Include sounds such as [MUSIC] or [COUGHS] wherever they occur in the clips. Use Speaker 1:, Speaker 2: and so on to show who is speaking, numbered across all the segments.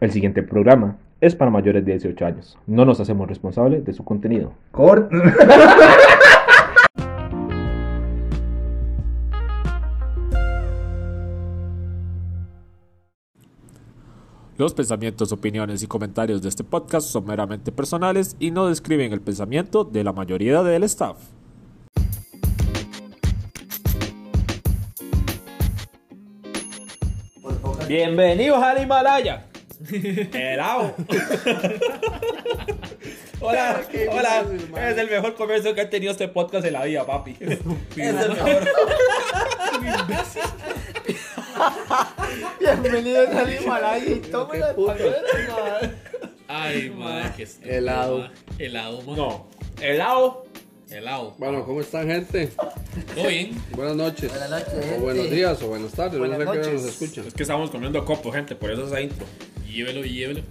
Speaker 1: El siguiente programa es para mayores de 18 años. No nos hacemos responsables de su contenido.
Speaker 2: Cor-
Speaker 3: Los pensamientos, opiniones y comentarios de este podcast son meramente personales y no describen el pensamiento de la mayoría del staff. Bienvenidos al Himalaya. Helado. hola, hola. Es el mejor comercio que ha tenido este podcast en la vida, papi. es el mejor.
Speaker 4: Bienvenidos
Speaker 5: [LAUGHS]
Speaker 4: al Himalaya y toma la
Speaker 6: Ay, madre, que está.
Speaker 7: Helado.
Speaker 6: Helado, man.
Speaker 3: No. Helado.
Speaker 6: Helado.
Speaker 7: Bueno, ¿cómo están, gente?
Speaker 6: Todo bien.
Speaker 7: Buenas noches.
Speaker 4: Buenas noches, gente.
Speaker 7: O buenos días o buenas tardes.
Speaker 4: Buenas
Speaker 7: no sé qué hora nos
Speaker 4: noches.
Speaker 7: escuchan.
Speaker 3: Es que estamos comiendo copo, gente, por eso esa intro.
Speaker 6: Llévelo, llévelo.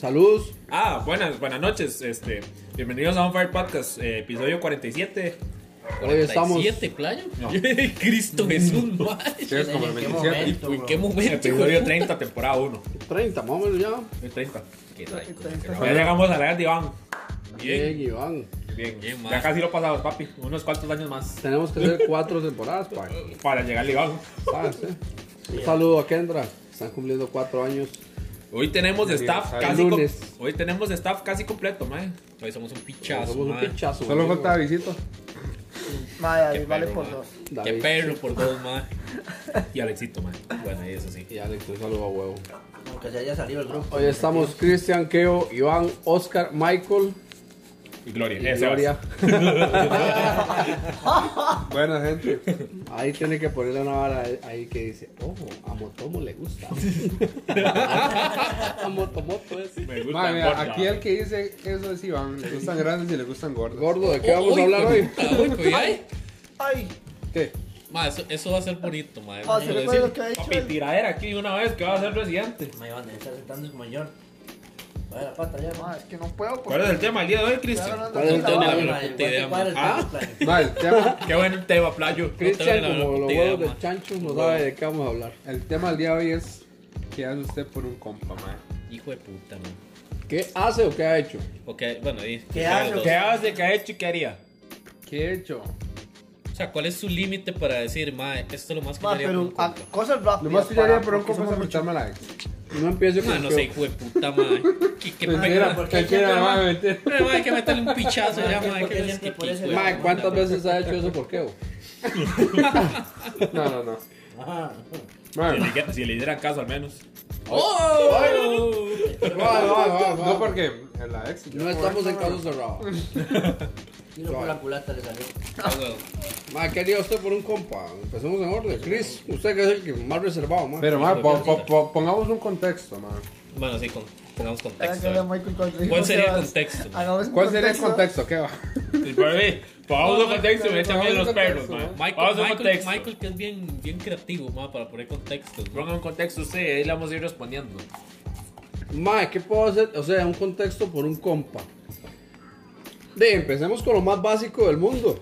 Speaker 7: Saludos.
Speaker 3: Ah, buenas, buenas noches. Este, bienvenidos a On Fire Podcast, eh, episodio 47.
Speaker 7: Hoy estamos.
Speaker 6: 47 playa. [LAUGHS]
Speaker 3: No.
Speaker 6: Cristo Jesús, madre.
Speaker 4: como el
Speaker 6: ¿En qué momento?
Speaker 3: Episodio 30, temporada 1.
Speaker 7: 30, más o menos ya.
Speaker 3: El 30.
Speaker 6: Qué rico.
Speaker 3: Ya llegamos a la edad de Iván.
Speaker 7: Bien, Iván.
Speaker 3: Bien,
Speaker 6: Bien,
Speaker 3: ya
Speaker 6: man.
Speaker 3: casi lo pasamos, papi. Unos cuantos años más
Speaker 7: Tenemos que hacer cuatro temporadas para.
Speaker 3: para llegar al Iván.
Speaker 7: ¿sabes, eh? Un saludo a Kendra. Están cumpliendo cuatro años.
Speaker 3: Hoy tenemos staff
Speaker 7: El
Speaker 3: casi com-
Speaker 7: lunes.
Speaker 3: Hoy tenemos staff casi completo, mae.
Speaker 6: Hoy somos un pichazo,
Speaker 7: Somos un
Speaker 6: madre.
Speaker 7: pichazo.
Speaker 8: Solo
Speaker 7: amigo.
Speaker 8: falta visita.
Speaker 4: Madre,
Speaker 6: Qué
Speaker 4: vale
Speaker 6: perro,
Speaker 4: por
Speaker 6: man.
Speaker 4: dos.
Speaker 6: Qué
Speaker 7: David
Speaker 6: perro por dos, madre.
Speaker 3: Y Alexito, mae. Bueno, y eso sí.
Speaker 7: Y Alex, un saludo a huevo.
Speaker 4: Aunque se haya salido el grupo.
Speaker 7: Hoy estamos Cristian, Keo, Iván, Oscar, Michael
Speaker 3: Y Gloria.
Speaker 7: y
Speaker 3: eh, Sebas.
Speaker 7: Gloria.
Speaker 8: Buena gente.
Speaker 7: Ahí tiene que ponerle una vara ahí que dice, ojo, a Motomo le gusta.
Speaker 6: [LAUGHS]
Speaker 7: a Motomoto eh, es.
Speaker 3: Me gusta.
Speaker 8: Ma, mira,
Speaker 3: gorda.
Speaker 8: aquí el que dice eso es Iván. Le gustan grandes y le gustan gordos.
Speaker 7: Gordo, ¿de qué vamos
Speaker 6: Uy,
Speaker 7: a hablar hoy?
Speaker 6: puta, uy, cuidado.
Speaker 4: Ay,
Speaker 8: ¿Qué?
Speaker 6: Ma, eso, pues, eso va a ser bonito, madre.
Speaker 4: ah, se recuerda lo que ha hecho.
Speaker 3: Papi,
Speaker 4: él?
Speaker 3: tiradera aquí de una vez que va a ser residente.
Speaker 5: Me van a estar sentando como yo. Vaya la pata ya, Ah,
Speaker 4: Madre, Ah, es que no puedo
Speaker 3: ¿Cuál
Speaker 4: porque
Speaker 3: es el tema del día de hoy,
Speaker 4: estoy
Speaker 3: Cristian?
Speaker 4: hablando
Speaker 7: ¿Cuál es
Speaker 4: de
Speaker 7: el
Speaker 4: la
Speaker 7: tema?
Speaker 4: hora.
Speaker 6: Tengo la
Speaker 5: madre,
Speaker 6: puta idea,
Speaker 5: ¿cuál
Speaker 6: ma.
Speaker 5: es el
Speaker 3: Ah.
Speaker 5: [LAUGHS] plan?
Speaker 8: Ma, el tema,
Speaker 3: Qué buen tema, playo.
Speaker 7: Cristian,
Speaker 6: No tengo la
Speaker 7: como los
Speaker 6: puta idea,
Speaker 7: huevos del
Speaker 6: ma.
Speaker 7: chancho, no sabe de qué vamos a hablar.
Speaker 8: el tema del día de hoy es ¿Qué hace usted por un compa, ma?
Speaker 6: Hijo de puta, man.
Speaker 7: ¿Qué hace o qué ha hecho?
Speaker 6: Ok, bueno, y-
Speaker 5: ¿Qué hago?
Speaker 6: dos.
Speaker 3: ¿Qué hace, qué ha hecho y qué haría?
Speaker 8: ¿Qué he hecho?
Speaker 6: O sea, ¿cuál es su límite para decir, madre, esto es lo más que yo
Speaker 4: Ma,
Speaker 6: haría
Speaker 4: pero
Speaker 6: por un
Speaker 4: ah,
Speaker 6: compa"?
Speaker 4: cosas rápidas.
Speaker 8: Lo más que yo haría por un
Speaker 4: porque
Speaker 8: compa es
Speaker 4: somos
Speaker 8: invitarme a la ex.
Speaker 7: No empiece con
Speaker 6: Ma, no
Speaker 7: Keo.
Speaker 6: sé, hijo de puta, madre. ¿Qué, qué [LAUGHS]
Speaker 8: Mentira,
Speaker 6: pena.
Speaker 5: ¿por qué
Speaker 8: mentira,
Speaker 5: siempre,
Speaker 8: ma,
Speaker 5: ma?
Speaker 8: mentira.
Speaker 6: Pero, madre, hay que meterle un pichazo ya,
Speaker 5: Ma, ¿por
Speaker 6: madre.
Speaker 5: qué
Speaker 6: que ves
Speaker 5: siempre
Speaker 6: que
Speaker 5: por ese
Speaker 6: hijo de
Speaker 7: Ma,
Speaker 5: lado?
Speaker 7: ¿cuántas veces ha hecho eso por Keo?
Speaker 8: No, no, no.
Speaker 5: Ajá.
Speaker 8: Ma,
Speaker 3: Si le- Si le dieran caso al menos.
Speaker 8: va, va, va, va. No porque la ex. yo-
Speaker 7: No estamos en caso cerrado.
Speaker 5: Tiro por la culata le salió.
Speaker 6: puta, Ah, huevo.
Speaker 7: Ma, ¿qué haría usted por un compa? Empecemos en orden. Chris, usted que es el que más reservado, ma.
Speaker 8: Pero, ma, po- po- po- pongamos un contexto, ma.
Speaker 6: Bueno, sí, con- pongamos
Speaker 4: Ahora que
Speaker 6: contexto.
Speaker 4: habla
Speaker 6: eh.
Speaker 4: Michael cuando dijo
Speaker 6: ¿Cuál sería el
Speaker 4: Sebas,
Speaker 6: contexto? ma?
Speaker 4: hagamos un
Speaker 8: ¿Cuál sería el contexto? ¿Qué va?
Speaker 3: Sí, Para mí, pongamos un contexto y
Speaker 8: Pongamos
Speaker 3: también
Speaker 8: un
Speaker 3: los perros,
Speaker 8: contexto,
Speaker 3: man.
Speaker 8: ¿no?
Speaker 6: Michael,
Speaker 3: Pongamos un
Speaker 6: Michael,
Speaker 3: contexto.
Speaker 6: Michael, que es bien, bien creativo, ma, para poner contexto.
Speaker 3: Pongan un contexto usted y ahí le vamos a ir respondiendo.
Speaker 7: Ma, ¿qué puedo hacer? O sea, un contexto por un compa. De, empecemos con lo más básico del mundo.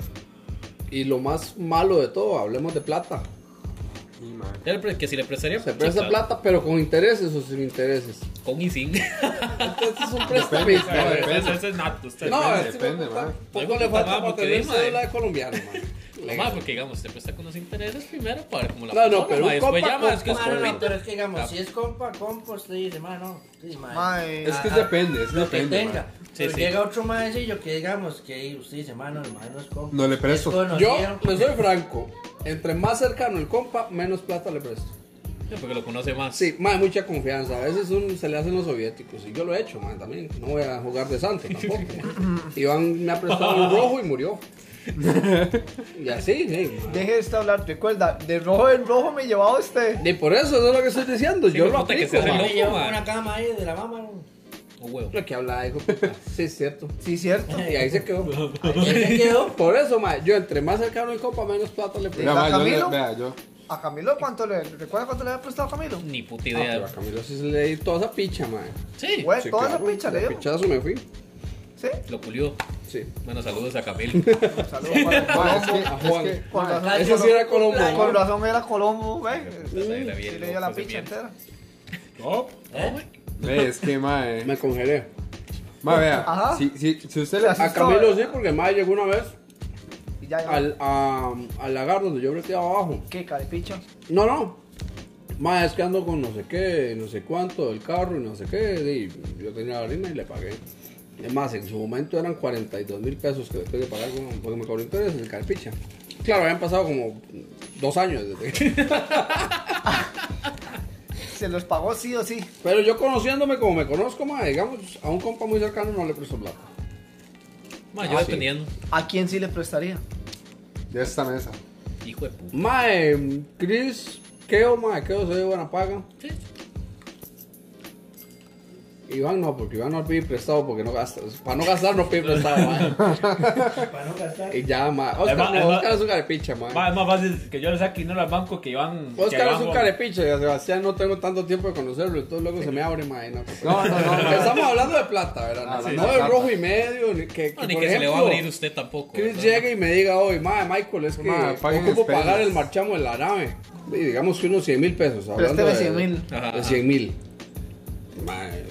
Speaker 7: Y lo más malo de todo, hablemos de plata.
Speaker 8: Y, ma,
Speaker 6: Que si le prestaría
Speaker 7: Se
Speaker 6: sí,
Speaker 7: presta
Speaker 6: claro,
Speaker 7: plata, pero con intereses o sin intereses.
Speaker 6: Con y sin.
Speaker 7: Entonces son préstamos.
Speaker 3: No, ese, ese es nato. usted.
Speaker 7: No,
Speaker 8: Depende,
Speaker 7: este
Speaker 8: depende,
Speaker 7: poco-
Speaker 8: ma.
Speaker 7: Poco
Speaker 6: Ay,
Speaker 7: le falta
Speaker 6: puta,
Speaker 7: para
Speaker 6: porque
Speaker 7: tener
Speaker 6: dime,
Speaker 7: cédula de colombiano, ma.
Speaker 6: Ma, porque digamos, se presta con los intereses primero para como la
Speaker 7: No, no,
Speaker 6: persona,
Speaker 7: pero
Speaker 6: ma,
Speaker 7: un
Speaker 6: después
Speaker 7: compa
Speaker 6: ya,
Speaker 7: con-
Speaker 6: ma, es que es
Speaker 5: Ma, no, no,
Speaker 6: bonito.
Speaker 5: pero es que
Speaker 6: Ah.
Speaker 5: digamos, si es compa, compa, usted dice, ma, no. Sí, ma.
Speaker 4: Madre,
Speaker 8: Es que es
Speaker 5: Ah,
Speaker 8: depende, es
Speaker 5: Lo que
Speaker 8: depende, ma.
Speaker 5: tenga. Pero
Speaker 6: sí.
Speaker 5: llega otro maecillo que digamos que usted dice, ma, no, el ma no es compa.
Speaker 8: No le presto.
Speaker 5: Es
Speaker 7: Yo
Speaker 5: conocido.
Speaker 7: le soy franco. Entre más cercano el compa, menos plata le presto.
Speaker 6: Sí, Porque lo conoce más.
Speaker 7: Sí, más mucha confianza. A veces uno se le hacen los soviéticos. Y yo lo he hecho, man, también. No voy a jugar de santo
Speaker 4: [LAUGHS]
Speaker 7: tampoco. man. Iván me ha prestado un rojo y murió. Y así, sí. man.
Speaker 4: deje de estar hablando. Recuerda, de rojo en rojo me llevaba usted.
Speaker 7: Y por eso, eso es lo que estoy diciendo.
Speaker 6: Sí,
Speaker 7: yo
Speaker 6: me
Speaker 7: lo
Speaker 6: falta que
Speaker 7: aplico,
Speaker 6: se hace
Speaker 7: man.
Speaker 5: Me
Speaker 6: loco,
Speaker 5: llevo
Speaker 6: ma.
Speaker 5: una cama ahí de la mamá.
Speaker 7: Ah,
Speaker 5: ¿no?
Speaker 6: Un Oh, huevo.
Speaker 7: Lo que habla, hijo. puta. Sí, es cierto.
Speaker 4: Sí, cierto.
Speaker 7: Y ahí
Speaker 4: [LAUGHS]
Speaker 7: se quedó.
Speaker 5: Ahí se quedó.
Speaker 7: Por eso, man, yo entre más cercano el compa, menos plata le
Speaker 8: Mira,
Speaker 7: presto.
Speaker 8: ma, yo, le-
Speaker 4: Camilo?
Speaker 8: vea, yo.
Speaker 4: ¿A Camilo cuánto le.? ¿Recuerda cuánto le había prestado a Camilo?
Speaker 6: Ni puta
Speaker 7: Ah, pero
Speaker 6: idea.
Speaker 7: a Camilo sí se le di toda esa picha, man.
Speaker 6: Sí,
Speaker 4: Güey,
Speaker 7: Sí,
Speaker 4: toda
Speaker 7: claro.
Speaker 4: esa picha le
Speaker 7: De
Speaker 4: dio.
Speaker 7: pichazo me fui.
Speaker 4: ¿Sí?
Speaker 6: lo pulió.
Speaker 7: Sí.
Speaker 6: Bueno, saludos a
Speaker 7: [LAUGHS]
Speaker 6: Camilo.
Speaker 4: Saludos para
Speaker 8: Ma,
Speaker 4: Colombo.
Speaker 8: es que,
Speaker 7: a Juan.
Speaker 8: es que,
Speaker 4: Con
Speaker 8: ma,
Speaker 4: razón,
Speaker 7: Ese sí era Colombo.
Speaker 4: Con
Speaker 7: ma.
Speaker 4: razón era Colombo, güey.
Speaker 6: Sí,
Speaker 4: Sí, le dio la picha entera.
Speaker 6: No,
Speaker 9: ¿Eh?
Speaker 8: Ve, es que, mae.
Speaker 7: [LAUGHS] Me congelé.
Speaker 8: Mae, vea.
Speaker 4: Ajá.
Speaker 8: Si, si, si usted le ah,
Speaker 7: A Camilo sí, porque el mae llegó una vez
Speaker 4: Y ya, ya.
Speaker 7: al, a- al lagar donde yo breteaba abajo.
Speaker 4: ¿Qué, carepicho?
Speaker 7: No, no. Mae, es que ando con no sé qué, no sé cuánto, el carro y no sé qué. Y yo tenía la harina y le pagué. Es más, en su momento eran 42 mil pesos que después de pagar con- porque me cobró interés en el carpicha. Claro, habían pasado como dos años desde que- [LAUGHS]
Speaker 4: Se los pagó sí o sí.
Speaker 7: Pero yo conociéndome como me conozco, mae, digamos, a un compa muy cercano no le presto plata.
Speaker 6: ma, yo
Speaker 7: Ah, sí.
Speaker 6: dependiendo.
Speaker 4: ¿A quién sí le prestaría?
Speaker 8: De esta mesa.
Speaker 6: Hijo de puta.
Speaker 7: Mae, em, Chris, Keo, mae, Keo se dio buena paga.
Speaker 6: Sí.
Speaker 7: Iván no, porque Iván no pide prestado porque no gasta. Para no gastar no pide prestado,
Speaker 8: [LAUGHS]
Speaker 7: mae.
Speaker 9: Para no gastar.
Speaker 7: Y ya, mae. Oscar,
Speaker 3: Además, además-
Speaker 7: Oscar es un carepicha, mae.
Speaker 3: Ma, es más fácil que yo le saque dinero al banco que Iván. que
Speaker 7: Oscar es
Speaker 3: Iván
Speaker 7: un
Speaker 3: Juan.
Speaker 7: carepicha y a Sebastián no tengo tanto tiempo de conocerlo, entonces luego se me abre, mae. No,
Speaker 8: No, no, no, mae.
Speaker 7: Estamos hablando de plata, ¿verdad?
Speaker 8: Ah,
Speaker 7: No,
Speaker 8: sí,
Speaker 7: no de
Speaker 8: plata.
Speaker 7: rojo y medio, ni que,
Speaker 6: No, ni
Speaker 7: por
Speaker 6: que se le va a
Speaker 7: ejemplo,
Speaker 6: abrir usted tampoco.
Speaker 7: Chris
Speaker 6: ¿verdad?
Speaker 7: llega y me diga hoy, mae, Michael, es que
Speaker 8: Mae, paguen
Speaker 7: ocupo
Speaker 8: despensas".
Speaker 7: pagar el marchamo de la nave. Y digamos que unos 100 mil pesos. hablando
Speaker 4: Présteme
Speaker 7: de-
Speaker 4: 100 mil.
Speaker 6: Ajá,
Speaker 7: De
Speaker 6: ajá.
Speaker 7: 100 mil. Mae,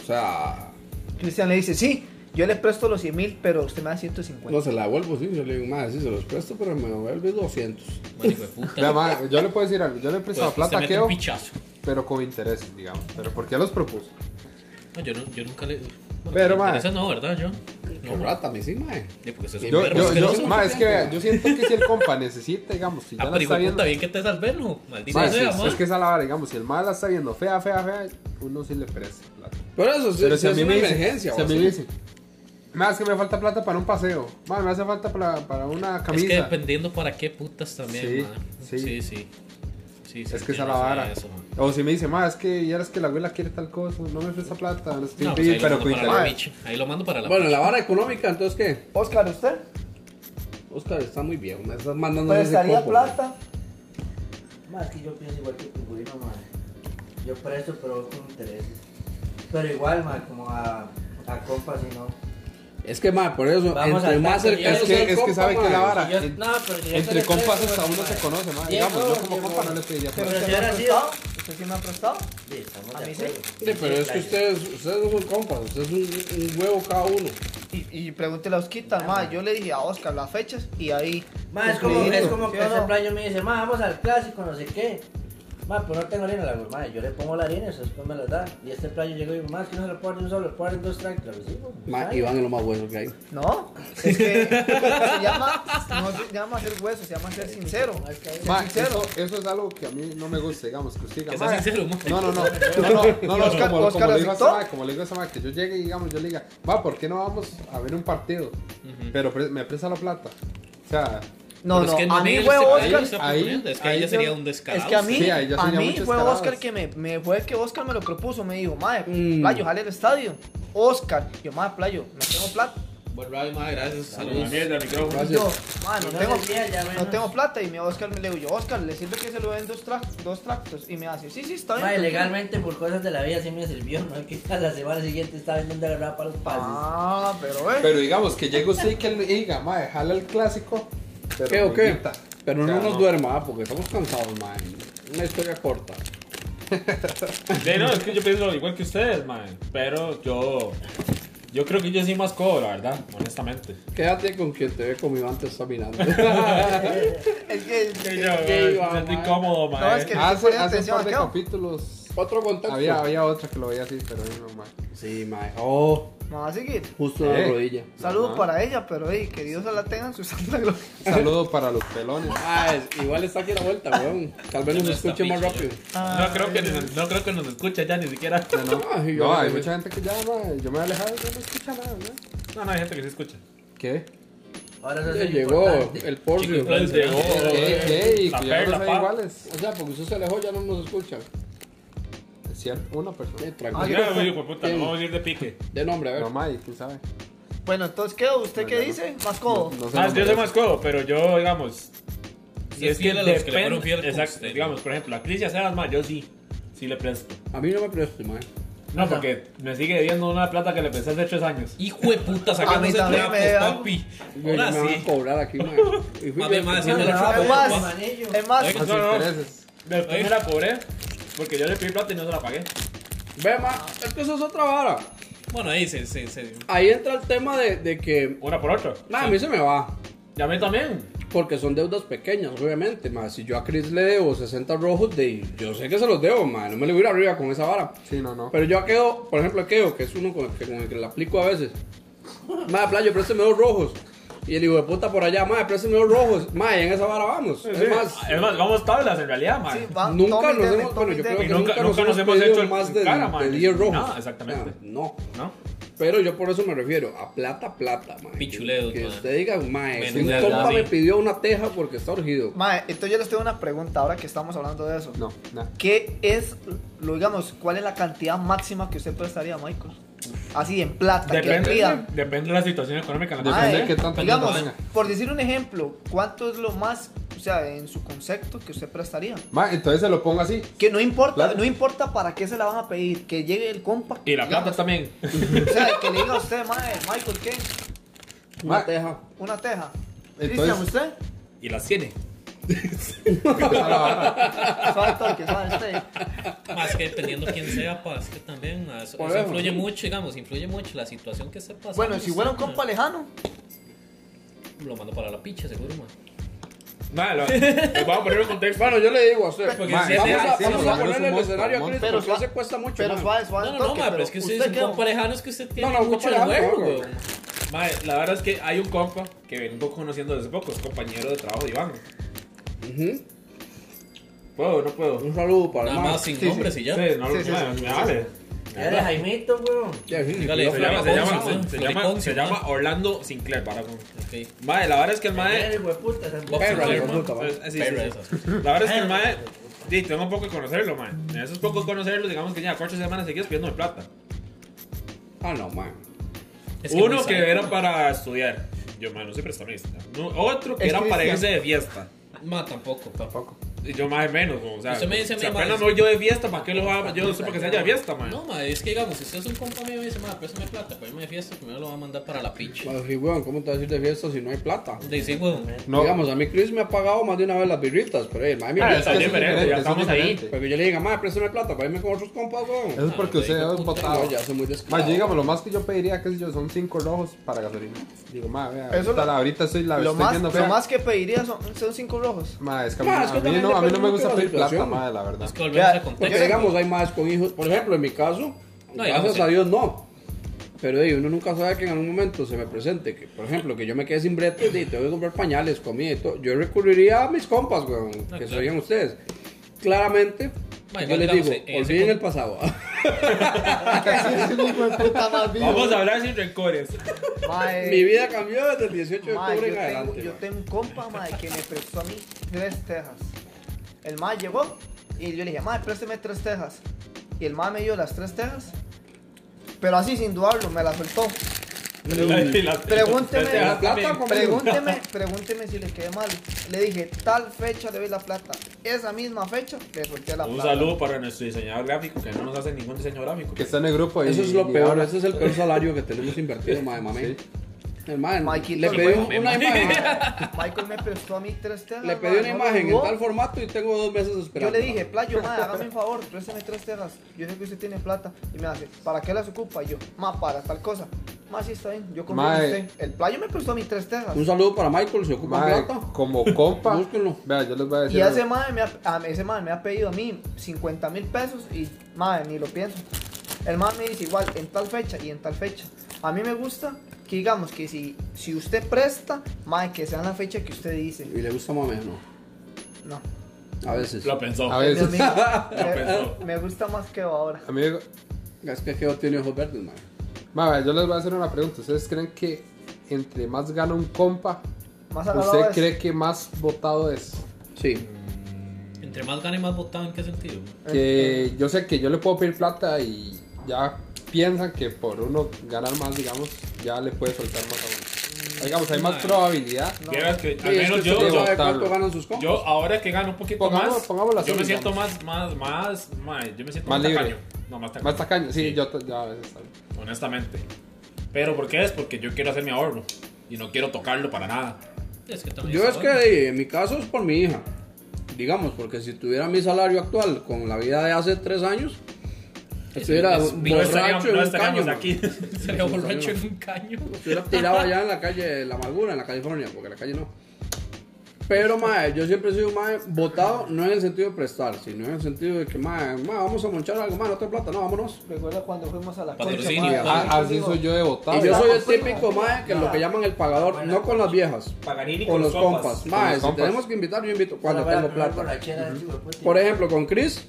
Speaker 7: o sea,
Speaker 4: Cristian le dice, sí, yo le presto los 100 mil, pero usted me da 150.
Speaker 7: no se la devuelvo, sí. Yo le digo, mae, sí, se los presto, pero me devuelves 200.
Speaker 6: Ma, hijo de puta.
Speaker 8: Vea, mae, yo le puedo decir algo. Yo le he
Speaker 6: Pues,
Speaker 8: prestado
Speaker 6: usted
Speaker 8: plata a
Speaker 6: mete
Speaker 8: Keo,
Speaker 6: un pichazo.
Speaker 8: pero con intereses, digamos. Pero ¿por qué los propuso?
Speaker 6: No, yo, no, yo nunca le. bueno,
Speaker 8: Pero,
Speaker 6: me
Speaker 8: ma.
Speaker 6: interesa no, ¿verdad? Yo.
Speaker 7: Qué rata, me sí, mae.
Speaker 6: Sí, porque
Speaker 7: Eh,
Speaker 6: se
Speaker 8: Yo, yo, yo,
Speaker 7: no.
Speaker 8: mae, es que vea, yo siento que si el compa necesita, digamos, si ya
Speaker 6: Ah,
Speaker 8: la
Speaker 6: pero hijo
Speaker 8: está
Speaker 6: de
Speaker 8: viendo.
Speaker 6: puta, bien que te salvé, no. Maldito
Speaker 8: Mae,
Speaker 6: sea,
Speaker 8: si-
Speaker 6: ma.
Speaker 8: es que esa la vara, digamos, si el mal la está viendo fea, fea, fea, uno sí le presta plata.
Speaker 7: Pero eso sí,
Speaker 8: Pero
Speaker 7: sí
Speaker 8: si a
Speaker 7: es
Speaker 8: mí
Speaker 7: una
Speaker 8: me dicen,
Speaker 7: emergencia.
Speaker 8: si a
Speaker 7: o
Speaker 8: mí
Speaker 7: sea.
Speaker 8: me dicen, más que me falta plata para un paseo, mae, me hace falta para, para una
Speaker 6: Es que
Speaker 8: camisa.
Speaker 6: dependiendo para qué putas también,
Speaker 8: Sí,
Speaker 6: ma.
Speaker 8: sí.
Speaker 6: Sí, sí. Sí, sí,
Speaker 8: es que
Speaker 6: entiendo,
Speaker 8: esa la
Speaker 6: o sea,
Speaker 8: vara.
Speaker 6: eso, ma.
Speaker 8: o si me dice, más es que ya es que la abuela quiere tal cosa, no me presta plata, no estoy
Speaker 6: No, pues
Speaker 8: pidiendo,
Speaker 6: ahí,
Speaker 8: pero
Speaker 6: lo
Speaker 8: con
Speaker 6: mando para la
Speaker 8: interés.
Speaker 6: picha. ahí lo mando para la
Speaker 7: Bueno,
Speaker 6: picha.
Speaker 7: la vara económica, entonces, ¿qué?
Speaker 4: Oscar, ¿usted?
Speaker 7: Oscar, está muy bien, me estás mandando ese
Speaker 4: ¿Prestaría
Speaker 7: coco,
Speaker 4: Pues, plata?
Speaker 9: Más que yo pienso igual que Pingüino, madre. Yo presto, pero con intereses. Pero igual, madre, como a, a compas y no.
Speaker 7: güey. Es que, madre, por eso,
Speaker 9: Vamos
Speaker 7: entre
Speaker 9: al
Speaker 7: más
Speaker 9: tanto,
Speaker 7: cercano
Speaker 9: yo-
Speaker 8: Es que,
Speaker 7: sea el
Speaker 8: es que
Speaker 7: compa,
Speaker 8: sabe que
Speaker 7: madre.
Speaker 8: la vara,
Speaker 9: Si yo-
Speaker 8: en-
Speaker 9: no, pero si yo te
Speaker 8: entre
Speaker 9: le
Speaker 8: compas
Speaker 9: presto,
Speaker 8: hasta uno
Speaker 9: madre.
Speaker 8: se conoce, mae,
Speaker 9: Diego,
Speaker 8: digamos, yo como
Speaker 9: Diego.
Speaker 8: compa no le pediría
Speaker 4: ¿Pero usted
Speaker 8: plata.
Speaker 9: Pero si
Speaker 4: me ha
Speaker 9: era así,
Speaker 4: prestado? ¿Usted sí me ha prestado?
Speaker 9: Sí, estamos
Speaker 4: A
Speaker 9: de
Speaker 4: mí sí.
Speaker 9: acuerdo.
Speaker 7: Sí, pero es que
Speaker 9: claro.
Speaker 7: ustedes, ustedes no son compas, ustedes son un, un huevo cada uno.
Speaker 4: Y, y pregúntele a Osquita, ma, yo le dije a Oscar las fechas y ahí...
Speaker 9: Ma, es como, es como
Speaker 4: ¿Sí
Speaker 9: que
Speaker 4: o no?
Speaker 9: ese playo me dice, ma, vamos al clásico, no sé qué. Ma, pues no tengo harina, la ma, yo le pongo la harina, eso después me la da. Y este playo llegó y digo, ma, es que no se lo ponen un solo, ponen dos tractos. Sí, ma,
Speaker 7: Ma,
Speaker 9: ¿sabes?
Speaker 7: Iván es lo más bueno que hay.
Speaker 4: No, es que
Speaker 9: [LAUGHS]
Speaker 4: se llama, no se llama ser hueso, se llama ser sincero. Ser
Speaker 8: Mae,
Speaker 4: sincero.
Speaker 8: eso, eso es algo que a mí no me gusta, digamos, que usted diga,
Speaker 6: Que sea
Speaker 8: "Mae,
Speaker 6: sincero, ma".
Speaker 8: No,
Speaker 6: [LAUGHS]
Speaker 8: no, no, no, no, no,
Speaker 4: ¿Y
Speaker 8: no,
Speaker 4: Oscar-
Speaker 8: como,
Speaker 4: Oscar
Speaker 8: como le digo a
Speaker 4: aceptó?
Speaker 8: Samad, como le digo a Samad, que yo llegue y digamos, yo le diga, va, ¿por qué no vamos a ver un partido? Pero pre- me presta la plata. O sea,
Speaker 4: No,
Speaker 6: Pero es
Speaker 4: no,
Speaker 6: que en
Speaker 4: a mí
Speaker 6: él
Speaker 4: fue
Speaker 6: se- ahí
Speaker 4: Oscar.
Speaker 6: se está
Speaker 8: ahí-
Speaker 6: proponiendo, es que ahí
Speaker 8: ahí
Speaker 6: ya
Speaker 8: yo-
Speaker 6: sería un descarado.
Speaker 4: Es que a mí,
Speaker 8: Sí, ahí ya
Speaker 4: a
Speaker 8: sería
Speaker 4: mí
Speaker 8: mucho
Speaker 4: fue
Speaker 8: escalado.
Speaker 4: Oscar que me, me fue que Oscar me lo propuso, me dijo, madre,
Speaker 7: Mm.
Speaker 4: playo, jale el estadio. Oscar, yo madre playo, no tengo plata.
Speaker 6: Bueno, Ravi, ma, gracias. Saludos.
Speaker 3: Mierda, el micrófono.
Speaker 4: Y Yo, madre, no,
Speaker 9: No
Speaker 4: tengo,
Speaker 9: decía, ya
Speaker 4: no
Speaker 9: menos.
Speaker 4: tengo plata. Y me Oscar me le digo yo, Oscar, ¿le sirve que se lo den dos, trac- dos tractos? Y me hace, sí, sí, está bien.
Speaker 9: Ma,
Speaker 4: tranquilo".
Speaker 9: legalmente por cosas de la vida sí me sirvió, ¿no? [LAUGHS] Que a la semana siguiente estaba vendiendo agarrada para los pases.
Speaker 4: Ah, pero eh.
Speaker 8: pero digamos, que llegue usted y que él diga, mae, jala el clásico. Pero
Speaker 7: ¿Qué o
Speaker 8: con
Speaker 7: qué?
Speaker 8: guita".
Speaker 7: Pero
Speaker 8: O sea,
Speaker 7: no nos duerma, ah, porque estamos cansados, ma. Una historia corta.
Speaker 3: Sí, no, es que yo pienso igual que ustedes, man. Pero yo. Yo creo que yo sí más cobro, la verdad, honestamente.
Speaker 7: Quédate con quien te ve como Iván te está mirando.
Speaker 4: es que.
Speaker 3: Sí,
Speaker 4: que-
Speaker 3: yo,
Speaker 7: qué
Speaker 3: yo me
Speaker 7: iba,
Speaker 3: sentí
Speaker 7: man.
Speaker 3: incómodo, man.
Speaker 4: No, es que no
Speaker 8: Hace,
Speaker 4: ponían
Speaker 8: hace un
Speaker 4: atención
Speaker 8: par
Speaker 4: a
Speaker 8: de
Speaker 4: Keo.
Speaker 8: capítulos.
Speaker 7: Otro contacto.
Speaker 8: Había, había otra que lo veía así, pero ahí no, mae.
Speaker 7: Sí, ma. Oh,
Speaker 4: Me va a seguir.
Speaker 7: justo en la
Speaker 8: Eh.
Speaker 7: rodilla.
Speaker 4: Saludos
Speaker 8: Ajá.
Speaker 4: para ella, pero ey, que Dios se la tenga en su santa gloria.
Speaker 8: Saludo para los pelones.
Speaker 7: Ah, es- igual está aquí a la vuelta, weón. Tal vez nos
Speaker 6: No está
Speaker 7: escuche más
Speaker 6: picho,
Speaker 7: rápido.
Speaker 3: No creo, que nos, no creo que nos escucha ya ni siquiera.
Speaker 8: No, no.
Speaker 7: Ay,
Speaker 8: No, hay
Speaker 7: yo-
Speaker 8: mucha gente que ya, mae, yo me he alejado y no escucha nada, ¿no?
Speaker 3: No, no hay gente que se escucha.
Speaker 8: ¿Qué?
Speaker 9: Ahora eso
Speaker 7: Ya
Speaker 9: es
Speaker 7: llegó
Speaker 9: importante.
Speaker 7: el Porsche.
Speaker 6: Chico,
Speaker 7: O
Speaker 6: influencer.
Speaker 3: Llegó.
Speaker 7: Eh,
Speaker 8: ¿Qué? ¿Qué? Y
Speaker 3: La
Speaker 8: cuidado,
Speaker 3: perla,
Speaker 8: no son
Speaker 3: pa.
Speaker 8: iguales.
Speaker 7: sea, porque usted se alejó, ya no nos escucha.
Speaker 8: Es cierto, una persona.
Speaker 7: Eh, tranquilo.
Speaker 3: Mira, güey, hijo de puta, nos vamos a ir de pique.
Speaker 7: De nombre, a ver.
Speaker 8: Ah, No, mae, quién sabe.
Speaker 4: Bueno, entonces, ¿qué? ¿Usted qué
Speaker 8: ya no.
Speaker 4: dice? Más codo.
Speaker 8: No sé
Speaker 3: Ah,
Speaker 8: nombre
Speaker 3: yo
Speaker 8: de
Speaker 3: soy más codo, pero yo, digamos.
Speaker 6: Sí, fiel a los que le fueron fiel como
Speaker 3: Exacto,
Speaker 6: usted.
Speaker 3: digamos, por ejemplo, a Cristian Sebas, man, yo sí. Sí le presto.
Speaker 7: A mí no me presto, man.
Speaker 3: No, porque me sigue debiendo una plata que le presté hace 8 años.
Speaker 6: Hijo de puta,
Speaker 4: A mí
Speaker 6: sacamos el
Speaker 4: también
Speaker 6: trapo,
Speaker 4: me da.
Speaker 6: papi.
Speaker 7: Yo
Speaker 6: Ahora
Speaker 7: me van a
Speaker 6: sí.
Speaker 7: cobrar aquí, man. Y fui
Speaker 6: Mami,
Speaker 7: yo-
Speaker 6: ma, si
Speaker 9: No,
Speaker 6: me
Speaker 9: no,
Speaker 6: la
Speaker 9: no,
Speaker 6: chupo,
Speaker 4: más.
Speaker 6: ma.
Speaker 9: manillo.
Speaker 4: Es más,
Speaker 6: Oiga,
Speaker 8: Los
Speaker 3: No, no.
Speaker 8: Ah, intereses.
Speaker 3: Después me la cobré Porque yo le pedí plata y no se la pagué.
Speaker 7: Ve, ma, es que eso es otra vara.
Speaker 6: Bueno, ahí se, se, se-
Speaker 7: Ahí entra el tema de, de que.
Speaker 3: Una por otra.
Speaker 7: Ma, a mí se me va.
Speaker 3: Y a mí también.
Speaker 7: Porque son deudas pequeñas, obviamente. Ma, si yo a Chris le debo 60 rojos, de, yo sé que se los debo, ma. No me le voy a ir arriba con esa vara.
Speaker 8: Sí, no, no.
Speaker 7: Pero yo a Keo, por ejemplo, a Keo, que es uno con el que, con el que le aplico a veces. Madre, playo, présteme dos rojos. Y el hijo de puta por allá, madre, présteme dos rojos. Madre, en esa vara vamos. Es más,
Speaker 3: Es más, vamos tablas en realidad, man.
Speaker 4: Sí, va,
Speaker 7: nunca
Speaker 4: tome y
Speaker 7: nos
Speaker 4: deme,
Speaker 7: hemos,
Speaker 4: tome
Speaker 7: bueno,
Speaker 4: y
Speaker 7: yo
Speaker 4: deme.
Speaker 7: creo que
Speaker 3: Y nunca-
Speaker 7: nunca, nos
Speaker 3: nunca
Speaker 7: hemos, pedido
Speaker 3: hecho el
Speaker 7: más de,
Speaker 3: cara, mae.
Speaker 7: de 10 rojos.
Speaker 3: No, exactamente.
Speaker 7: Ah, no.
Speaker 3: ¿No?
Speaker 7: Pero yo por eso me refiero, a plata, plata, madre.
Speaker 6: Pichuleos,
Speaker 7: Que
Speaker 6: mae.
Speaker 7: usted diga, madre, si un
Speaker 6: Menudeos,
Speaker 7: compa
Speaker 6: sí.
Speaker 7: me pidió una teja porque está urgido.
Speaker 4: Mae, entonces yo les tengo una pregunta ahora que estamos hablando de eso.
Speaker 8: No, nada.
Speaker 4: ¿Qué es, lo digamos, cuál es la cantidad máxima que usted prestaría a Michael? Así en plata, que
Speaker 3: Depende,
Speaker 4: pidan.
Speaker 3: depende de la situación económica en la que
Speaker 4: Mae,
Speaker 8: de qué tanta
Speaker 4: digamos,
Speaker 8: plata tenga.
Speaker 4: por decir un ejemplo, ¿cuánto es lo más, o sea, en su concepto que usted prestaría?
Speaker 8: Ma, entonces se lo pongo así.
Speaker 4: Que no importa,
Speaker 8: Claro.
Speaker 4: no importa para qué se la van a pedir, que llegue el compa.
Speaker 3: Y la plata
Speaker 4: digamos,
Speaker 3: también.
Speaker 4: O sea, que le diga a usted, mae, Michael, ¿qué?
Speaker 7: Una
Speaker 8: Ma,
Speaker 7: teja.
Speaker 4: ¿Una teja?
Speaker 8: Entonces-
Speaker 4: Cristian, ¿usted?
Speaker 6: Y las tiene.
Speaker 4: Suave el toque, suave el toque.
Speaker 6: Más que dependiendo quién sea, pa, es que también ma, eso,
Speaker 7: Por
Speaker 6: eso
Speaker 7: eso.
Speaker 6: influye mucho, digamos, influye mucho la situación que se pasa.
Speaker 4: Bueno, si fuera un compa lejano,
Speaker 6: Lo mando para la picha, seguro, man.
Speaker 3: Mae,
Speaker 6: [LAUGHS]
Speaker 3: lo- les voy a poner un contexto.
Speaker 7: Bueno, yo le digo a usted,
Speaker 6: Porque
Speaker 7: mae,
Speaker 6: si es
Speaker 7: vamos,
Speaker 6: teja,
Speaker 7: a,
Speaker 6: sí,
Speaker 7: vamos
Speaker 6: no,
Speaker 7: a
Speaker 8: no es un
Speaker 7: ponerle el
Speaker 8: monstruo,
Speaker 7: escenario a Chris,
Speaker 4: pero
Speaker 7: porque
Speaker 4: suave,
Speaker 7: se cuesta mucho.
Speaker 4: pero
Speaker 7: mae.
Speaker 4: suave, suave
Speaker 6: No,
Speaker 4: el
Speaker 6: no,
Speaker 4: toque,
Speaker 6: ma, pero
Speaker 4: pero
Speaker 6: es que
Speaker 4: usted
Speaker 6: ustedes son
Speaker 4: qué,
Speaker 6: compa lejano, es que usted tiene
Speaker 7: no,
Speaker 6: mucho
Speaker 7: compa lejano,
Speaker 6: juego,
Speaker 7: no,
Speaker 6: weón.
Speaker 7: weón.
Speaker 3: Mae, la verdad es que hay un compa que vengo conociendo desde poco, es compañero de trabajo de Iván.
Speaker 7: Ujú.
Speaker 3: ¿Puedo o no puedo?
Speaker 7: Un saludo para
Speaker 6: Nada
Speaker 7: el mae.
Speaker 6: más sin
Speaker 4: sí,
Speaker 6: nombres y
Speaker 3: Sí,
Speaker 6: ya.
Speaker 3: no,
Speaker 4: Sí, sí,
Speaker 3: mae,
Speaker 4: sí,
Speaker 3: me
Speaker 4: sí,
Speaker 3: vale.
Speaker 9: Eres Jaimito, weón.
Speaker 7: Ya, sí, sí,
Speaker 6: Dígale,
Speaker 7: cuidado.
Speaker 3: Se llama, se llama,
Speaker 6: Floriponcio,
Speaker 3: se llama-
Speaker 6: Floriponcio,
Speaker 3: se llama
Speaker 6: ¿no?
Speaker 3: Orlando Sinclair, para con.
Speaker 6: Ok.
Speaker 3: Mae, la verdad es que el mae.
Speaker 9: Eres hijo de puta, esa es-
Speaker 6: Bob
Speaker 7: Perro,
Speaker 6: Sinclair,
Speaker 7: hijo de
Speaker 6: man.
Speaker 7: puta, mae.
Speaker 3: Eh, sí, sí,
Speaker 6: Perro
Speaker 3: sí.
Speaker 6: esas.
Speaker 3: La verdad es que el mae. Sí, tengo poco de conocerlo, mae. En esos pocos conocerlos, digamos que ya cuatro semanas seguidas pidiéndome plata.
Speaker 7: Ah, no, man.
Speaker 6: Es que
Speaker 3: Uno
Speaker 6: muy
Speaker 3: que
Speaker 6: sádico,
Speaker 3: era
Speaker 6: man.
Speaker 3: para estudiar. Yo, mae, no soy prestamista. No, otro que
Speaker 4: Es
Speaker 3: era para
Speaker 4: Cristian.
Speaker 3: irse de fiesta.
Speaker 6: Ma, tampoco, tampoco.
Speaker 3: Y yo, mae, menos. como, O sea,
Speaker 6: Usted me dice a mí,
Speaker 3: si
Speaker 6: mae,
Speaker 3: apenas
Speaker 6: sí.
Speaker 3: me voy yo de fiesta, ¿para qué lo va a.? Yo no sé para qué se haya de fiesta, mae.
Speaker 6: No, ma, es que digamos, si usted es un compa mío y me dice, ma, préstame plata para irme de fiesta, primero lo va a mandar para la picha.
Speaker 7: Madre, weón, ¿cómo te vas a ir de fiesta si no hay plata?
Speaker 6: De sí, weón.
Speaker 8: No,
Speaker 7: Digamos, a mí Chris me ha pagado más de una vez las birritas, pero eh, madre mía,
Speaker 3: Ah,
Speaker 7: yo-
Speaker 3: está
Speaker 8: eso es
Speaker 3: diferente, ya
Speaker 8: eso es
Speaker 3: estamos ahí.
Speaker 8: diferente.
Speaker 7: pero que yo le diga, madre, préstame plata para irme con otros compas, weón.
Speaker 8: Eso es porque
Speaker 6: Ah,
Speaker 8: usted
Speaker 6: hijo de
Speaker 8: es
Speaker 6: puta,
Speaker 8: botado.
Speaker 7: No, ya soy muy
Speaker 8: Ma,
Speaker 7: descarado.
Speaker 8: yo digamos, lo más que yo pediría, qué sé yo, son 5 rojos para gasolina. Digo, ma, vea,
Speaker 4: Eso
Speaker 8: ahorita,
Speaker 4: lo-
Speaker 8: ahorita estoy la
Speaker 4: Lo
Speaker 8: estoy
Speaker 4: más,
Speaker 8: viendo
Speaker 4: lo
Speaker 8: fea.
Speaker 4: más que pediría son, son cinco
Speaker 6: [LAUGHS]
Speaker 4: rojos.
Speaker 8: Ma, es que, a mí-
Speaker 7: Ma, es que
Speaker 8: a, mí
Speaker 7: también
Speaker 8: no, a mí no
Speaker 7: depende mucho
Speaker 8: me gusta
Speaker 7: de la
Speaker 8: pedir plata,
Speaker 7: situación.
Speaker 8: ma, la verdad.
Speaker 6: Es
Speaker 8: [LAUGHS]
Speaker 6: que volvemos
Speaker 4: Ya,
Speaker 6: a
Speaker 7: Porque
Speaker 6: contexto.
Speaker 7: digamos, hay más con hijos. Por ejemplo, en mi caso,
Speaker 6: eh, No, digamos,
Speaker 7: gracias
Speaker 6: sí.
Speaker 7: a Dios no. Pero eh, uno nunca sabe que en algún momento se me presente, que por ejemplo, que yo me quede sin brete y tengo que comprar pañales, comida y todo. Yo recurriría a mis compas, weón, que
Speaker 6: claro.
Speaker 7: serían ustedes. Claramente,
Speaker 6: Ma,
Speaker 7: yo
Speaker 6: igual,
Speaker 7: les
Speaker 6: digamos,
Speaker 7: digo,
Speaker 6: en ese
Speaker 7: olviden
Speaker 6: con-
Speaker 7: el pasado.
Speaker 3: Vamos a hablar sin rencores.
Speaker 6: Eh,
Speaker 4: Mae,
Speaker 7: [LAUGHS] Mi vida cambió desde el 18 de
Speaker 4: mae, yo,
Speaker 7: octubre en
Speaker 4: tengo,
Speaker 7: adelante.
Speaker 4: yo
Speaker 7: mae.
Speaker 4: tengo un compa mae, que me prestó a mí tres tejas. El mae llegó y yo le dije, mae, présteme tres tejas. Y el mae me dio las tres tejas. Pero así sin dudarlo, me las soltó. Pregúnteme.
Speaker 7: ¿La plata o conmigo? [LAUGHS]
Speaker 4: Pregúnteme, pregúnteme si le quedé mal. Le dije, tal fecha le doy la plata. Esa misma fecha le solté la
Speaker 3: Un
Speaker 4: plata.
Speaker 3: saludo para nuestro diseñador gráfico que no nos hace ningún diseño gráfico.
Speaker 8: Que está en el grupo y...
Speaker 7: Eso es lo
Speaker 8: y
Speaker 7: peor,
Speaker 8: habla.
Speaker 7: ese es el peor salario que tenemos invertido, madre mami. El man,
Speaker 4: Maikito,
Speaker 7: le
Speaker 4: sí,
Speaker 7: pedí
Speaker 4: bueno,
Speaker 7: un-
Speaker 3: [LAUGHS]
Speaker 7: una imagen.
Speaker 4: [LAUGHS] Michael me prestó a mí tres tejas.
Speaker 7: Le pedí
Speaker 4: mae,
Speaker 7: una
Speaker 4: no lo
Speaker 7: imagen en
Speaker 4: jugó.
Speaker 7: tal formato y tengo dos meses
Speaker 4: Yo
Speaker 7: esperando.
Speaker 4: le dije, Playo, madre, hágame un favor, préstame tres tejas. este Yo sé que usted tiene plata. Y me hace, ¿para qué las ocupa? Y yo, ma, para tal cosa. Ma, sí está bien, yo confío
Speaker 8: Mae.
Speaker 4: en usted. El Playo me prestó mis tres tejas.
Speaker 7: Un saludo para Michael, se ocupa
Speaker 8: Ma,
Speaker 7: plata. [LAUGHS]
Speaker 8: como compa...
Speaker 7: Búsquenlo.
Speaker 8: Vea, yo les voy a decir...
Speaker 4: Y
Speaker 8: algo.
Speaker 4: ese madre, me ha, a- ese madre me ha pedido a mí 50 mil pesos y madre, ni lo pienso. El madre me dice igual, en tal fecha y en tal fecha. A mí me gusta que digamos que si, si usted presta, madre, que sea en la fecha que usted dice.
Speaker 7: Y le gusta más o menos.
Speaker 4: No.
Speaker 7: A veces.
Speaker 3: Lo pensó.
Speaker 8: A
Speaker 4: Dios
Speaker 8: veces...
Speaker 4: mío,
Speaker 8: [LAUGHS]
Speaker 3: pensó.
Speaker 4: me, me gusta más que ahora.
Speaker 8: Amigo,
Speaker 7: Es que Geo tiene ojos verdes, man.
Speaker 8: ma, vea, yo les voy a hacer una pregunta. ¿Ustedes creen que entre más gana un compa,
Speaker 4: Más agarrado
Speaker 8: usted
Speaker 4: es-
Speaker 8: cree que más votado es?
Speaker 7: Sí.
Speaker 6: Entre más gane, más votado, ¿en qué sentido?
Speaker 8: que yo sé que yo le puedo pedir plata y ya piensan que por uno ganar más, digamos, ya le puede soltar más a
Speaker 7: Mm.
Speaker 8: uno. Digamos, hay más
Speaker 6: Ay.
Speaker 8: probabilidad.
Speaker 3: Vieras que, al
Speaker 7: Sí, es que
Speaker 3: menos yo,
Speaker 7: usted
Speaker 3: yo,
Speaker 7: sabe cuánto
Speaker 8: votarlo.
Speaker 7: ganan sus compas.
Speaker 3: yo ahora que gano un poquito
Speaker 8: Pongámoslo-
Speaker 3: más,
Speaker 8: pongámoslo así,
Speaker 3: yo me siento
Speaker 8: digamos.
Speaker 3: más, más, más, mae, yo me siento
Speaker 8: Más
Speaker 3: más,
Speaker 8: libre.
Speaker 3: tacaño. No, más tacaño.
Speaker 8: Más tacaño, sí, yo t- ya a veces tal.
Speaker 3: honestamente. Pero ¿por qué es? Porque yo quiero hacer mi ahorro y no quiero tocarlo para nada.
Speaker 6: Es que también
Speaker 7: Yo
Speaker 6: está
Speaker 7: es que
Speaker 6: bueno.
Speaker 7: eh, en mi caso es por mi hija. digamos, porque si tuviera mi salario actual con la vida de hace tres años, estuviera
Speaker 6: No estaríamos,
Speaker 7: borracho en
Speaker 6: no
Speaker 7: un
Speaker 6: estaríamos
Speaker 7: caño.
Speaker 6: aquí. [LAUGHS] Estaría borracho en un caño.
Speaker 7: Estuviera tirado allá en la calle de la amargura, en la California, porque en la calle no. Pero, mae, yo siempre he sido, mae, votado, no en el sentido de prestar, sino en el sentido de que, mae, mae, vamos a monchar algo, mae, no te plata, no, vámonos.
Speaker 4: Recuerda cuando fuimos a la
Speaker 6: Patrocinio.
Speaker 4: mae,
Speaker 6: Ah,
Speaker 4: alguien
Speaker 8: así
Speaker 4: dijo,
Speaker 8: soy yo de
Speaker 7: Y
Speaker 8: votado.
Speaker 7: yo soy el
Speaker 4: Consigo.
Speaker 7: típico, mae, que es lo que llaman el pagador, no con las viejas,
Speaker 10: Paganini
Speaker 7: con los compas.
Speaker 8: Con
Speaker 7: Mae,
Speaker 8: los
Speaker 7: si
Speaker 8: compas.
Speaker 7: tenemos que invitar, yo invito cuando
Speaker 9: Esa fue la
Speaker 7: tengo
Speaker 9: primera
Speaker 7: plata.
Speaker 9: borrachera de este hijo de puta.
Speaker 7: Por ejemplo, con Chris.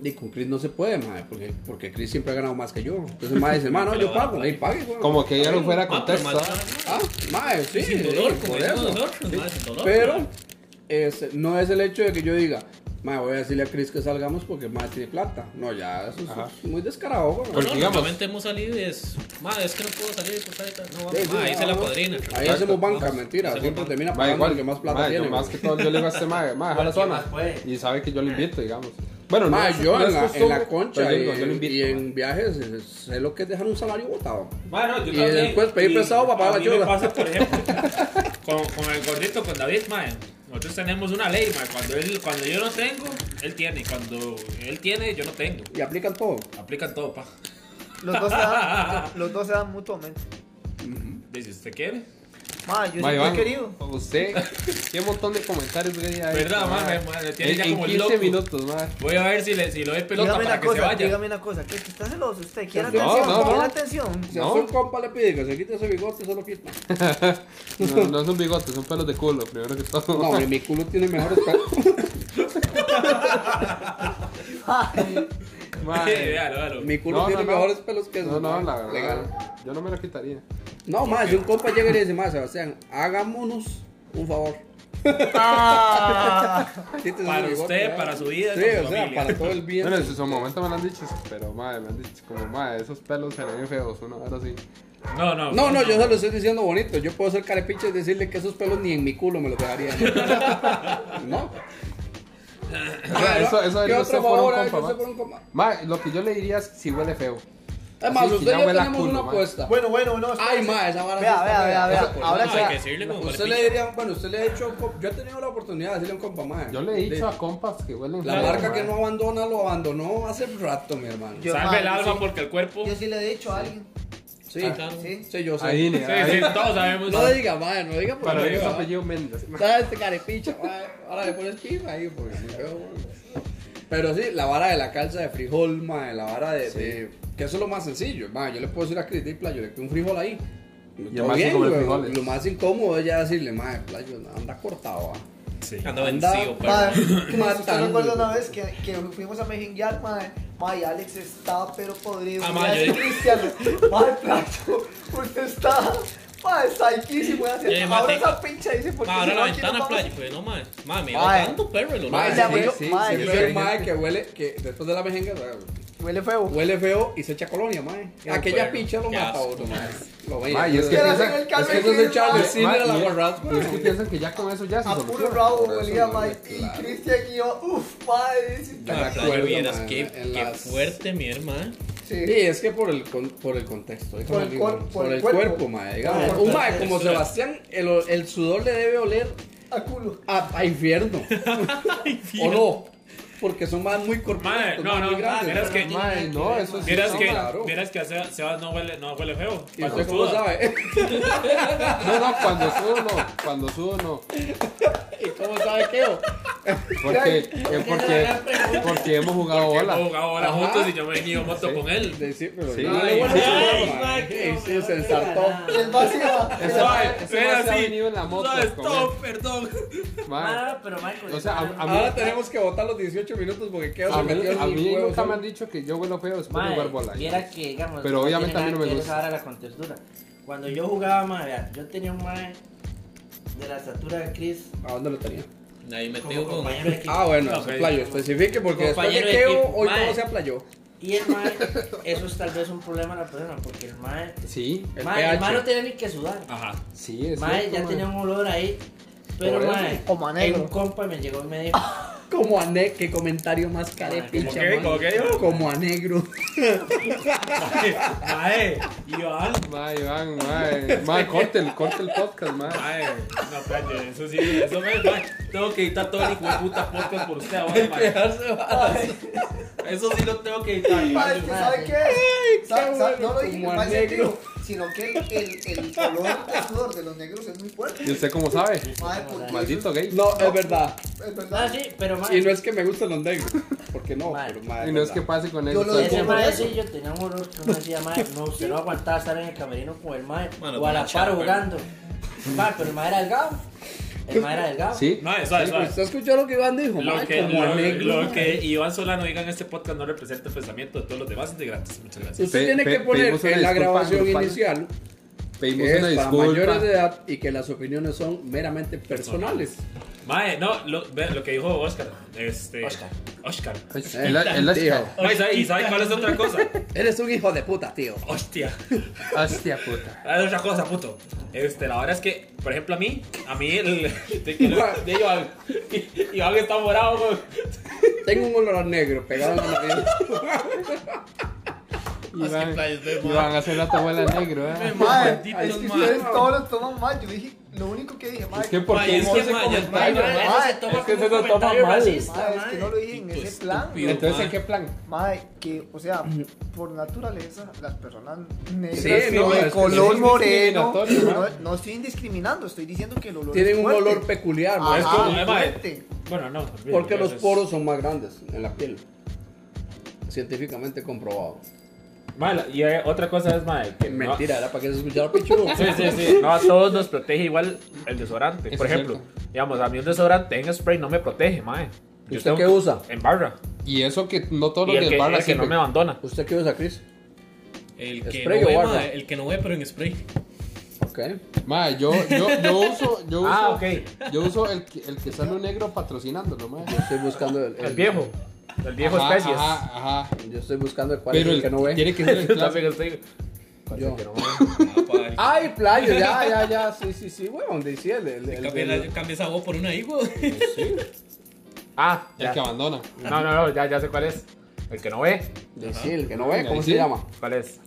Speaker 7: Y con Chris no se puede, mae, porque, porque Chris siempre ha ganado más que yo. Entonces, mae dice, mae, no, yo pago, y pague, güey.
Speaker 8: Como que ya no fuera
Speaker 6: Ah, pero
Speaker 8: contexto.
Speaker 6: más-
Speaker 8: ¿ah?
Speaker 7: Ah, mae, sí.
Speaker 6: Sin
Speaker 7: sí,
Speaker 6: dolor,
Speaker 7: por
Speaker 6: como decimos
Speaker 7: eso.
Speaker 6: nosotros, mae, sin dolor.
Speaker 7: Pero este, no es el hecho de que yo diga, mae, voy a decirle a Chris que salgamos porque mae tiene plata. No, ya, eso es
Speaker 8: Ajá.
Speaker 7: muy descarado, güey.
Speaker 6: No, no,
Speaker 8: digamos-
Speaker 6: normalmente hemos salido y es, madre, es que no puedo salir de Costa Rica. No, vamos,
Speaker 7: Sí, sí,
Speaker 3: Ah,
Speaker 6: ma, ahí se la
Speaker 7: vamos.
Speaker 6: padrina.
Speaker 7: Ahí hacemos banca, mentira. Siempre termina
Speaker 8: Ma,
Speaker 7: pagando
Speaker 8: igual
Speaker 7: el que más plata
Speaker 8: ma, yo
Speaker 7: tiene.
Speaker 8: más
Speaker 7: güey.
Speaker 8: que todo, yo le digo a
Speaker 7: [LAUGHS]
Speaker 8: este mae, mae, deja la
Speaker 9: ¿Quién más
Speaker 8: zona.
Speaker 9: puede?
Speaker 8: Y sabe que yo le invito, digamos. Bueno,
Speaker 7: pues. Ma,
Speaker 8: es-
Speaker 7: yo
Speaker 8: es
Speaker 7: en la, en
Speaker 8: costumbre,
Speaker 7: la concha
Speaker 8: pero yo
Speaker 7: y,
Speaker 8: digo, yo le invito,
Speaker 7: y
Speaker 8: ma.
Speaker 7: en viajes eh, sé lo que es dejar un salario botado.
Speaker 10: Bueno, yo
Speaker 7: Y
Speaker 10: también.
Speaker 7: después pedir
Speaker 10: y
Speaker 7: prestado para pagar
Speaker 10: a
Speaker 7: la
Speaker 10: mí
Speaker 7: chula.
Speaker 10: me pasa, por ejemplo,
Speaker 3: Con, con el gordito, con David, mae. Nosotros tenemos una ley, mae. Cuando, él, cuando yo no tengo, él tiene. Cuando él tiene, yo no tengo.
Speaker 7: Y aplican todo.
Speaker 3: Aplican todo, pa.
Speaker 4: Los dos
Speaker 3: [LAUGHS]
Speaker 4: se dan, los dos se dan mutuamente.
Speaker 3: Dice, ¿usted quiere?
Speaker 4: Mae, yo siempre
Speaker 8: Ma,
Speaker 4: he
Speaker 8: Iván,
Speaker 4: querido.
Speaker 8: Usted, [LAUGHS] qué montón de comentarios gay hay.
Speaker 3: ¿Verdad,
Speaker 8: ma?
Speaker 3: mae? Mae, lo tiene
Speaker 8: En,
Speaker 3: ya
Speaker 8: en
Speaker 3: como
Speaker 8: 15
Speaker 3: loco.
Speaker 8: minutos, mae.
Speaker 3: Voy a ver si, le, si lo doy pelota
Speaker 4: dígame
Speaker 3: para
Speaker 4: una
Speaker 3: que se
Speaker 4: cosa,
Speaker 3: vaya.
Speaker 4: dígame una cosa. ¿Qué, que está celoso usted? ¿Quiere
Speaker 8: No,
Speaker 4: atención?
Speaker 8: no,
Speaker 4: ¿Quiere
Speaker 8: no.
Speaker 4: atención?
Speaker 7: Si
Speaker 8: No.
Speaker 7: a su compa le pide que se quite ese bigote, se lo
Speaker 8: [LAUGHS]
Speaker 7: quita.
Speaker 8: No, no son bigotes, son pelos de culo, primero que todo.
Speaker 7: No,
Speaker 8: [LAUGHS]
Speaker 7: hombre, mi culo tiene mejores pelos.
Speaker 8: Ma,
Speaker 3: Véalo, véalo.
Speaker 7: Mi culo
Speaker 8: No,
Speaker 7: tiene
Speaker 8: no, no.
Speaker 7: mejores pelos que
Speaker 8: No,
Speaker 7: eso.
Speaker 8: no, la verdad.
Speaker 7: Legal.
Speaker 8: Yo no me lo quitaría.
Speaker 7: No, más, si un compa llega y le dice, más, Sebastián, hagámonos un favor.
Speaker 8: Ah.
Speaker 3: [LAUGHS]
Speaker 7: Quítese
Speaker 3: Para
Speaker 7: el bigote,
Speaker 3: usted,
Speaker 7: ya.
Speaker 3: para su vida,
Speaker 7: Sí,
Speaker 3: con su
Speaker 7: o sea,
Speaker 3: familia.
Speaker 7: para todo el bien.
Speaker 8: Bueno, en su momento me lo han dicho, pero madre, me han dicho como madre, esos pelos se le ven feos, uno ahora sí.
Speaker 3: No, no.
Speaker 7: No, no, yo se lo estoy diciendo bonito. Yo puedo ser carepiche y decirle que esos pelos ni en mi culo me los dejaría.
Speaker 8: [LAUGHS]
Speaker 7: No.
Speaker 8: Eso, eso, eso
Speaker 7: Ah, ¿Qué
Speaker 8: no
Speaker 7: otro
Speaker 8: se fuera
Speaker 7: favor
Speaker 8: un
Speaker 7: hay que
Speaker 8: compa,
Speaker 7: usted
Speaker 8: ma.
Speaker 7: fuera un compa?
Speaker 8: Ma, lo que yo le diría es si huele feo.
Speaker 7: Además,
Speaker 8: Así, si
Speaker 7: usted
Speaker 8: ya
Speaker 7: ya
Speaker 8: huele a
Speaker 7: tenemos
Speaker 8: culo,
Speaker 7: una
Speaker 8: ma.
Speaker 7: apuesta.
Speaker 4: Bueno, bueno, no. espérese.
Speaker 7: Ay, ma, esa vara sí
Speaker 4: Vea,
Speaker 7: está
Speaker 4: vea,
Speaker 7: fea.
Speaker 4: vea,
Speaker 7: Esa
Speaker 4: vea.
Speaker 7: por-
Speaker 4: Ahora
Speaker 6: no,
Speaker 4: que.
Speaker 6: hay que decirle como
Speaker 7: Usted le diría, bueno, usted le ha hecho, yo he tenido la oportunidad de decirle a un compa, ma.
Speaker 8: Yo le he dicho
Speaker 7: De-
Speaker 8: a compas que huelen
Speaker 7: La
Speaker 8: feo.
Speaker 7: marca
Speaker 8: ma.
Speaker 7: que no abandona lo abandonó hace rato, mi hermano.
Speaker 4: Yo,
Speaker 3: Salve
Speaker 4: mae,
Speaker 3: el
Speaker 4: yo
Speaker 3: alma
Speaker 4: sí-
Speaker 3: porque el cuerpo.
Speaker 4: Yo sí le he dicho a alguien.
Speaker 7: Sí,
Speaker 4: Sí.
Speaker 7: sí, yo sé.
Speaker 3: Sí,
Speaker 8: Ahí, ne,
Speaker 3: sí,
Speaker 8: ahí.
Speaker 3: todos sabemos.
Speaker 7: No diga, ma, no diga por
Speaker 8: Para mí
Speaker 7: ahí,
Speaker 8: es
Speaker 7: ma.
Speaker 8: apellido Méndez. ma.
Speaker 7: ¿Sabes este carepicha? mae? Ahora le pones pipa ahí, porque es muy feo, mae. Pero sí, la vara de la calza de frijol, mae, la vara de, de- Que eso es lo más sencillo, mae. Yo le puedo decir a Cris, "Di, playo, le quité un frijol ahí. Todo
Speaker 8: más
Speaker 7: bien,
Speaker 8: incómodo el
Speaker 7: güey.
Speaker 8: frijoles.
Speaker 7: Lo más incómodo es ya decirle, mae, playo, anda cortado, ah".
Speaker 3: Sí.
Speaker 6: Anda
Speaker 7: Anda.
Speaker 6: vencido,
Speaker 4: Madre,
Speaker 6: pero.
Speaker 4: ¿usted recuerda una vez que, que fuimos a mejenguear, madre? Madre, Alex estaba pero podrido.
Speaker 6: Ah,
Speaker 4: Y
Speaker 6: madre,
Speaker 4: hace
Speaker 6: yo-
Speaker 4: Cristiano, madre, plato, usted está, madre, psyquísimo. y hace-
Speaker 6: Yo le
Speaker 4: Ahora
Speaker 6: maté.
Speaker 4: esa pincha dice, porque
Speaker 6: Ma,
Speaker 4: si
Speaker 6: Ahora
Speaker 4: no
Speaker 6: la
Speaker 4: aquí nos
Speaker 6: ventana
Speaker 4: vamos-
Speaker 6: playa, pues no mames. Mami,
Speaker 4: Mae.
Speaker 6: tanto perro el olor.
Speaker 7: Mae,
Speaker 4: Ay,
Speaker 7: sí,
Speaker 4: la voy yo-
Speaker 7: sí,
Speaker 4: mae,
Speaker 7: sí,
Speaker 4: yo
Speaker 7: yo
Speaker 4: soy
Speaker 7: soy el mae que huele, que después de la mejenga, o sea,
Speaker 4: Huele feo.
Speaker 7: huele feo y se echa colonia, mae. Aquella
Speaker 6: enfermo,
Speaker 7: pincha lo
Speaker 6: qué
Speaker 7: mata a
Speaker 6: asco,
Speaker 7: uno, mae. Lo ve.
Speaker 8: Ma, y es que
Speaker 4: Pero
Speaker 8: piensan-
Speaker 4: hacen el
Speaker 8: es
Speaker 4: cambio
Speaker 7: que eso es
Speaker 4: de
Speaker 7: el chale,
Speaker 4: Chris,
Speaker 7: sí,
Speaker 8: Ma,
Speaker 7: mira la
Speaker 8: y-
Speaker 7: guarrasca.
Speaker 8: y es que piensan que ya con eso ya se
Speaker 4: mae. A puro
Speaker 8: soluciona.
Speaker 4: rabo
Speaker 7: Por eso
Speaker 4: huelía,
Speaker 7: no
Speaker 4: madre.
Speaker 7: me-
Speaker 4: Y
Speaker 7: claro.
Speaker 4: Cristian y yo, uff, madre. sí,
Speaker 6: La
Speaker 7: me
Speaker 6: playa
Speaker 7: acuerdo,
Speaker 6: vieras
Speaker 7: ma,
Speaker 6: qué,
Speaker 7: en
Speaker 6: qué
Speaker 7: las-
Speaker 6: fuerte, mi hermano.
Speaker 4: Sí.
Speaker 7: Sí, es que por el, con- por el contexto, déjame
Speaker 4: Por el
Speaker 7: digo,
Speaker 4: cuer- por
Speaker 7: por
Speaker 4: el
Speaker 7: el
Speaker 4: cuerpo.
Speaker 7: cuerpo, mae, digamos.
Speaker 4: Por el
Speaker 7: Un
Speaker 4: cuerpo.
Speaker 7: mae como Sebastián, el, o- el sudor le debe oler
Speaker 4: A culo.
Speaker 7: a, a infierno. o no, porque son más muy
Speaker 3: Mae,
Speaker 7: corpulentos,
Speaker 3: no,
Speaker 7: mae,
Speaker 3: no,
Speaker 7: muy grandes.
Speaker 3: vieras que,
Speaker 8: Ma, no, eso sí.
Speaker 3: vieras
Speaker 8: no,
Speaker 3: que,
Speaker 8: ma.
Speaker 7: claro.
Speaker 3: vieras que a Seba- Sebas no huele, no huele feo.
Speaker 7: ¿Y
Speaker 3: Cuando
Speaker 7: usted cómo
Speaker 3: suda.
Speaker 7: sabe?
Speaker 8: No, no, cuando sudo no, cuando sudo no.
Speaker 7: ¿Y cómo sabe qué? o?
Speaker 8: Porque, eh, porque, porque hemos jugado
Speaker 3: Porque hemos
Speaker 8: bola.
Speaker 3: jugado ahora
Speaker 7: Ajá.
Speaker 3: juntos y yo me he ido moto con él.
Speaker 7: De- Sí, pero
Speaker 8: Sí.
Speaker 7: no le
Speaker 8: Ay,
Speaker 7: huele a
Speaker 6: ay,
Speaker 7: sudor, mae.
Speaker 6: mae,
Speaker 7: Sí, sí, se ensartó.
Speaker 4: El vacío.
Speaker 8: Ese
Speaker 3: Mae,
Speaker 8: mae- ese
Speaker 3: era
Speaker 8: mae se ha
Speaker 3: así.
Speaker 8: venido en la moto
Speaker 3: Sabes,
Speaker 8: a comer.
Speaker 3: todo, perdón.
Speaker 8: Ma,
Speaker 9: Ah, pero Michael.
Speaker 8: O sea, a, a mí,
Speaker 7: Ahora tenemos que votar los 18 minutos porque queda
Speaker 8: a
Speaker 7: se
Speaker 8: mí,
Speaker 7: metió en
Speaker 8: a
Speaker 7: el
Speaker 8: mí
Speaker 7: huevo,
Speaker 8: nunca me han
Speaker 7: ¿sabes?
Speaker 8: dicho que yo huelo feo después de
Speaker 9: Madre,
Speaker 8: jugar bola.
Speaker 9: viera que, digamos,
Speaker 8: Pero obviamente
Speaker 9: tiene
Speaker 8: a mí no
Speaker 9: nada
Speaker 8: me
Speaker 9: que ver
Speaker 8: gusta.
Speaker 9: esa vara de la contextura. Cuando yo jugaba, madre, vea, yo tenía un mae de la estatura de Chris
Speaker 7: ¿A dónde lo tenía?
Speaker 6: Ahí metido
Speaker 9: como
Speaker 6: con.
Speaker 9: compañero de equipo.
Speaker 7: Ah, bueno,
Speaker 3: No,
Speaker 7: se
Speaker 3: pero-
Speaker 7: playó. Especifique porque después de
Speaker 6: Compañero de
Speaker 7: Keo,
Speaker 6: equipo,
Speaker 7: hoy
Speaker 6: mae.
Speaker 7: todo se aplayó.
Speaker 9: Y el mae, eso es tal vez un problema de la persona, porque el mae.
Speaker 8: Sí,
Speaker 7: El
Speaker 9: mae, el
Speaker 7: pH.
Speaker 9: mae no tenía ni que sudar.
Speaker 7: [LAUGHS]
Speaker 3: Ajá.
Speaker 8: sí, es
Speaker 9: Mae,
Speaker 8: cierto,
Speaker 9: ya
Speaker 8: ma.
Speaker 9: tenía un olor ahí. Pero,
Speaker 7: Por eso.
Speaker 9: mae,
Speaker 4: O manero.
Speaker 9: un compa me llegó y me dijo:
Speaker 7: Como a ne qué comentario más
Speaker 3: ¿Cómo
Speaker 7: carepicha.
Speaker 3: qué?
Speaker 7: mae.
Speaker 3: ¿Cómo qué digo?
Speaker 7: Como
Speaker 3: [LAUGHS]
Speaker 7: a negro.
Speaker 3: Mae, Iván.
Speaker 8: Mae, Iván, mae. Mae, corte el, corte el podcast, mae.
Speaker 3: Mae, no, calle, eso sí, eso me mae, Tengo que editar todo el hijo de puta podcast por usted ahora, mae. Eso sí lo tengo que editar.
Speaker 4: Para
Speaker 3: mae.
Speaker 4: es que sabe qué es. Sabe- sabe- No lo dije
Speaker 7: como
Speaker 4: en mal
Speaker 7: a negro.
Speaker 4: sentido, sino que el, el, el color del sudor de los negros es muy
Speaker 8: ¿Y
Speaker 4: fuerte.
Speaker 8: usted cómo sabe?
Speaker 4: Mae, porque
Speaker 8: Maldito gay.
Speaker 7: No, es verdad.
Speaker 4: eso Es
Speaker 9: Ah,
Speaker 4: verdad.
Speaker 9: sí, pero mae.
Speaker 7: Y no es que me gusten los negros. Porque no,
Speaker 9: Mae.
Speaker 7: pero mae,
Speaker 8: Y no es
Speaker 7: verdad.
Speaker 8: que pase con él.
Speaker 4: Yo lo
Speaker 8: todo el
Speaker 9: Ese
Speaker 4: decía,
Speaker 8: tiempo.
Speaker 9: mae sí, yo tenía un horror que uno decía, mae, no, usted no aguantaba estar en el camerino con el mae
Speaker 6: Bueno,
Speaker 9: o a la
Speaker 6: con la
Speaker 9: par
Speaker 6: chapa.
Speaker 9: jugando. Mae, pero el mae era delgado. El mae era delgado.
Speaker 8: Sí.
Speaker 3: Mae, suave,
Speaker 7: Pero
Speaker 3: suave.
Speaker 7: pues, ¿Usted escuchó lo que Iván dijo?
Speaker 3: Lo
Speaker 7: mae?
Speaker 3: que,
Speaker 7: como a
Speaker 3: lo-
Speaker 7: negro.
Speaker 3: lo
Speaker 7: mae.
Speaker 3: que Iván Solano diga en este podcast no representa el pensamiento de todos los demás integrantes. Muchas gracias.
Speaker 7: Usted
Speaker 8: Pe-
Speaker 7: tiene
Speaker 8: pe-
Speaker 7: que poner
Speaker 8: pedimos una
Speaker 7: en la
Speaker 8: disculpa
Speaker 7: grabación
Speaker 8: grupal.
Speaker 7: inicial
Speaker 8: Pedimos
Speaker 7: que es
Speaker 8: una
Speaker 7: para
Speaker 8: disculpa.
Speaker 7: mayores de edad y que las opiniones son meramente personales.
Speaker 3: Mae, no, lo, ve lo que dijo Oscar. Este,
Speaker 9: Oscar.
Speaker 3: Oscar.
Speaker 8: Ay, Es la, es la
Speaker 7: Tío.
Speaker 3: Mae, ¿sabe- ¿y sabe cuál es otra cosa?
Speaker 7: Eres un hijo de puta, tío.
Speaker 3: [LAUGHS] Hostia. Ah,
Speaker 8: Hostia puta.
Speaker 3: Es otra cosa, puto. Este, la verdad es que, por ejemplo, a mí, a mí el. De, que lo- de Iván, [LAUGHS] Iván está morado, güey.
Speaker 7: Tengo un olor a negro pegado en la nariz.
Speaker 3: [LAUGHS]
Speaker 8: Iván,
Speaker 6: playas de mae.
Speaker 8: Iván hace rato huele a negro, eh.
Speaker 4: Mae,
Speaker 3: Malditos
Speaker 4: es que
Speaker 3: mae.
Speaker 4: ustedes todos lo toman mal. Yo dije, lo único que dije, mae.
Speaker 8: Es que porque
Speaker 6: es
Speaker 8: no
Speaker 6: que,
Speaker 8: se
Speaker 6: mae, ya-
Speaker 8: comenta.
Speaker 9: Mae, mae,
Speaker 4: mae,
Speaker 9: eso se
Speaker 4: es
Speaker 9: toma
Speaker 8: que eso
Speaker 9: como un
Speaker 8: lo toma
Speaker 9: comentario
Speaker 8: mal.
Speaker 9: racista,
Speaker 4: Mae, es que
Speaker 9: mae.
Speaker 4: no lo dije en ese plan.
Speaker 3: estúpido.
Speaker 8: Entonces, ¿en
Speaker 3: mae.
Speaker 8: qué plan?
Speaker 4: Mae, que, o sea, por naturaleza, las personas negras
Speaker 7: Sí, no, es
Speaker 4: de
Speaker 7: que
Speaker 4: color
Speaker 8: sí es
Speaker 4: moreno,
Speaker 8: discriminatorio,
Speaker 4: no,
Speaker 8: mae.
Speaker 4: no estoy indiscriminando, estoy diciendo que el olor
Speaker 7: Tienen
Speaker 4: es
Speaker 7: un
Speaker 4: fuerte. [LAUGHS]
Speaker 7: olor peculiar, ¿no?
Speaker 4: Ajá,
Speaker 3: Es como-
Speaker 4: es
Speaker 3: eh, mae.
Speaker 4: fuerte.
Speaker 3: Bueno, no.
Speaker 7: Porque los
Speaker 3: es-
Speaker 7: poros son más grandes en la piel. Científicamente comprobado.
Speaker 3: Mae, y eh, otra cosa es, mae. Que no-
Speaker 7: Mentira, era para que se escuchara pichudo.
Speaker 3: [LAUGHS] Sí, sí, sí. No a todos nos protege igual el desodorante.
Speaker 8: Eso
Speaker 3: Por
Speaker 8: es
Speaker 3: ejemplo,
Speaker 8: cierto.
Speaker 3: digamos, a mí un desodorante en spray no me protege, mae.
Speaker 7: ¿Y
Speaker 3: Yo
Speaker 7: usted
Speaker 3: tengo
Speaker 7: qué
Speaker 3: que-
Speaker 7: usa?
Speaker 3: En barra.
Speaker 8: Y eso que no todos
Speaker 3: Y
Speaker 8: los
Speaker 3: el
Speaker 8: del
Speaker 3: que,
Speaker 8: bar
Speaker 3: el que no me abandona.
Speaker 7: ¿Usted qué usa, Chris?
Speaker 6: El que
Speaker 7: Spray
Speaker 6: no
Speaker 7: o
Speaker 6: ve,
Speaker 7: barba.
Speaker 6: mae, el que no ve, pero en
Speaker 7: [LAUGHS]
Speaker 6: spray. Ah,
Speaker 7: Ok.
Speaker 8: Mae, yo, yo, yo uso, yo uso,
Speaker 3: Ah,
Speaker 8: yo uso el que, el que sale un negro patrocinándolo, mae.
Speaker 7: Yo estoy buscando el,
Speaker 3: El viejo. El viejo
Speaker 8: Ajá,
Speaker 3: especies.
Speaker 8: Ajá, ajá.
Speaker 7: Yo estoy buscando el cuál es
Speaker 8: Pero el
Speaker 7: el que no ve.
Speaker 8: Tiene que ser el
Speaker 3: [LAUGHS] Yo [LAUGHS]
Speaker 8: clásico.
Speaker 3: también estoy.
Speaker 7: Yo.
Speaker 3: Que no.
Speaker 7: Ay, playo, ya,
Speaker 3: [LAUGHS]
Speaker 7: ya, ya. Sí, sí, sí, weón. Decía el. el, el,
Speaker 6: Cambia, la- cambia esa voz por una ahí, güey. [LAUGHS]
Speaker 7: sí.
Speaker 3: Ah,
Speaker 8: El
Speaker 3: ya.
Speaker 8: que abandona.
Speaker 3: No, no, no, ya, ya sé cuál es. El que no ve.
Speaker 7: Decía el que no ve. ¿Cómo
Speaker 8: Ahí
Speaker 7: se
Speaker 8: sí.
Speaker 7: llama?
Speaker 3: ¿Cuál es?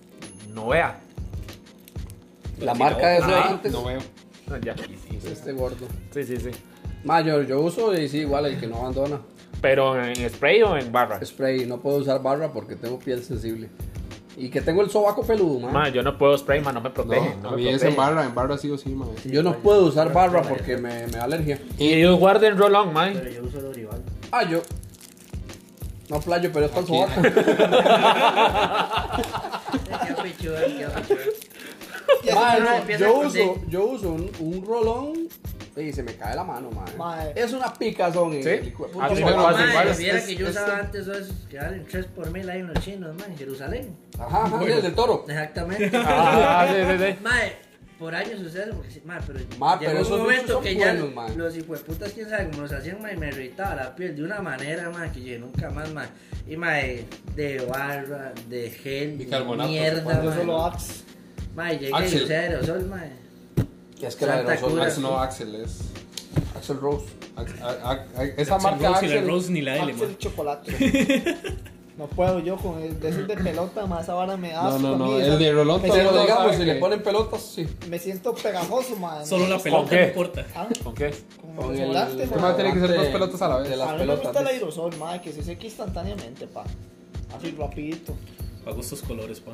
Speaker 3: No vea.
Speaker 7: La marca de eso
Speaker 3: Ah,
Speaker 7: antes.
Speaker 8: No veo.
Speaker 3: No, ya. Sí,
Speaker 7: Este gordo.
Speaker 3: sí, sí.
Speaker 7: Mayor, yo uso y sí, igual el que no abandona.
Speaker 3: Pero en spray o en barra.
Speaker 7: Spray, no puedo usar barra porque tengo piel sensible. Y que tengo el sobaco peludo, man.
Speaker 3: Ma, yo no puedo spray, ma, no me protege.
Speaker 8: No,
Speaker 3: no
Speaker 8: a
Speaker 3: me
Speaker 8: mí es
Speaker 3: protege.
Speaker 8: en barra, en barra sí o sí, mae.
Speaker 7: Yo no puedo usar barra porque me, me da alergia.
Speaker 3: Y Dios guarde en roll on, ma.
Speaker 9: Pero yo uso el Orival.
Speaker 7: Ah, yo. No playo, pero es para el
Speaker 8: Aquí.
Speaker 7: sobaco.
Speaker 9: [LAUGHS] Qué pechuga, qué pechuga.
Speaker 4: Y así
Speaker 7: Mae,
Speaker 4: que no-
Speaker 7: no,
Speaker 9: empieza
Speaker 7: yo
Speaker 9: con
Speaker 7: uso, yo uso un, un rolón y se me cae la mano, mae.
Speaker 4: Mae.
Speaker 7: Es una picazón. y-
Speaker 3: ¿Sí?
Speaker 7: el hijo de puta
Speaker 3: Ah, sí,
Speaker 7: sobaco.
Speaker 8: me pasa
Speaker 9: Mae,
Speaker 8: igual.
Speaker 9: viera
Speaker 7: Es-
Speaker 9: que yo
Speaker 7: es-
Speaker 9: usaba antes esos que valen 3 por mil ahí unos chinos, mae, en Jerusalén.
Speaker 7: Ajá, ajá, Ah, el del toro.
Speaker 9: Exactamente.
Speaker 3: Ah, sí, sí, sí.
Speaker 9: Pues, Mae, por años sucede porque sí, mae, pero
Speaker 7: Mae, pero
Speaker 9: llegó
Speaker 7: esos
Speaker 9: un
Speaker 7: bichos son
Speaker 9: momento que ya
Speaker 7: buenos, mae.
Speaker 9: los hijueputas, quién sabe cómo los hacían, mae, me irritaba la piel de una manera, mae, que yo nunca más, mae. Y mae, de barra, de gel, de
Speaker 8: Bicarbonato,
Speaker 9: mierda,
Speaker 8: supongo.
Speaker 4: Yo solo
Speaker 9: mae.
Speaker 4: apps.
Speaker 9: Mae, llegué
Speaker 8: Axel.
Speaker 9: y usé aerosol, mae.
Speaker 7: Es que la
Speaker 9: Santa
Speaker 7: aerosol
Speaker 9: cura.
Speaker 8: Ax- no, Axel es.
Speaker 7: Axel Rose.
Speaker 8: Ax- a- a- a- esa
Speaker 6: Axel
Speaker 8: marca
Speaker 6: Rose, ni la
Speaker 8: Axel.
Speaker 6: Rose ni la L,
Speaker 4: Axel
Speaker 6: man.
Speaker 4: chocolate. No puedo yo con el de esos de pelota, más esa vara me
Speaker 8: No,
Speaker 4: asco.
Speaker 8: no,
Speaker 4: a
Speaker 8: no.
Speaker 4: mí,
Speaker 8: El
Speaker 4: esa-
Speaker 8: de Rolón
Speaker 4: me
Speaker 8: todo
Speaker 4: siento-
Speaker 8: lo
Speaker 7: digamos,
Speaker 8: sabe
Speaker 7: si
Speaker 8: que-
Speaker 7: le ponen pelotas, sí.
Speaker 4: Me siento pegajoso, madre.
Speaker 6: Solo la
Speaker 3: ¿Con
Speaker 6: pelota
Speaker 3: qué?
Speaker 6: no importa.
Speaker 4: Ah,
Speaker 3: ¿Con qué?
Speaker 4: como
Speaker 7: Con
Speaker 4: el
Speaker 7: el-
Speaker 4: chocolate,
Speaker 7: ¿Qué
Speaker 4: mae.
Speaker 8: más tiene que ser dos
Speaker 7: de-
Speaker 8: pelotas a la vez.
Speaker 7: Este de las
Speaker 4: A mí me
Speaker 7: pelotas.
Speaker 4: gusta el aerosol, madre, que se seque instantáneamente, pa. Así rapidito.
Speaker 6: Pa' gustos colores, pa.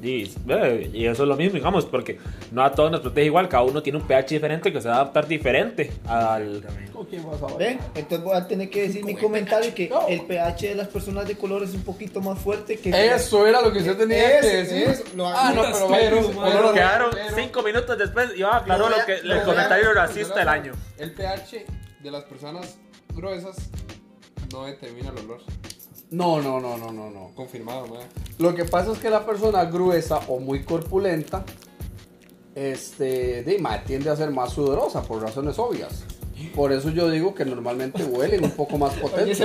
Speaker 3: Y, eh, y eso es lo mismo, digamos, porque no a todos nos protege igual, cada uno tiene un pH diferente que se va a adaptar diferente al...
Speaker 7: ¿Con quién vas a bailar?
Speaker 4: ¿Ven? Entonces voy a tener que decir mi comentario que el pH de las personas de color es un poquito más fuerte que... [LAUGHS]
Speaker 8: Eso era lo que usted tenía
Speaker 4: Eso,
Speaker 8: que decir.
Speaker 4: eso, lo
Speaker 8: ah, no, pero vaya,
Speaker 6: Pero,
Speaker 8: pero,
Speaker 6: madre.
Speaker 8: no, no,
Speaker 3: Quedaron
Speaker 8: pero-
Speaker 3: cinco minutos después y va aclaró
Speaker 4: Lo voy
Speaker 3: lo
Speaker 4: a-
Speaker 3: que,
Speaker 4: lo
Speaker 3: el
Speaker 4: voy a-
Speaker 3: comentario racista del año.
Speaker 8: El pH de las personas gruesas no determina el olor.
Speaker 7: No, no, no, no, no, no.
Speaker 8: Confirmado, madre.
Speaker 7: Lo que pasa es que la persona gruesa o muy corpulenta, este, de, ma, tiende a ser más sudorosa por razones obvias. Por eso yo digo que normalmente huelen un poco más potentes.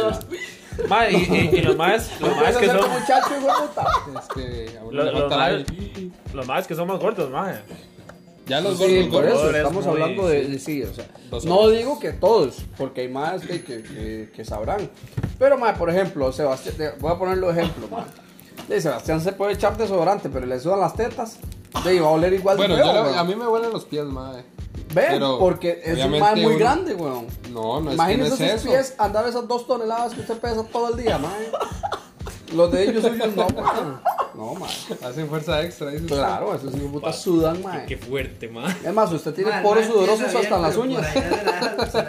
Speaker 7: ma.
Speaker 3: Ma, y, y- y los más, los más
Speaker 7: Empieza
Speaker 3: que
Speaker 7: a ser
Speaker 3: son...
Speaker 7: un muchacho, hijo de puta.
Speaker 8: Este, a uno
Speaker 3: Lo-
Speaker 8: le
Speaker 3: lo
Speaker 8: falta
Speaker 3: mal-
Speaker 8: aire.
Speaker 3: Los más que son más gordos, ma.
Speaker 8: Ya los
Speaker 7: Sí,
Speaker 8: gordos,
Speaker 7: por
Speaker 8: gordos.
Speaker 7: eso
Speaker 10: es
Speaker 7: estamos
Speaker 10: muy-
Speaker 7: hablando de, de- sí, o sea,
Speaker 8: Dos
Speaker 7: no
Speaker 8: hombres.
Speaker 7: digo que todos, porque hay más que, que, que- que sabrán. Pero más, por ejemplo, Sebastián, te- voy a ponerlo ejemplo, mae. De Sebastián se puede echar desodorante, pero le sudan las tetas. De va a oler igual
Speaker 8: Bueno,
Speaker 7: de
Speaker 8: yo
Speaker 7: feo,
Speaker 8: la-
Speaker 7: weón.
Speaker 8: a mí me huelen los pies, madre.
Speaker 7: Ve,
Speaker 8: pero
Speaker 7: porque es un
Speaker 8: obviamente
Speaker 7: mae muy
Speaker 8: uno-
Speaker 7: grande, weón.
Speaker 8: No, no es
Speaker 7: Imagínese
Speaker 8: que no
Speaker 7: sus
Speaker 8: es eso.
Speaker 7: pies andar esas dos toneladas que usted pesa todo el día, mae. Los de ellos suyos no, weón. No, mae.
Speaker 8: Hacen fuerza extra, dices.
Speaker 7: Claro, esos hijos de puta sudan, mae.
Speaker 6: Qué fuerte, ma.
Speaker 7: Es más, usted tiene poros sudorosos hasta en las uñas.
Speaker 9: Se la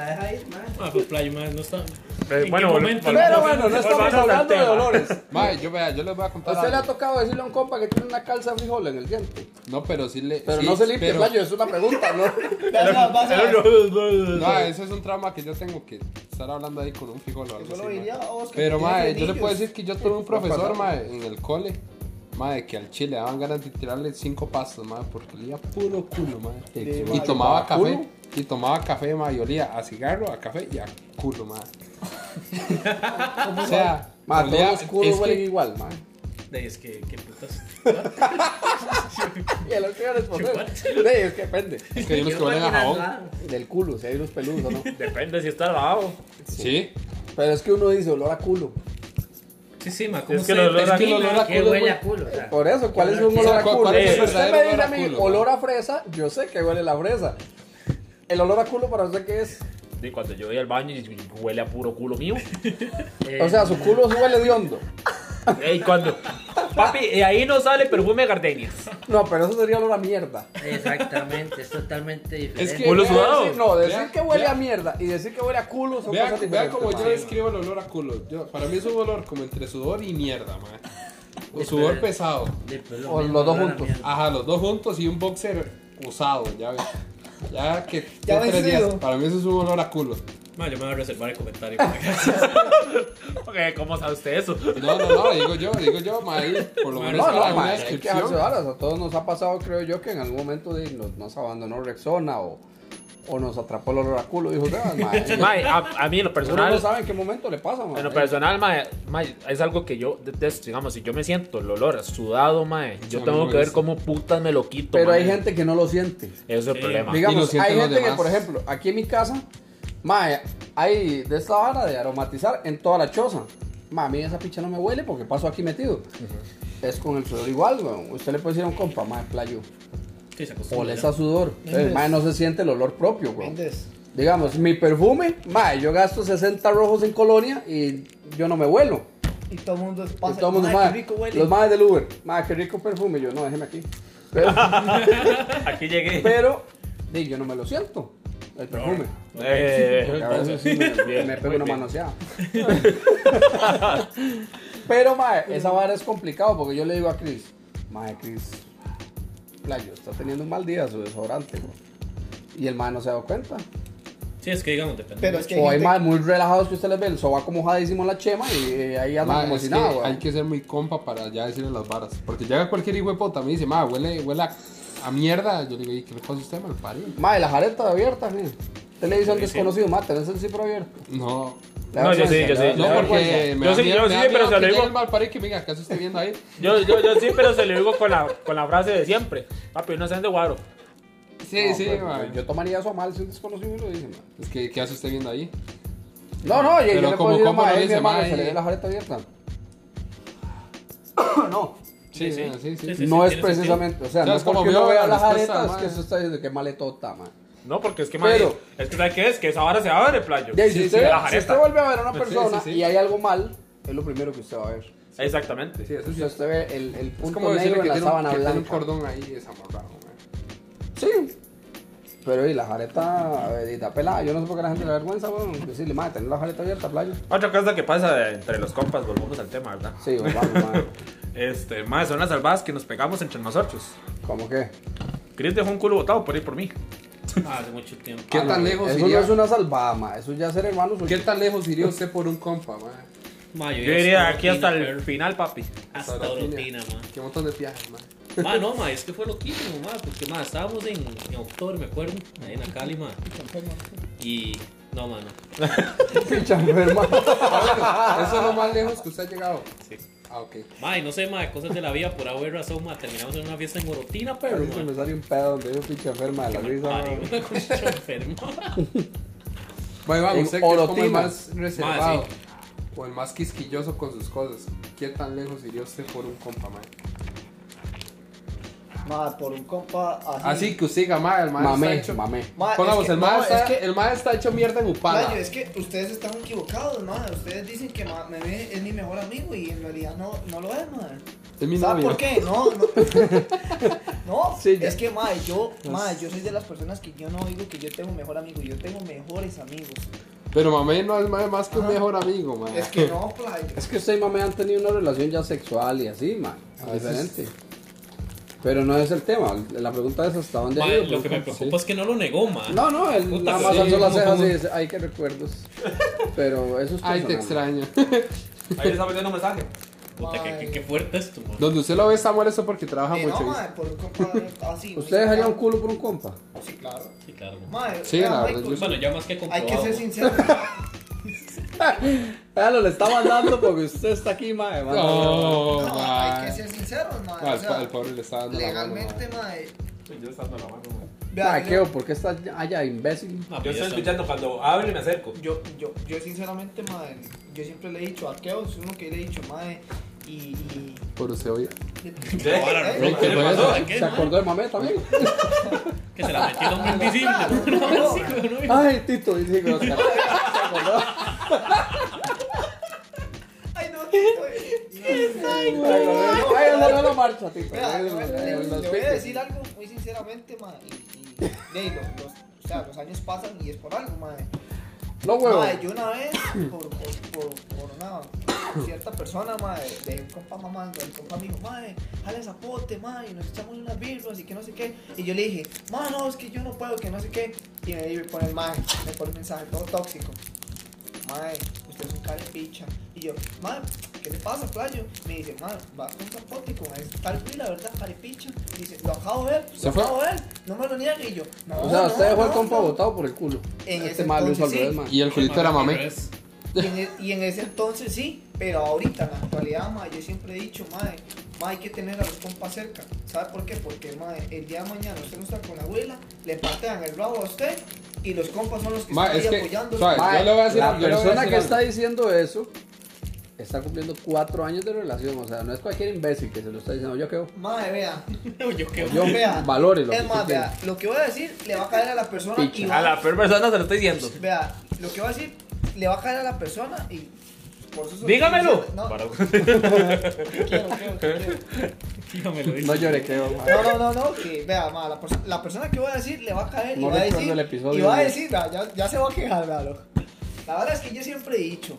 Speaker 9: deja ir, ma.
Speaker 6: Ah, pues playa, ma, no está.
Speaker 10: Eh,
Speaker 6: qué
Speaker 10: bueno,
Speaker 6: momento?
Speaker 10: volvemos-
Speaker 7: Pero bueno, no estamos
Speaker 10: volvamos al
Speaker 7: hablando de
Speaker 10: tema. [LAUGHS]
Speaker 7: dolores.
Speaker 8: Madre, yo, vea, yo les voy a
Speaker 7: ¿A
Speaker 8: contar.
Speaker 7: usted le ha
Speaker 8: algo.
Speaker 7: tocado decirle a un compa que tiene una calza de frijol en el diente?
Speaker 8: No, pero sí le.
Speaker 7: Pero
Speaker 8: sí,
Speaker 7: no se limpia,
Speaker 8: pero-
Speaker 7: playo, es una pregunta, ¿no?
Speaker 8: No, ese es un trauma que yo tengo que estar hablando ahí con un frijol o algo
Speaker 4: Yo
Speaker 8: así,
Speaker 4: lo
Speaker 8: mae.
Speaker 4: diría a vos, que
Speaker 8: Pero,
Speaker 4: tiene
Speaker 8: mae, yo le
Speaker 4: frenillos.
Speaker 8: puedo decir que yo tuve un profesor,
Speaker 7: pasado.
Speaker 8: mae, en el cole, mae, que al chile daban ganas de tirarle cinco pastos, mae, porque olía puro culo, mae. Y
Speaker 7: mae,
Speaker 8: tomaba
Speaker 7: ¿a
Speaker 8: café,
Speaker 7: culo?
Speaker 8: y tomaba café, mae, y olía a cigarro, a café y a culo, mae. o sea,
Speaker 7: Ma, todos
Speaker 8: olía-
Speaker 7: los culos
Speaker 8: es que-
Speaker 7: huelen igual, man.
Speaker 6: De, es que, qué putas.
Speaker 7: Y el otro iba a responder. Sí, es que depende.
Speaker 8: es que hay unos que huelen a jabón.
Speaker 9: ah.
Speaker 7: Del culo, si hay unos peludos o no.
Speaker 10: Depende si está lavado.
Speaker 8: Sí.
Speaker 7: Pero es que uno dice olor a culo.
Speaker 6: Sí, sí, ma, ¿cómo
Speaker 10: Es que
Speaker 6: se
Speaker 10: el olor a
Speaker 6: determina
Speaker 8: culo, el olor a
Speaker 6: que
Speaker 8: culo,
Speaker 6: huele
Speaker 8: güey.
Speaker 6: a culo? O sea,
Speaker 7: Por eso, ¿cuál es un
Speaker 8: O
Speaker 7: olor
Speaker 8: sea,
Speaker 7: a
Speaker 8: ¿cuál-
Speaker 7: culo?
Speaker 8: cuál es el
Speaker 7: Si usted me
Speaker 8: verdadero
Speaker 7: dice a
Speaker 8: olor a
Speaker 7: mí
Speaker 8: culo,
Speaker 7: olor a fresa, yo sé que huele la fresa. El olor a culo para usted qué es.
Speaker 10: Y cuando yo voy al baño y huele a puro culo mío. Eh,
Speaker 7: O sea, su culo huele de hondo.
Speaker 10: eh, y cuando. Papi, eh, ahí no sale perfume de gardenias.
Speaker 7: No, pero eso sería olor a mierda.
Speaker 9: Exactamente, es totalmente diferente.
Speaker 8: que-
Speaker 10: Culo
Speaker 8: Vea,
Speaker 10: sudado.
Speaker 7: Decir- no, decir
Speaker 8: Vea,
Speaker 7: que huele
Speaker 8: vea.
Speaker 7: a mierda y decir que huele a culo son
Speaker 8: Vean
Speaker 7: cosas
Speaker 8: vean
Speaker 7: diferentes.
Speaker 8: cómo yo
Speaker 7: madre.
Speaker 8: describo el olor a culo. Yo, para mí es un olor como entre sudor y mierda, mae. O sudor pesado.
Speaker 9: De- pues, lo
Speaker 7: O
Speaker 9: mismo,
Speaker 7: los dos
Speaker 9: no la
Speaker 7: juntos.
Speaker 9: mierda.
Speaker 8: Ajá, los dos juntos y un boxer usado, ya ves. Ya que
Speaker 4: Ya
Speaker 8: ya tres
Speaker 4: vencido.
Speaker 8: días. Para mí eso es un olor a culo.
Speaker 6: ma, yo me voy a reservar el comentario. ma, gracias.
Speaker 10: [LAUGHS] Ok, ¿cómo sabe usted eso?
Speaker 8: No, no, no, digo yo, digo yo, mae, por lo
Speaker 6: No,
Speaker 8: menos
Speaker 7: No,
Speaker 8: para
Speaker 7: no,
Speaker 8: una
Speaker 7: madre, hay que dejarse
Speaker 8: descripción.
Speaker 7: varas. A todos nos ha pasado, creo yo, que en algún momento de- nos, nos abandonó Rexona o, o nos atrapó el olor a culo. Dijo, "Ah, madre,
Speaker 10: [LAUGHS] Mae, a, a mí en lo
Speaker 7: uno no
Speaker 10: personal.
Speaker 7: sabe en qué momento le pasa, madre".
Speaker 10: En lo personal, mae, mae, es algo que yo detesto. Digamos, si yo me siento el olor sudado, mae, yo
Speaker 8: A mí no
Speaker 10: tengo
Speaker 8: me
Speaker 10: que ver
Speaker 8: gusta.
Speaker 10: cómo putas me lo quito.
Speaker 7: Pero hay
Speaker 10: mae.
Speaker 7: gente que no lo siente.
Speaker 10: Ese es el
Speaker 3: Ah,
Speaker 10: problema.
Speaker 8: Y lo
Speaker 7: Digamos,
Speaker 8: sienten
Speaker 7: hay
Speaker 8: los
Speaker 7: gente que,
Speaker 8: demás.
Speaker 7: por ejemplo, aquí en mi casa, mae, hay de esta vara de aromatizar en toda la choza. Ma, a mí esa picha no me huele porque paso aquí metido. Es con el sudor igual, weón. Usted le puede decir a un compa, mae, playo,
Speaker 6: [LAUGHS] Sí, se acostumbra,
Speaker 7: oles
Speaker 6: ya.
Speaker 7: a sudor. El mae no se siente el olor propio, weón.
Speaker 4: Méndez.
Speaker 7: Digamos, mi perfume, mae, yo gasto 60 rojos en colonia y yo no me huelo.
Speaker 4: Y todo el mundo
Speaker 7: Y
Speaker 4: pasa.
Speaker 7: todo el mundo,
Speaker 4: "Mae,
Speaker 7: mae,
Speaker 4: qué rico huele".
Speaker 7: los maes del Uber, mae, qué rico perfume. Yo, no, déjeme aquí. Pero,
Speaker 10: Aquí llegué.
Speaker 7: pero, di, yo no me lo siento, el perfume.
Speaker 10: Eh,
Speaker 7: A veces sí me,
Speaker 10: [LAUGHS] Bien,
Speaker 7: me
Speaker 10: muy
Speaker 7: pego una
Speaker 10: bien.
Speaker 7: manoseada. [LAUGHS] Pero, mae, esa vara es complicado porque yo le digo a Chris, mae, Chris, playo, está teniendo un mal día su desodorante, bro. Y el mae no se da cuenta.
Speaker 6: Sí, es que digamos, depende.
Speaker 4: Pero es que. hay
Speaker 7: O hay
Speaker 4: gente-
Speaker 7: más muy relajados que usted les ve, el sobaco mojadísimo en la chema y eh, ahí andan
Speaker 8: Mae,
Speaker 7: como
Speaker 8: es
Speaker 7: si
Speaker 8: que
Speaker 7: nada, güey.
Speaker 8: hay que ser muy compa para ya decirle las varas. Porque llega cualquier hijo de puta, me dice, ma, huele, huele a, a mierda. Yo le digo, ¿y qué le pasa a usted, mal parido?
Speaker 7: Mae, la jareta abierta, güey. Usted le dice a un desconocido, mae, tenés el cipro abierto.
Speaker 8: No,
Speaker 7: Le da
Speaker 10: No, yo sí,
Speaker 7: vergüenza,
Speaker 10: yo
Speaker 7: le da-
Speaker 10: sí.
Speaker 7: le da
Speaker 8: No, porque
Speaker 7: vergüenza.
Speaker 8: me
Speaker 10: Yo
Speaker 8: da
Speaker 10: sí,
Speaker 8: miedo-
Speaker 10: yo
Speaker 8: me da
Speaker 10: sí,
Speaker 8: miedo
Speaker 10: pero se lo
Speaker 8: que
Speaker 10: digo.
Speaker 8: llegue el mal parido y que me diga, ¿acaso estoy viendo ahí?
Speaker 10: Yo, yo, yo sí, pero se lo digo con la, con la frase de siempre. Papi, no sean de guaro.
Speaker 8: Sí,
Speaker 7: No,
Speaker 8: sí,
Speaker 7: pero
Speaker 8: mae.
Speaker 7: pues, Yo tomaría eso a mal si un desconocido me lo dice, mae.
Speaker 8: Es que, ¿qué hace usted viendo ahí?
Speaker 7: No, no, yo, yo
Speaker 8: Pero
Speaker 7: le
Speaker 8: como-
Speaker 7: puedo decir,
Speaker 8: ¿cómo lo
Speaker 7: mae, mi
Speaker 8: dice,
Speaker 7: hermano,
Speaker 8: mae?
Speaker 7: se le ve la jareta abierta. [COUGHS] no,
Speaker 8: Sí, sí, sí.
Speaker 6: sí, sí.
Speaker 7: no es
Speaker 6: tiene
Speaker 7: precisamente, o sea,
Speaker 8: O sea,
Speaker 7: no
Speaker 8: es
Speaker 7: es
Speaker 8: como
Speaker 7: como porque uno
Speaker 8: vio
Speaker 7: vea
Speaker 8: la
Speaker 7: las
Speaker 8: respuesta,
Speaker 7: jaretas,
Speaker 8: mae.
Speaker 7: que eso está diciendo que tota, maletota, man.
Speaker 10: No, porque es que, mae,
Speaker 7: Pero-
Speaker 10: es que ¿sabes qué es? Que esa vara se abre, playo.
Speaker 7: Y ahí,
Speaker 8: sí, Pues
Speaker 7: si, usted,
Speaker 10: de la
Speaker 7: si
Speaker 10: jareta.
Speaker 7: usted vuelve a ver a una
Speaker 8: Sí, sí,
Speaker 7: persona
Speaker 8: sí.
Speaker 7: y hay algo mal, es lo primero que usted va a ver.
Speaker 10: Exactamente.
Speaker 8: Sí, eso
Speaker 7: O sea,
Speaker 8: sí.
Speaker 7: usted ve el, el
Speaker 8: Es
Speaker 7: punto
Speaker 8: como decirle
Speaker 7: negro en
Speaker 8: que
Speaker 7: la
Speaker 8: tiene, un,
Speaker 7: sábana
Speaker 8: que tiene un
Speaker 7: blanca.
Speaker 8: cordón ahí desamarrado, mae.
Speaker 7: Sí. Pero y la jareta a ver, y está pelada. Yo no sé por qué la gente le da vergüenza, weón. Decirle, madre, tener la jareta abierta, playa.
Speaker 10: Otra cosa que pasa entre los compas, volvemos al tema, ¿verdad?
Speaker 7: Sí, pues, vamos, madre.
Speaker 10: Este, mae, son las salvadas que nos pegamos entre nosotros.
Speaker 7: ¿Cómo qué?
Speaker 10: Chris dejó un culo botado por ir por mí.
Speaker 6: Ah, hace mucho tiempo.
Speaker 8: ¿Qué
Speaker 7: Ah,
Speaker 8: tan
Speaker 7: no,
Speaker 8: lejos
Speaker 7: Eso
Speaker 8: iría?
Speaker 7: no es una salvada, madre. Eso ya es ser hermanos.
Speaker 8: ¿Qué tan lejos iría usted por un compa, mae?
Speaker 6: Ma,
Speaker 10: Yo
Speaker 6: ya
Speaker 10: diría
Speaker 6: estoy
Speaker 10: aquí hasta
Speaker 6: rutina,
Speaker 10: el
Speaker 6: perro.
Speaker 10: final, papi.
Speaker 6: Hasta
Speaker 8: Hasta la
Speaker 6: rutina, ma.
Speaker 8: Qué montón de viajes, mae.
Speaker 6: Ma, no, ma, es que fue loquísimo, ma, porque, ma, estábamos en, en octubre, me acuerdo, ahí en la Cali, ma. Y, no, ma, no.
Speaker 7: [LAUGHS] Picha enferma.
Speaker 8: [LAUGHS] Ah, Eso es lo más lejos que usted ha llegado.
Speaker 6: Sí.
Speaker 8: Ah, ok.
Speaker 6: Mae, no sé, mae, cosas de la vida, por haber razón, mae, terminamos en una fiesta en Gorotina, pero,
Speaker 8: Ahorita
Speaker 6: mae.
Speaker 8: me sale un pedo donde yo pinche enferma de la
Speaker 6: Mae,
Speaker 8: risa. mae.
Speaker 7: "Ah,
Speaker 6: una cosa enferma.
Speaker 8: Bueno, vamos,
Speaker 7: En
Speaker 8: usted que es como el
Speaker 7: Orotina.
Speaker 8: más reservado
Speaker 6: sí.
Speaker 8: o el más quisquilloso con sus cosas. ¿Qué tan lejos iría usted por un compa, mae?
Speaker 4: Madre, por un compa así.
Speaker 8: Así que usted diga, mae, el mae está
Speaker 7: Ah, Mamé,
Speaker 8: hecho.
Speaker 7: mamé.
Speaker 4: Mae,
Speaker 8: Pongamos,
Speaker 4: es que-
Speaker 8: el, mae
Speaker 4: no,
Speaker 8: está,
Speaker 4: es que-
Speaker 8: el mae está hecho mierda en Upala.
Speaker 4: Mayo, es que ustedes están equivocados, madre. Ustedes dicen que ma- Memé es mi mejor amigo y en realidad no, no lo es, madre.
Speaker 8: Es mi
Speaker 4: ¿Sabes
Speaker 8: novio.
Speaker 4: por qué? No, no.
Speaker 8: [LAUGHS]
Speaker 4: no,
Speaker 8: Sí, ya.
Speaker 4: es que, madre, yo, madre, yo soy de las personas que yo no digo que yo tengo mejor amigo, yo tengo mejores amigos.
Speaker 8: Pero mamé no es mae más que un
Speaker 4: Ajá.
Speaker 8: mejor amigo, mae.
Speaker 4: Es que no, playo.
Speaker 7: Es que usted y mamá han tenido una relación ya sexual y así, man.
Speaker 8: A veces.
Speaker 7: Diferente. Pero no es el tema. La pregunta es hasta dónde ha
Speaker 6: Mae,
Speaker 7: ido. pues,
Speaker 6: lo que me preocupa es que no lo negó, mae.
Speaker 7: No, no, él
Speaker 6: Puta,
Speaker 7: nada más
Speaker 6: sí,
Speaker 7: alzó las
Speaker 8: como-
Speaker 7: cejas y
Speaker 8: como-
Speaker 7: dice, ay, qué
Speaker 8: [LAUGHS]
Speaker 7: recuerdos. Pero eso es
Speaker 8: Ay, te
Speaker 7: personal.
Speaker 8: extraño.
Speaker 10: Ahí le está metiendo un mensaje.
Speaker 6: Puta, qué, qué- qué fuerte esto, mae.
Speaker 8: Donde usted lo ve está molesto porque trabaja
Speaker 4: Eh,
Speaker 8: mucho.
Speaker 4: no,
Speaker 8: y-
Speaker 4: madre, por un compa eh, ah, así. muy
Speaker 7: ¿Usted dejaría un
Speaker 4: cercano.
Speaker 7: culo por un compa?
Speaker 4: Sí, claro.
Speaker 6: Sí, claro, mae.
Speaker 4: Madre,
Speaker 8: Sí,
Speaker 4: vea,
Speaker 8: la
Speaker 4: Michael,
Speaker 8: verdad, yo
Speaker 6: Bueno, ya más que
Speaker 4: Hay
Speaker 6: comprobado.
Speaker 4: que ser
Speaker 8: [LAUGHS]
Speaker 4: sincero.
Speaker 7: Claro, le está mandando porque usted está aquí, mae. mae.
Speaker 8: Oh,
Speaker 4: No, hay
Speaker 8: mae.
Speaker 4: que ser sinceros, madre.
Speaker 8: Ah,
Speaker 4: o
Speaker 8: el,
Speaker 4: sea,
Speaker 8: pa- el pobre le está dando
Speaker 4: legalmente,
Speaker 8: la mano,
Speaker 4: madre.
Speaker 10: Yo estando la mano, güey.
Speaker 4: vea,
Speaker 7: Mae,
Speaker 4: yo-
Speaker 7: ¿qué? ¿Por qué está allá, imbécil?
Speaker 6: Ah,
Speaker 10: Yo
Speaker 6: pues ya
Speaker 10: estoy
Speaker 6: está.
Speaker 10: escuchando cuando hablo y me acerco.
Speaker 4: Yo, yo, yo sinceramente, madre, yo siempre le he dicho a Keo, es uno que le he dicho, madre, y... y
Speaker 8: mae. Por usted oye.
Speaker 4: [LAUGHS]
Speaker 10: Ahora,
Speaker 4: ¿Eh?
Speaker 10: Ron, ¿qué le
Speaker 7: Por
Speaker 10: pasó?
Speaker 7: eso,
Speaker 6: ¿Qué,
Speaker 7: ¿Se
Speaker 6: mae?
Speaker 7: acordó de mamé también?
Speaker 6: Que se la metió el hombre
Speaker 4: [LAUGHS]
Speaker 6: invisible.
Speaker 4: No, no,
Speaker 6: Sí, güey, no,
Speaker 7: Ay, Tito, dice que Oscar.
Speaker 4: Ay, no, Tito,
Speaker 7: [LAUGHS] Ay, no, no, no marcha, Tito.
Speaker 4: Vea,
Speaker 7: Ay,
Speaker 4: le voy- le
Speaker 7: los
Speaker 4: le voy a
Speaker 7: picos.
Speaker 4: decir algo muy sinceramente, madre, y, y de ahí, los, los- o sea, los años pasan y es por algo, madre.
Speaker 7: No, huevo.
Speaker 4: Madre, yo una vez, por, por, por, por una cierta persona, madre, de un compa mamando, el compa me dijo, madre, jale zapote, madre, y nos echamos unas birras y que no sé qué. Y yo le dije, madre, no, es que yo no puedo, que no sé qué. Y me pone el madre, me pone un mensaje todo tóxico. Madre, usted es un cara de picha. Y yo, madre, ¿qué le pasa, playo? Me dice, madre, va con zapote con ese tal güey, la verdad, cara de picha. Dice, lo acabo de ver,
Speaker 8: ¿Se
Speaker 4: lo
Speaker 8: fue?
Speaker 4: acabo de ver, no me lo niegue. Y yo, no,
Speaker 7: O sea, usted
Speaker 4: no,
Speaker 7: dejó el
Speaker 4: no,
Speaker 7: compa
Speaker 4: no".
Speaker 7: botado por el culo.
Speaker 4: En
Speaker 7: este
Speaker 4: ese
Speaker 7: mal uso al
Speaker 4: entonces,
Speaker 7: revés,
Speaker 4: sí.
Speaker 10: Ah,
Speaker 7: mae.
Speaker 8: Y el culito era mamé.
Speaker 4: Y en, e- y en ese entonces sí, pero ahorita en la actualidad, mae, yo siempre he dicho, mae, mae, hay que tener a los compas cerca. ¿Sabe por qué? Porque, mae, el día de mañana usted no está con la abuela, le patean el rabo a usted y los compas son los que están
Speaker 8: Mae,
Speaker 4: ahí
Speaker 8: es que,
Speaker 4: apoyando.
Speaker 8: suave,
Speaker 7: Mae,
Speaker 8: Yo le voy a decir-
Speaker 7: la
Speaker 8: yo le voy a
Speaker 7: persona
Speaker 8: decir
Speaker 7: que
Speaker 8: algo.
Speaker 7: está diciendo eso está cumpliendo cuatro años de relación. O sea, no es cualquier imbécil que se lo está diciendo. Yo quedo.
Speaker 4: Mae, vea,
Speaker 6: Yo qué
Speaker 7: Yo
Speaker 4: vea.
Speaker 7: valore lo que
Speaker 4: es más,
Speaker 7: usted
Speaker 4: vea, lo que voy a decir le va a caer a la persona y va
Speaker 10: A la peor persona se lo estoy diciendo.
Speaker 4: Vea, lo que voy a decir le va a caer a la persona y. Por eso
Speaker 10: ¡Dígamelo!
Speaker 4: No,
Speaker 10: Para-
Speaker 4: que quiero, quiero, que quiero.
Speaker 6: Tío, me lo
Speaker 7: tiene.
Speaker 6: dice.
Speaker 7: No llore, quedo. mae.
Speaker 4: No, no, no, no, que vea, ma, la, pers- la persona que voy a decir le va a caer y
Speaker 7: No
Speaker 4: va a
Speaker 7: recuerdo
Speaker 4: decir.
Speaker 7: el episodio,
Speaker 4: y va a
Speaker 7: ¿no?
Speaker 4: decir, ma, ya, ya se va a quejar, véalo. La verdad es que yo siempre he dicho,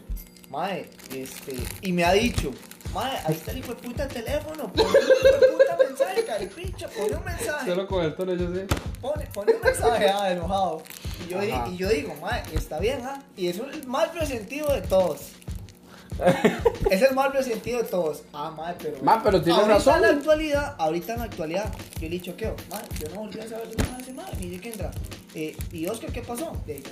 Speaker 4: mae, este, y me ha dicho, mae, ahí está el hijo de puta teléfono, pon un hijo de puta mensaje, caripicha, pon un mensaje,
Speaker 8: Solo con el tono yo sé.
Speaker 4: pone, pone un mensaje, ah, enojado. Y yo, di-
Speaker 7: Ajá.
Speaker 4: y yo digo, mae, está bien, ah, y es el más resentido de
Speaker 7: [LAUGHS]
Speaker 4: todos. es el más resentido de todos. Ah, mae, pero.
Speaker 7: Ma, pero tiene
Speaker 4: ahorita
Speaker 7: razón.
Speaker 4: En la actualidad, ahorita en la actualidad, yo le he dicho, ¿qué? Mae, yo no volví a saber de nada de ese mae, ni de qué entra. Eh, ¿Y Oscar qué pasó? Le digo,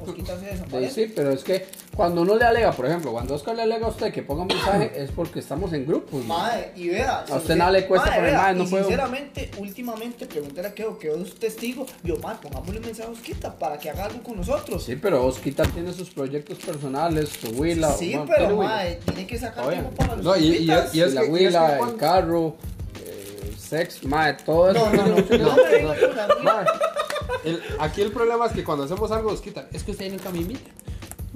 Speaker 4: Oscar se
Speaker 7: De-
Speaker 4: desaparece.
Speaker 7: Sí, pero es que cuando uno le alega, por ejemplo, cuando Oscar le alega a usted que ponga un mensaje, es porque estamos en grupos. mae.
Speaker 4: Madre, y vea.
Speaker 7: A usted
Speaker 4: sincer-
Speaker 7: nada le cuesta
Speaker 4: Madre,
Speaker 7: poner,
Speaker 4: vea,
Speaker 7: madre, no
Speaker 4: y
Speaker 7: puedo.
Speaker 4: Sinceramente, últimamente pregunté a Keo, Keo es testigo. Yo, madre, pongámosle un mensaje a Osquita para que haga algo con nosotros.
Speaker 7: Sí, pero Osquita tiene sus proyectos personales, su huila.
Speaker 4: Sí,
Speaker 7: bueno,
Speaker 4: pero
Speaker 7: tiene huila.
Speaker 4: madre, tiene que sacar
Speaker 7: Oigan,
Speaker 4: tiempo para los
Speaker 8: no, y- y-
Speaker 4: compitas.
Speaker 8: y es
Speaker 7: la
Speaker 8: que- y es
Speaker 7: huila,
Speaker 8: que cuando-
Speaker 7: el carro, eh, sex, mae, todo eso.
Speaker 4: No, no,
Speaker 7: [LAUGHS]
Speaker 4: no, no me venga con la mía.
Speaker 8: Mae, el- aquí el problema es que cuando hacemos algo nos quitan. Es que usted nunca me invita.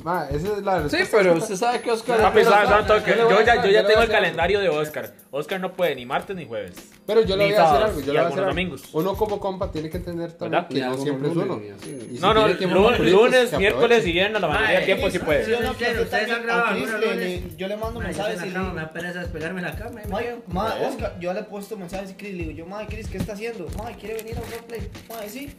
Speaker 8: Mae, esa es la
Speaker 7: Sí,
Speaker 8: respuesta.
Speaker 10: pues,
Speaker 7: pero usted sabe que Oscar.
Speaker 10: Papi, sabe, sabe todo que-
Speaker 8: Yo le voy
Speaker 10: Yo
Speaker 8: a
Speaker 10: ya,
Speaker 8: dar,
Speaker 10: yo
Speaker 8: yo
Speaker 10: ya
Speaker 8: le
Speaker 10: tengo
Speaker 8: voy a
Speaker 10: el
Speaker 8: dar.
Speaker 10: calendario de Oscar. Oscar no puede ni martes ni jueves.
Speaker 8: Pero yo le
Speaker 10: Ni
Speaker 8: voy a decir
Speaker 10: sábados,
Speaker 8: algo.
Speaker 10: y
Speaker 8: Yo le voy a
Speaker 10: algunos
Speaker 8: decir algo.
Speaker 10: domingos.
Speaker 8: Uno como compa tiene que entender también
Speaker 10: ¿Verdad?
Speaker 8: que no siempre es uno. Y si
Speaker 10: no, no,
Speaker 8: tiene tiempo
Speaker 10: lu-
Speaker 8: masculino, pues,
Speaker 10: lunes,
Speaker 8: que
Speaker 10: miércoles y
Speaker 8: aproveche.
Speaker 10: viernes, la mayoría
Speaker 6: Mae,
Speaker 10: del tiempo sí puede.
Speaker 9: Yo no quiero, ustedes han grabado
Speaker 4: A Chris
Speaker 9: algunos
Speaker 4: le-
Speaker 9: lunes.
Speaker 4: le- Yo le mando
Speaker 9: Mae, yo estoy en
Speaker 4: mensajes
Speaker 9: la
Speaker 4: y le
Speaker 9: cama,
Speaker 4: digo.
Speaker 9: me da pereza despegarme de la cama. ahí me
Speaker 4: Mae,
Speaker 9: quedo.
Speaker 4: mae, Oscar, yo le he puesto mensajes a Chris, le digo, yo, madre, Chris, ¿qué está haciendo? Madre, ¿quiere venir a un roleplay? Madre, sí.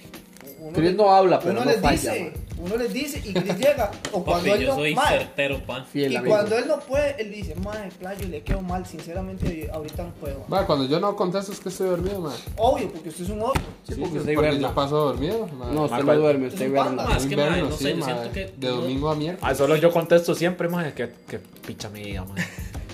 Speaker 4: Uno
Speaker 7: Chris
Speaker 4: le-
Speaker 7: no habla, pero
Speaker 4: uno
Speaker 7: no
Speaker 4: les
Speaker 7: falla,
Speaker 4: dice,
Speaker 7: mae.
Speaker 4: uno les dice y Chris llega. O cuando
Speaker 6: Papi,
Speaker 4: él
Speaker 6: yo
Speaker 4: no,
Speaker 6: soy
Speaker 4: mae,
Speaker 6: certero, pan.
Speaker 7: Fiel
Speaker 4: y
Speaker 7: amigo.
Speaker 4: cuando él no puede, él dice, madre, playo, le quedo mal, sinceramente, yo ahorita no puedo.
Speaker 8: Mae, cuando yo no contesto es que estoy dormido, mae.
Speaker 4: Obvio, porque usted es un obvio.
Speaker 7: Sí, porque
Speaker 8: Sí, pues,
Speaker 7: usted
Speaker 8: porque
Speaker 7: verla.
Speaker 8: yo paso dormido, mae.
Speaker 7: No, usted
Speaker 10: Marco,
Speaker 7: no duerme,
Speaker 4: es
Speaker 7: usted
Speaker 4: un
Speaker 7: verla.
Speaker 4: panda.
Speaker 6: es que,
Speaker 8: Inverno,
Speaker 6: mae, no sé,
Speaker 8: sí,
Speaker 6: yo siento
Speaker 8: mae,
Speaker 6: que-
Speaker 8: De domingo a miércoles.
Speaker 10: Ah, solo yo contesto siempre, madre. Que, que picha mi vida, madre.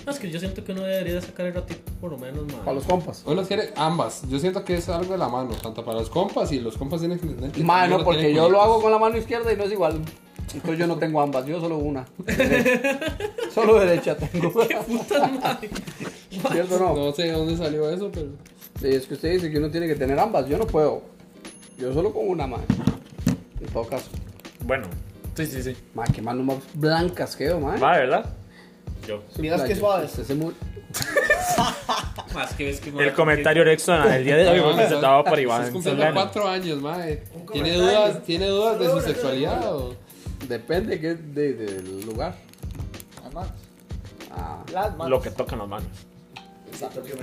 Speaker 6: No, es que yo siento que uno debería sacar el ratito, por lo menos,
Speaker 7: Para
Speaker 6: más.
Speaker 7: los compas.
Speaker 8: Uno quiere ambas. Yo siento que es algo de la mano, tanto para los compas y los compas tienen que entender que
Speaker 7: Madre,
Speaker 8: uno
Speaker 7: no, porque
Speaker 8: tiene
Speaker 7: yo lo
Speaker 8: culitos.
Speaker 7: hago con la mano izquierda y no es igual. Entonces yo no tengo ambas, yo solo una. solo
Speaker 8: [LAUGHS]
Speaker 7: derecha tengo. ¿Cierto o no?
Speaker 8: No sé de dónde salió eso, pero.
Speaker 7: Sí, es que usted dice que uno tiene que tener ambas. Yo no puedo. Yo solo con una, madre. En todo caso.
Speaker 10: Bueno, sí, sí, sí.
Speaker 7: Madre, qué manos más blancas quedo, madre.
Speaker 10: Va, ¿verdad?
Speaker 4: Miras qué suaves.
Speaker 7: Usted se mu-
Speaker 6: Más que ves que
Speaker 10: El comentario Rexona del día de hoy fue
Speaker 8: Mae,
Speaker 10: presentado por
Speaker 8: estás
Speaker 10: Iván.
Speaker 8: cumpliendo
Speaker 10: Solano.
Speaker 8: cuatro años, mae. ¿Tiene
Speaker 4: comentario.
Speaker 8: dudas, ¿Tiene dudas de su
Speaker 4: Dudas, dudas,
Speaker 8: sexualidad? o-
Speaker 7: Depende que de- del lugar.
Speaker 4: Las manos.
Speaker 7: Ah,
Speaker 4: Las manos.
Speaker 10: Lo que tocan las manos.
Speaker 4: Exacto, que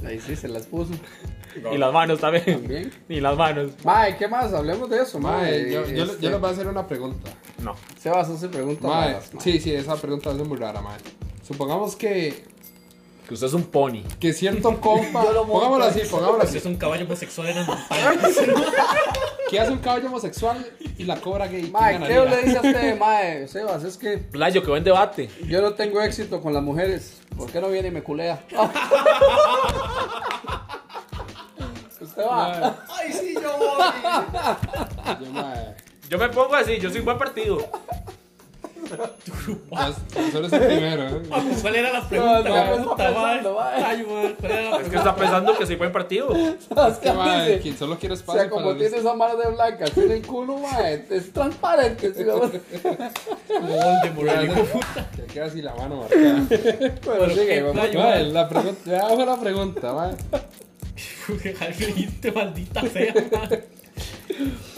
Speaker 4: me- [LAUGHS]
Speaker 7: ahí sí se las puso.
Speaker 10: Y las manos también.
Speaker 7: También.
Speaker 10: [LAUGHS] Y las manos.
Speaker 7: Mae, ¿qué más? Hablemos de eso, mae.
Speaker 8: Mae, yo, yo,
Speaker 7: Este,
Speaker 8: yo les voy a hacer una pregunta.
Speaker 10: No.
Speaker 7: Sebas hace preguntas
Speaker 8: Mae,
Speaker 7: raras, mae.
Speaker 8: sí, sí, esa pregunta es muy rara, mae. Supongamos que,
Speaker 10: Que usted es un pony.
Speaker 7: [LAUGHS]
Speaker 8: que cierto compa.
Speaker 4: Yo lo monto.
Speaker 8: pongámoslo así, pongámoslo
Speaker 6: Si
Speaker 8: así.
Speaker 6: es un caballo homosexual [LAUGHS] en la montaña.
Speaker 8: ¿Qué hace un caballo homosexual y la cobra gay?
Speaker 7: [LAUGHS]
Speaker 8: ¿Quién
Speaker 7: Mae, ¿qué
Speaker 8: ganaría?
Speaker 7: le dice a usted, mae? Sebas, es que
Speaker 10: Playo, que buen debate.
Speaker 7: yo no tengo éxito con las mujeres. ¿Por qué no viene y me culea? [LAUGHS] usted va.
Speaker 4: Ay, sí, yo voy.
Speaker 8: Yo, mae,
Speaker 10: Yo me pongo así, yo soy buen partido.
Speaker 8: yo- yo eres el primero, eh.
Speaker 6: ¿Cuál era la pregunta?
Speaker 7: No, no,
Speaker 6: la
Speaker 7: no,
Speaker 6: puta,
Speaker 7: no,
Speaker 6: madre.
Speaker 7: no, no,
Speaker 6: Ay, madre, ¿cuál era la
Speaker 10: Es
Speaker 6: pregunta?
Speaker 10: que está pensando que soy buen partido.
Speaker 7: Es que
Speaker 8: Que, mae,
Speaker 7: dice,
Speaker 8: quien solo quiere
Speaker 7: O
Speaker 8: espacio
Speaker 7: sea, como
Speaker 8: para
Speaker 7: tiene esas manos de blanca, tiene el culo, mae. Es transparente. ¿sí?
Speaker 6: Voldemort, el hijo puta.
Speaker 8: Que queda así la mano
Speaker 7: [LAUGHS]
Speaker 8: marcada.
Speaker 7: Pero sigue,
Speaker 6: qué
Speaker 7: vamos.
Speaker 6: playo,
Speaker 8: Mae, la pregunta, ya hago la pregunta, mae.
Speaker 6: [LAUGHS] Jaliste, maldita sea, madre.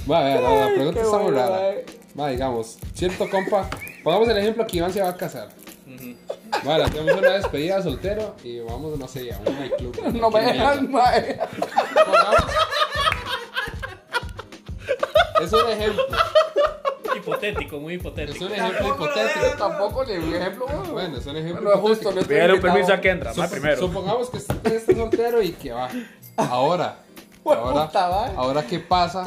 Speaker 8: Mae, vea, la, la pregunta
Speaker 7: qué
Speaker 8: está muy
Speaker 7: bueno, eh.
Speaker 8: rara.
Speaker 7: mae.
Speaker 8: Mae, digamos, cierto compa, pongamos el ejemplo que Iván se va a casar. Vale, hacemos una despedida de soltero y vamos, no sé, a un nightclub.
Speaker 7: [LAUGHS] No me
Speaker 8: Cualquier
Speaker 7: dejan,
Speaker 8: mierda.
Speaker 7: mae.
Speaker 8: Pongamos- Es un ejemplo,
Speaker 6: Hipotético, muy
Speaker 8: es
Speaker 6: hipotético.
Speaker 8: un ejemplo
Speaker 7: Yo
Speaker 8: hipotético.
Speaker 7: tampoco ni un ejemplo, mae.
Speaker 8: Bueno, es un ejemplo
Speaker 7: Bueno, es
Speaker 8: hipotético.
Speaker 7: justo, no estoy
Speaker 10: Pídale un
Speaker 7: invitado.
Speaker 10: permiso a Kendra, más primero.
Speaker 8: Supongamos que usted está soltero y que va.
Speaker 7: [LAUGHS]
Speaker 8: Ahora. Ahora,
Speaker 7: puta, va.
Speaker 8: ahora qué pasa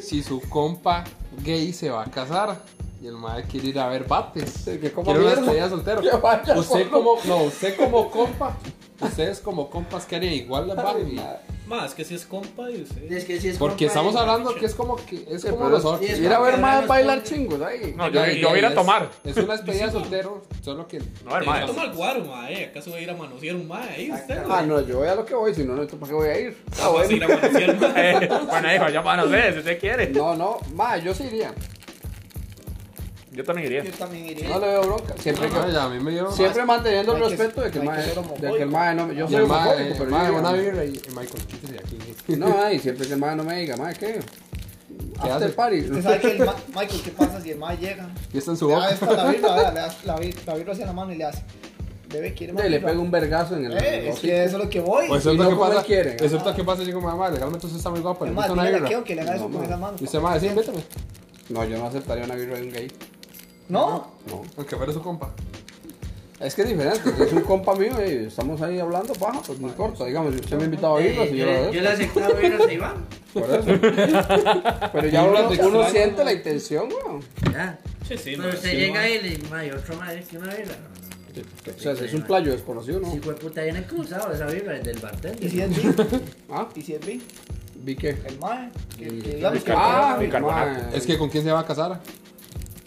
Speaker 8: si su compa gay se va a casar y el madre quiere ir a ver bates.
Speaker 7: Sí, que
Speaker 8: Quiere
Speaker 7: coma
Speaker 8: una
Speaker 7: mierda.
Speaker 8: despedida de soltero.
Speaker 7: [LAUGHS] Que vaya
Speaker 8: Usted
Speaker 7: solo.
Speaker 8: como, no, usted como compa, ustedes como compas que harían igual la baby.
Speaker 6: Más, que si es compa y usted.
Speaker 9: Es que si es
Speaker 8: Porque
Speaker 9: compa,
Speaker 8: estamos
Speaker 9: eh,
Speaker 8: hablando que es como que es
Speaker 7: Sí,
Speaker 8: como
Speaker 7: pero
Speaker 8: nosotros.
Speaker 9: sí, es
Speaker 7: Ir a ver
Speaker 9: Ahora
Speaker 7: mae
Speaker 9: nos
Speaker 7: bailar
Speaker 9: ponen-
Speaker 7: chingos ahí.
Speaker 10: No, yo, yo voy a ir a
Speaker 8: Es-
Speaker 10: tomar.
Speaker 8: Es una despedida de soltero, solo que
Speaker 10: No,
Speaker 6: Toma
Speaker 10: hermano.
Speaker 6: el guaro, mae. ¿Acaso voy a ir a manosear un mae ahí? Usted,
Speaker 7: Ah, no, yo voy a lo que voy, si no, no, ¿para qué voy a ir? Ah,
Speaker 6: Vas a
Speaker 7: bueno.
Speaker 6: ir a manosear un
Speaker 10: [LAUGHS]
Speaker 6: mae.
Speaker 10: Eh, [LAUGHS] bueno, hijo, ya van a ver si usted quiere.
Speaker 7: No, no, mae, yo sí iría.
Speaker 10: Yo también iría.
Speaker 4: Yo también iría.
Speaker 7: No le veo bronca. Siempre,
Speaker 8: Ay, a mí me dio
Speaker 7: siempre manteniendo el
Speaker 4: hay que ser-
Speaker 7: respeto de que el
Speaker 4: hay que
Speaker 7: mae,
Speaker 4: ser
Speaker 7: de que el mae no, yo
Speaker 8: Yo
Speaker 7: soy
Speaker 8: soy mae,
Speaker 7: homofóbico, pero
Speaker 8: mae,
Speaker 7: yo
Speaker 8: una
Speaker 7: iría.
Speaker 8: birra y y Michael, quítese de aquí.
Speaker 7: No, ay, siempre que el mae no me diga, mae, ¿qué? After
Speaker 8: hace?
Speaker 7: party.
Speaker 4: Usted sabe que el ma- Michael, ¿qué pasa si el ma llega?
Speaker 8: Y está en su
Speaker 4: Le da
Speaker 8: boca. [LAUGHS]
Speaker 4: esta a la birra, ¿verdad? le das la birra, la birra hacia la mano y le hace. Bebé, quiere más.
Speaker 7: Y le
Speaker 4: birra?"
Speaker 7: pego un vergazo en el.
Speaker 4: Eh, es
Speaker 7: hocico.
Speaker 4: que eso es lo que voy.
Speaker 8: O
Speaker 7: Y no
Speaker 8: excepto Pues que
Speaker 7: como
Speaker 8: pasa,
Speaker 7: él quiere.
Speaker 8: excepto que pasa, digo, mamá, legalmente usted está muy guapo, le
Speaker 4: es más,
Speaker 8: invito a una
Speaker 4: dile a
Speaker 8: birra.
Speaker 4: Keo que le haga eso
Speaker 7: No,
Speaker 4: con esa mano.
Speaker 8: Y usted, madre, sí, invítame.
Speaker 7: No, yo no aceptaría una birra de un gay.
Speaker 4: No,
Speaker 7: No.
Speaker 8: Aunque fuera su compa.
Speaker 7: Es que es diferente, si es un compa mío y estamos ahí hablando, paja, pues muy corto. Digamos, si usted me ha invitado a
Speaker 9: eh,
Speaker 7: birras y yo
Speaker 9: yo,
Speaker 7: la
Speaker 9: le- yo
Speaker 7: agradezco,
Speaker 9: le aceptaba ir a Iván.
Speaker 7: por eso. Pero ya
Speaker 8: Birras
Speaker 7: uno,
Speaker 8: de
Speaker 7: uno
Speaker 8: extraño,
Speaker 7: siente
Speaker 8: ¿no?
Speaker 7: la intención, weón.
Speaker 9: Ya.
Speaker 6: Sí, sí,
Speaker 9: Pero
Speaker 6: mae,
Speaker 9: usted
Speaker 6: sí,
Speaker 9: llega
Speaker 6: mae.
Speaker 9: ahí y le dice, "Mae, otro mae, que una vela.
Speaker 7: O sea, si es un playo desconocido,
Speaker 9: Si
Speaker 7: ¿no?
Speaker 9: fue puta, viene cruzado esa vibra desde el
Speaker 4: y
Speaker 9: bartender.
Speaker 4: si es B,
Speaker 7: Ah,
Speaker 4: y si es B,
Speaker 7: vi que.
Speaker 4: el mae. que- que digamos que-
Speaker 7: Ah,
Speaker 4: que-
Speaker 10: bicarbonato.
Speaker 7: mae.
Speaker 8: Es que con quién se va a casar,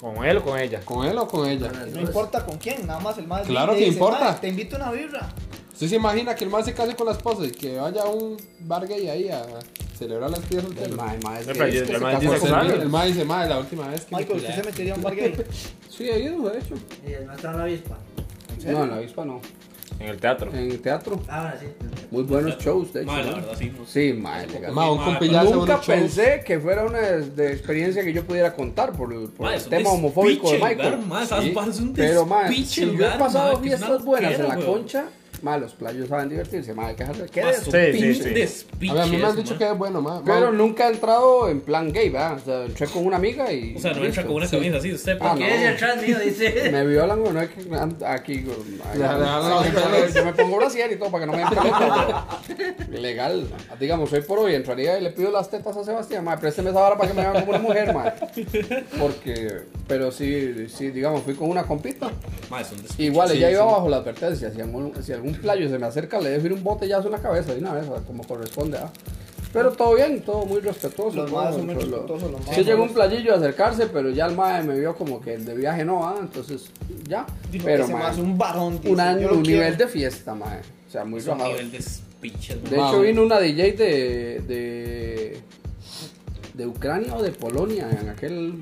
Speaker 10: ¿Con él o con ella?
Speaker 8: con él o con ella.
Speaker 9: Con las
Speaker 4: No
Speaker 9: dos.
Speaker 4: importa con quién, nada más el mae.
Speaker 8: Claro
Speaker 4: le
Speaker 8: que
Speaker 4: dice,
Speaker 8: importa.
Speaker 4: "Mae, Te invito a una birra.
Speaker 8: ¿Usted se imagina que el man se case con la esposa y que vaya a un bar gay ahí a celebrar las piezas
Speaker 7: El
Speaker 8: del
Speaker 7: mae, mae, es gay,
Speaker 10: Eh, pero
Speaker 7: es
Speaker 10: yo-
Speaker 7: que
Speaker 10: el
Speaker 7: se
Speaker 10: mae
Speaker 7: casó
Speaker 10: dice
Speaker 7: con
Speaker 10: que-
Speaker 7: él.
Speaker 8: El man dice, madre, la última vez que me
Speaker 4: Michael, ¿usted
Speaker 8: culé".
Speaker 4: se metería a un bar gay?
Speaker 7: Sí, he ido, de hecho.
Speaker 9: Y el no está en la avispa.
Speaker 7: No, en la avispa no.
Speaker 10: En el teatro.
Speaker 7: En teatro.
Speaker 9: Ahora Ah, sí.
Speaker 7: Muy buenos shows, de hecho.
Speaker 6: Mae, la
Speaker 7: ¿no?
Speaker 6: verdad, sí. no sé.
Speaker 7: Sí, mae, legal.
Speaker 8: Ma, un
Speaker 6: Sí,
Speaker 8: compa
Speaker 6: mae,
Speaker 8: ya hace
Speaker 7: Nunca
Speaker 8: unos shows.
Speaker 7: pensé que fuera una de, de experiencia que yo pudiera contar por, el- por
Speaker 6: Mae,
Speaker 7: el
Speaker 6: es un
Speaker 7: tema homofóbico de
Speaker 6: despiche el
Speaker 7: Michael.
Speaker 6: bar, mae, esas varas son un
Speaker 7: pero mae,
Speaker 6: despiche
Speaker 7: si
Speaker 6: el
Speaker 7: yo he
Speaker 6: bar,
Speaker 7: pasado
Speaker 6: mae, que es una
Speaker 7: fiestas buenas en
Speaker 6: loquera,
Speaker 7: la
Speaker 6: weón.
Speaker 7: concha, Mae, los playos saben divertirse, mae, hay que dejarse. Qué
Speaker 6: Más
Speaker 7: despiche.
Speaker 1: sí, sí.
Speaker 8: A, ver, a mí me han dicho
Speaker 6: ma.
Speaker 8: que es bueno, ma.
Speaker 7: Pero
Speaker 8: ma,
Speaker 7: nunca he entrado en plan gay, ¿verdad? O sea, entré con una amiga y.
Speaker 6: O sea, no
Speaker 7: listo.
Speaker 6: entra con una
Speaker 7: Sí.
Speaker 6: camisa así, usted.
Speaker 7: Ah,
Speaker 6: porque-
Speaker 9: ¿Qué dice atrás mío?
Speaker 7: [LAUGHS]
Speaker 9: Dice.
Speaker 7: Me violan, güey, no hay que and- aquí. güey, ay,
Speaker 8: Le-
Speaker 7: no,
Speaker 8: le jalan los
Speaker 7: sí,
Speaker 8: pelos.
Speaker 7: Yo me pongo brasier y todo para que no me den pelos, pero Legal. Digamos, hoy por hoy entraría y le pido las tetas a Sebastián, madre, présteme esa vara para que me vean como una mujer, madre. Porque, pero sí, sí, digamos, fui con una compita.
Speaker 6: Ma, es un des-
Speaker 7: Igual ella iba bajo la advertencia. Si algún, si algún playo se me acerca, le dejo ir un botellazo en la cabeza de una vez, como corresponde. ¿ah? Pero todo bien, todo muy respetuoso.
Speaker 4: Los
Speaker 7: todo
Speaker 4: maes son muy
Speaker 7: dentro de lo-
Speaker 4: respetuosos, los maes
Speaker 7: Sí
Speaker 4: no
Speaker 7: llegó un
Speaker 4: les-
Speaker 7: playillo a acercarse, pero ya el mae me vio como que de viaje no, ah, entonces ya. pero
Speaker 4: se me
Speaker 7: mae,
Speaker 4: hace un varón. dice,
Speaker 7: una-
Speaker 4: yo lo
Speaker 7: un nivel
Speaker 4: quiero.
Speaker 7: de fiesta, mae. O sea, muy
Speaker 6: es un
Speaker 7: rajado.
Speaker 6: nivel de pinches,
Speaker 7: De
Speaker 6: ma.
Speaker 7: hecho,
Speaker 8: Wow.
Speaker 7: vino una DJ de, de. de Ucrania o de Polonia en aquel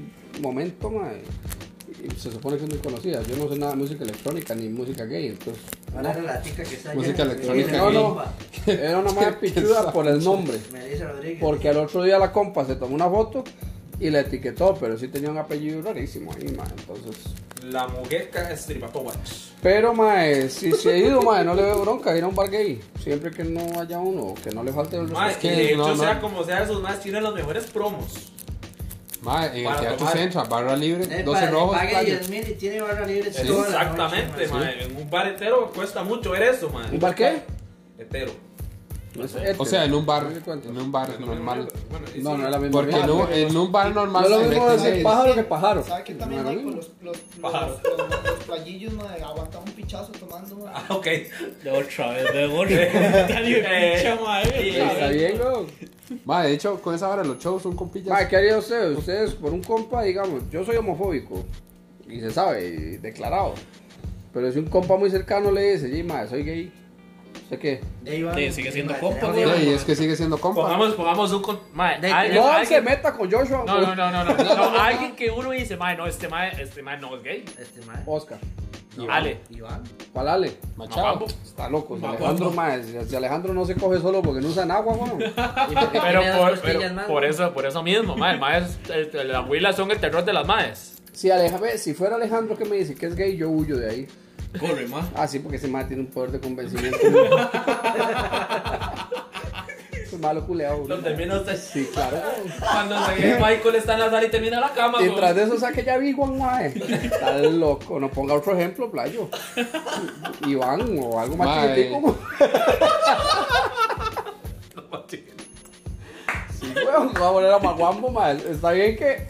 Speaker 7: momento, mae. Y se supone que es muy conocida. Yo no sé nada de música electrónica ni música gay, entonces.
Speaker 9: Ahora era la chica que está allá.
Speaker 8: Música
Speaker 9: Me
Speaker 8: electrónica,
Speaker 9: dice,
Speaker 7: No,
Speaker 9: "Oye,
Speaker 7: no.
Speaker 9: compa",
Speaker 7: Era una madre pichuda por el nombre.
Speaker 9: Me dice Rodríguez.
Speaker 7: Porque al otro día la compa se tomó una foto y la etiquetó, pero sí tenía un apellido rarísimo ahí, mae. Entonces.
Speaker 10: La mujeca es tripatobach.
Speaker 7: Pero, mae, si se ha ido, mae, no le veo bronca ir a un bar gay. Siempre que no haya uno, que no le falte el respeto.
Speaker 10: Mae,
Speaker 8: que
Speaker 10: que de
Speaker 8: no,
Speaker 10: hecho,
Speaker 8: no.
Speaker 10: sea como sea, esos más tienen las mejores promos.
Speaker 8: ma, en el
Speaker 10: Para
Speaker 8: teatro
Speaker 10: tomar.
Speaker 8: centro, barra libre,
Speaker 9: Eh,
Speaker 8: 12
Speaker 9: pa-
Speaker 8: rojos.
Speaker 9: Pague
Speaker 8: playo.
Speaker 9: 10 mil y tiene barra libre. toda la noche,
Speaker 10: Exactamente,
Speaker 9: ma.
Speaker 10: mae. En un bar hetero cuesta mucho ver eso, mae.
Speaker 7: ¿Un bar qué?
Speaker 10: Hetero.
Speaker 7: No es hétero.
Speaker 8: O sea, en un bar,
Speaker 7: ¿De cuánto?
Speaker 8: en un bar normal.
Speaker 10: Bueno, y
Speaker 7: No,
Speaker 10: sí.
Speaker 7: no es la misma.
Speaker 8: Porque en un, en un bar
Speaker 7: No es
Speaker 8: normal
Speaker 7: lo
Speaker 8: se
Speaker 7: mismo
Speaker 8: meten
Speaker 7: decir
Speaker 8: ahí.
Speaker 7: pájaro que pájaro.
Speaker 4: ¿Sabes qué también,
Speaker 7: No es lo
Speaker 4: Michael?
Speaker 7: mismo.
Speaker 4: Los, los, los, los, los playillos, madre, aguantan un pichazo tomando, madre.
Speaker 10: Ah, ok.
Speaker 6: De otra vez, de otro
Speaker 10: [LAUGHS]
Speaker 6: comentario de pinche, ma, eh.
Speaker 7: Está bien, güey.
Speaker 8: Ma, de hecho, con esa hora los shows son compillas.
Speaker 7: Mae, ¿qué haría usted? Ustedes, por un compa, digamos, yo soy homofóbico. Y se sabe, y declarado. Pero si un compa muy cercano le dice, sí, mae, soy gay. ¿Usted qué?
Speaker 9: De ahí va.
Speaker 6: Sí, sigue siendo
Speaker 9: Ma,
Speaker 6: compa,
Speaker 9: tenemos
Speaker 8: Sí,
Speaker 9: que-
Speaker 8: y es que sigue siendo compa.
Speaker 10: Pongamos, pongamos un. con- Mae,
Speaker 9: De-
Speaker 10: alguien-
Speaker 7: No se
Speaker 10: alguien-
Speaker 7: meta con Joshua.
Speaker 10: No,
Speaker 7: güey.
Speaker 10: no, no, no, no, no, alguien que uno dice, mae, no, este mae, este mae no es gay.
Speaker 9: Este mae.
Speaker 10: Oh.
Speaker 7: Oscar.
Speaker 10: Ale, [LAUGHS]
Speaker 9: Iván.
Speaker 7: ¿Cuál Ale?
Speaker 8: Machado.
Speaker 10: Mapambo.
Speaker 7: Está loco. si Alejandro, mae, si- si Alejandro no se coge solo porque no usan agua, güey.
Speaker 10: Pero,
Speaker 9: Tiene dos
Speaker 10: por,
Speaker 9: costillas,
Speaker 10: pero
Speaker 9: man.
Speaker 10: por eso, por eso mismo, mae, el mae es- el- el- las huilas son el terror de las maes.
Speaker 7: Si, Aleja- ve, si fuera Alejandro que me dice que es gay, yo huyo de ahí.
Speaker 6: Corre, ma.
Speaker 7: Ah, sí, porque ese mae tiene un poder de
Speaker 10: [LAUGHS]
Speaker 7: convencimiento. es malo culeado. güey.
Speaker 6: este,
Speaker 7: Sí, claro. güey.
Speaker 10: Cuando se ve Michael está en la sala y termina en la cama,
Speaker 7: Y
Speaker 10: güey.
Speaker 7: tras de eso saque ya vi Juan Mae. Está loco. No ponga otro ejemplo, playo. Iván o algo más
Speaker 8: Mae.
Speaker 7: chiquitico. Sí, weón, voy a poner a Maguambo, mae. Está bien que,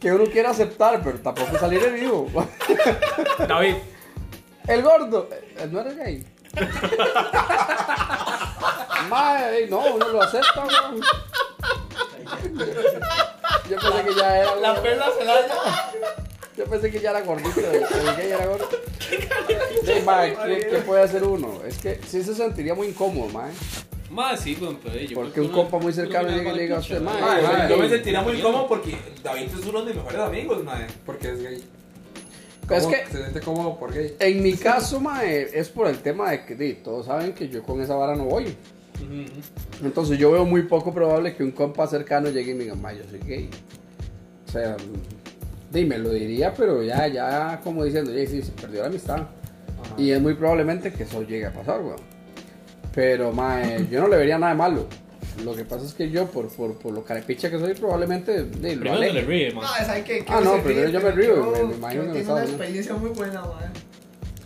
Speaker 7: que uno quiera aceptar, pero tampoco salir herido.
Speaker 10: David,
Speaker 7: El gordo, eh, no eres gay. Mae, no, uno lo acepta, weón. Yo pensé que ya era. La perla se Yo pensé que ya era gordito, el el gay era gordo. Sí, mae, ¿qué, qué puede hacer uno? Es que sí se sentiría muy incómodo, mae.
Speaker 6: Ma, sí, weón, pero yo
Speaker 7: Porque
Speaker 6: creo
Speaker 7: un
Speaker 6: que
Speaker 7: compa
Speaker 6: uno-
Speaker 7: muy cercano
Speaker 6: uno
Speaker 7: llega y le diga a usted,
Speaker 6: pinche,
Speaker 7: mae,
Speaker 10: Mae,
Speaker 7: mae,
Speaker 10: yo me
Speaker 7: gay".
Speaker 10: sentiría muy cómodo porque David es uno de mis mejores amigos, mae.
Speaker 8: Porque es gay.
Speaker 7: Es
Speaker 8: ¿Cómo
Speaker 7: que-
Speaker 8: Se siente cómodo por gay.
Speaker 7: En mi caso, mae, es por el tema de que di, todos saben que yo con esa vara no voy. Entonces yo veo muy poco probable que un compa cercano llegue y me diga, mae, yo soy gay. O sea, dime, lo diría, pero ya, ya, como diciendo, ya sí, se perdió la amistad. Y es muy probablemente que eso llegue a pasar, weón. Pero, mae, yo no le vería nada de malo. Lo que pasa es que yo, por, por, por lo carepicha que soy, probablemente di, lo
Speaker 6: Primero se le
Speaker 7: aleje.
Speaker 6: ríe,
Speaker 4: No,
Speaker 6: ma.
Speaker 4: ¿sabes qué? Que
Speaker 7: Ah, no,
Speaker 4: se
Speaker 7: primero
Speaker 4: ríe,
Speaker 7: yo me
Speaker 4: pero
Speaker 7: río,
Speaker 4: yo-
Speaker 7: me- me
Speaker 4: yo
Speaker 7: imagino que
Speaker 4: tiene
Speaker 7: estaba
Speaker 4: una
Speaker 7: bien.
Speaker 4: experiencia muy buena, madre.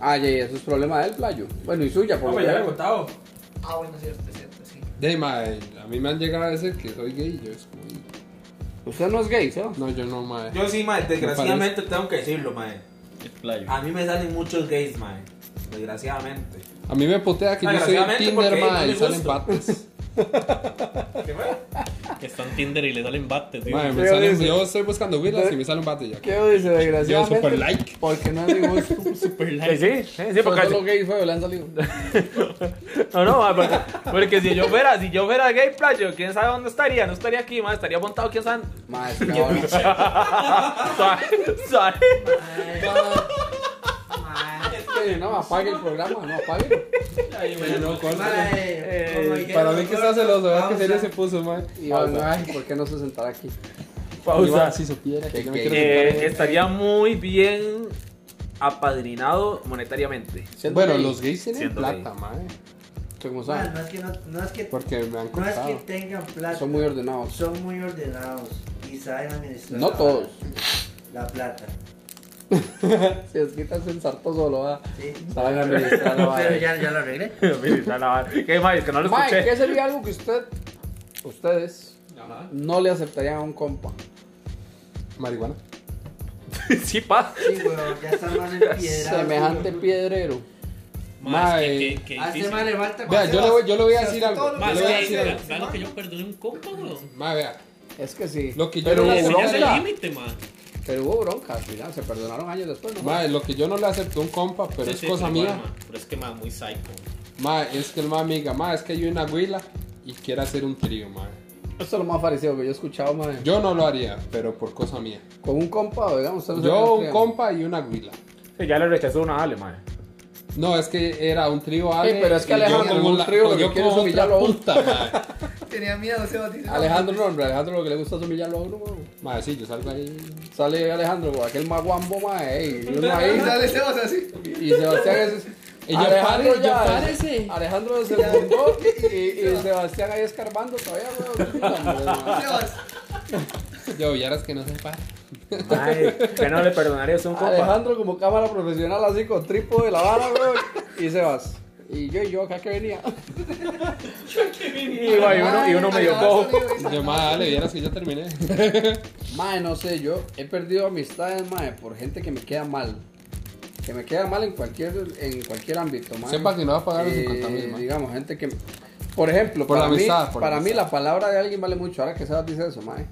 Speaker 7: Ah, ya, ya, eso es problema del playo. Bueno, y suya, por
Speaker 10: No,
Speaker 7: lo
Speaker 10: pues
Speaker 7: que
Speaker 10: ya le he
Speaker 7: veo.
Speaker 10: contado.
Speaker 4: Ah, bueno, cierto, cierto, sí.
Speaker 8: De ma, eh, a mí me han llegado a decir que soy gay y yo es como.
Speaker 7: Usted no es gay, ¿sabes?
Speaker 8: No, yo no, ma. eh.
Speaker 10: Yo sí, mae, desgraciadamente tengo que decirlo, mae.
Speaker 6: Es playo.
Speaker 10: A mí me salen muchos gays, mae. Desgraciadamente.
Speaker 8: A mí me putea que yo soy en
Speaker 10: Desgraciadamente,
Speaker 8: Tinder,
Speaker 10: porque
Speaker 8: ma,
Speaker 10: no
Speaker 8: y
Speaker 10: me
Speaker 8: salen
Speaker 10: gusta. [LAUGHS]
Speaker 8: bates.
Speaker 10: ¿Qué fue?
Speaker 6: Que está en Tinder y le salen bates, tío.
Speaker 8: Ma, me
Speaker 7: Yo
Speaker 8: salen-
Speaker 7: dice-
Speaker 8: yo estoy buscando Willas y me sale un bate ya.
Speaker 7: ¿Qué dice, desgraciadamente?
Speaker 8: Yo, super like.
Speaker 7: Porque no es mi
Speaker 8: [LAUGHS]
Speaker 7: gusto.
Speaker 6: Super
Speaker 10: Sí,
Speaker 6: like.
Speaker 10: sí, sí, sí,
Speaker 7: Porque
Speaker 10: porque
Speaker 7: los gays fue, le han salido.
Speaker 10: No, no, ma, porque, porque si yo fuera, si yo fuera gay playo, quién sabe dónde estaría, no estaría aquí, ma, estaría montado, quién sabe.
Speaker 8: [LAUGHS]
Speaker 7: Mae, ese cabrón.
Speaker 10: Suave, suave.
Speaker 8: [LAUGHS]
Speaker 7: Es que No, apague el programa, no, apague.
Speaker 10: Eh,
Speaker 9: Mae, como dijeron
Speaker 8: Para mí que está
Speaker 9: los
Speaker 8: celoso, ¿verdad? Que
Speaker 9: gordos,
Speaker 8: serio se
Speaker 9: pausa.
Speaker 8: puso, ma.
Speaker 7: Y Iván, ay, ¿por qué no se sentará aquí?
Speaker 10: Pausa.
Speaker 8: si supiera que yo me
Speaker 7: Qué
Speaker 8: quiero
Speaker 7: gay.
Speaker 8: sentar.
Speaker 10: Eh, estaría muy bien apadrinado monetariamente. [LAUGHS]
Speaker 7: Siendo
Speaker 8: Bueno,
Speaker 7: gay.
Speaker 8: los gays tienen
Speaker 10: Siendo
Speaker 8: plata, mae.
Speaker 7: ¿Usted cómo
Speaker 9: Ma,
Speaker 7: sabe?
Speaker 9: no es que no, no es que
Speaker 8: Porque me han
Speaker 9: no es
Speaker 8: contado.
Speaker 9: que tengan plata.
Speaker 7: Son muy ordenados.
Speaker 9: Son muy ordenados y saben administrar.
Speaker 7: No
Speaker 9: la-
Speaker 7: todos.
Speaker 9: La plata.
Speaker 7: Si les quitas el sarto solo, va.
Speaker 9: Sí.
Speaker 7: Saben
Speaker 8: [LAUGHS]
Speaker 7: administrar la
Speaker 9: [LAUGHS] Pero
Speaker 7: vara.
Speaker 9: ya, ya lo arreglé.
Speaker 10: ¿Qué más? Que no lo
Speaker 7: Mae,
Speaker 10: escuché.
Speaker 7: ¿qué sería algo que usted, ustedes,
Speaker 8: Ajá.
Speaker 7: no le aceptarían a un compa?
Speaker 8: Marihuana.
Speaker 10: [LAUGHS] Sí, pa.
Speaker 9: Sí, weón, ya está más en piedra.
Speaker 7: Semejante piedrero.
Speaker 3: Más
Speaker 8: Mae.
Speaker 3: que, que, que
Speaker 10: Ah,
Speaker 9: A este
Speaker 3: difícil.
Speaker 9: mal le falta.
Speaker 8: Vea, yo le voy, yo le voy a decir algo.
Speaker 4: todo lo
Speaker 8: Yo
Speaker 3: Más
Speaker 8: le
Speaker 3: que,
Speaker 8: voy a decir algo.
Speaker 3: ¿sabes lo que yo perdoné un compa, weón?
Speaker 8: Mae, vea.
Speaker 7: Es que sí.
Speaker 8: Lo que yo
Speaker 7: pero,
Speaker 8: no
Speaker 7: hubo
Speaker 8: le
Speaker 3: Eso ya es el
Speaker 7: bronca,
Speaker 3: límite, man.
Speaker 7: pero hubo bronca al final, se perdonaron años después, ¿no?
Speaker 8: Mae, lo que yo no le acepto a un compa, pero es cosa mía.
Speaker 6: Pero es que más muy psycho.
Speaker 8: Mae, es que el mae me diga, mae, es que hay una huila y quiere hacer un trío, mae.
Speaker 7: Esto es lo más parecido que yo he escuchado, mae.
Speaker 8: Yo no lo haría, pero por cosa mía.
Speaker 7: Con un compa, digamos, usted no se
Speaker 8: Yo, un
Speaker 7: confía.
Speaker 8: compa y una huila.
Speaker 10: Ya le rechazó una Ale, mae.
Speaker 8: No, es que era un trío Ale.
Speaker 7: pero es que
Speaker 8: y yo
Speaker 7: Alejandro,
Speaker 8: con
Speaker 7: un
Speaker 8: la-
Speaker 7: trío lo
Speaker 8: con-
Speaker 7: que
Speaker 8: yo
Speaker 7: quiere
Speaker 8: con
Speaker 7: es humillarlo a
Speaker 8: otra
Speaker 7: uno.
Speaker 8: puta, mae.
Speaker 4: Tenía miedo, se dice. no,
Speaker 7: Alejandro no, hombre, Alejandro lo que le gusta es humillarlo a uno, weón.
Speaker 8: Mae, sí, yo salgo ahí.
Speaker 7: Sale Alejandro con aquel maguambo, mae, ey, y uno
Speaker 8: [LAUGHS]
Speaker 7: ahí,
Speaker 4: Y sale Sebas así.
Speaker 7: y Sebastián es...
Speaker 8: Y yo, pare, yo,
Speaker 7: ya-
Speaker 8: párese.
Speaker 7: Alejandro se fundó y, y Sebastián ahí escarbando todavía, weón. No,
Speaker 8: [LAUGHS]
Speaker 7: hombre, mae.
Speaker 4: Sebas.
Speaker 8: Yo, ya eras que no se para.
Speaker 10: Mae, que no le perdonarías a un compa.
Speaker 7: Alejandro como cámara profesional así con tripo de la vara, weón. Y Sebas. Y yo y yo acá que venía.
Speaker 10: [LAUGHS] Y, mae, y uno, y uno medio cojo.
Speaker 8: Yo, mae, dale, vieras que
Speaker 7: [LAUGHS]
Speaker 8: ya terminé.
Speaker 7: Mae, no sé, yo he perdido amistades, mae, por gente que me queda mal. Que me queda mal en cualquier, en cualquier ámbito, mae.
Speaker 8: Sepa que no va a
Speaker 7: Eh,
Speaker 8: pagar los 50.000, mae.
Speaker 7: Digamos, gente que. Por ejemplo,
Speaker 8: Por la
Speaker 7: para, mí,
Speaker 8: amistad, por la
Speaker 7: para mí
Speaker 8: amistad.
Speaker 7: la palabra de alguien vale mucho. Ahora que Sebas dice eso, mae.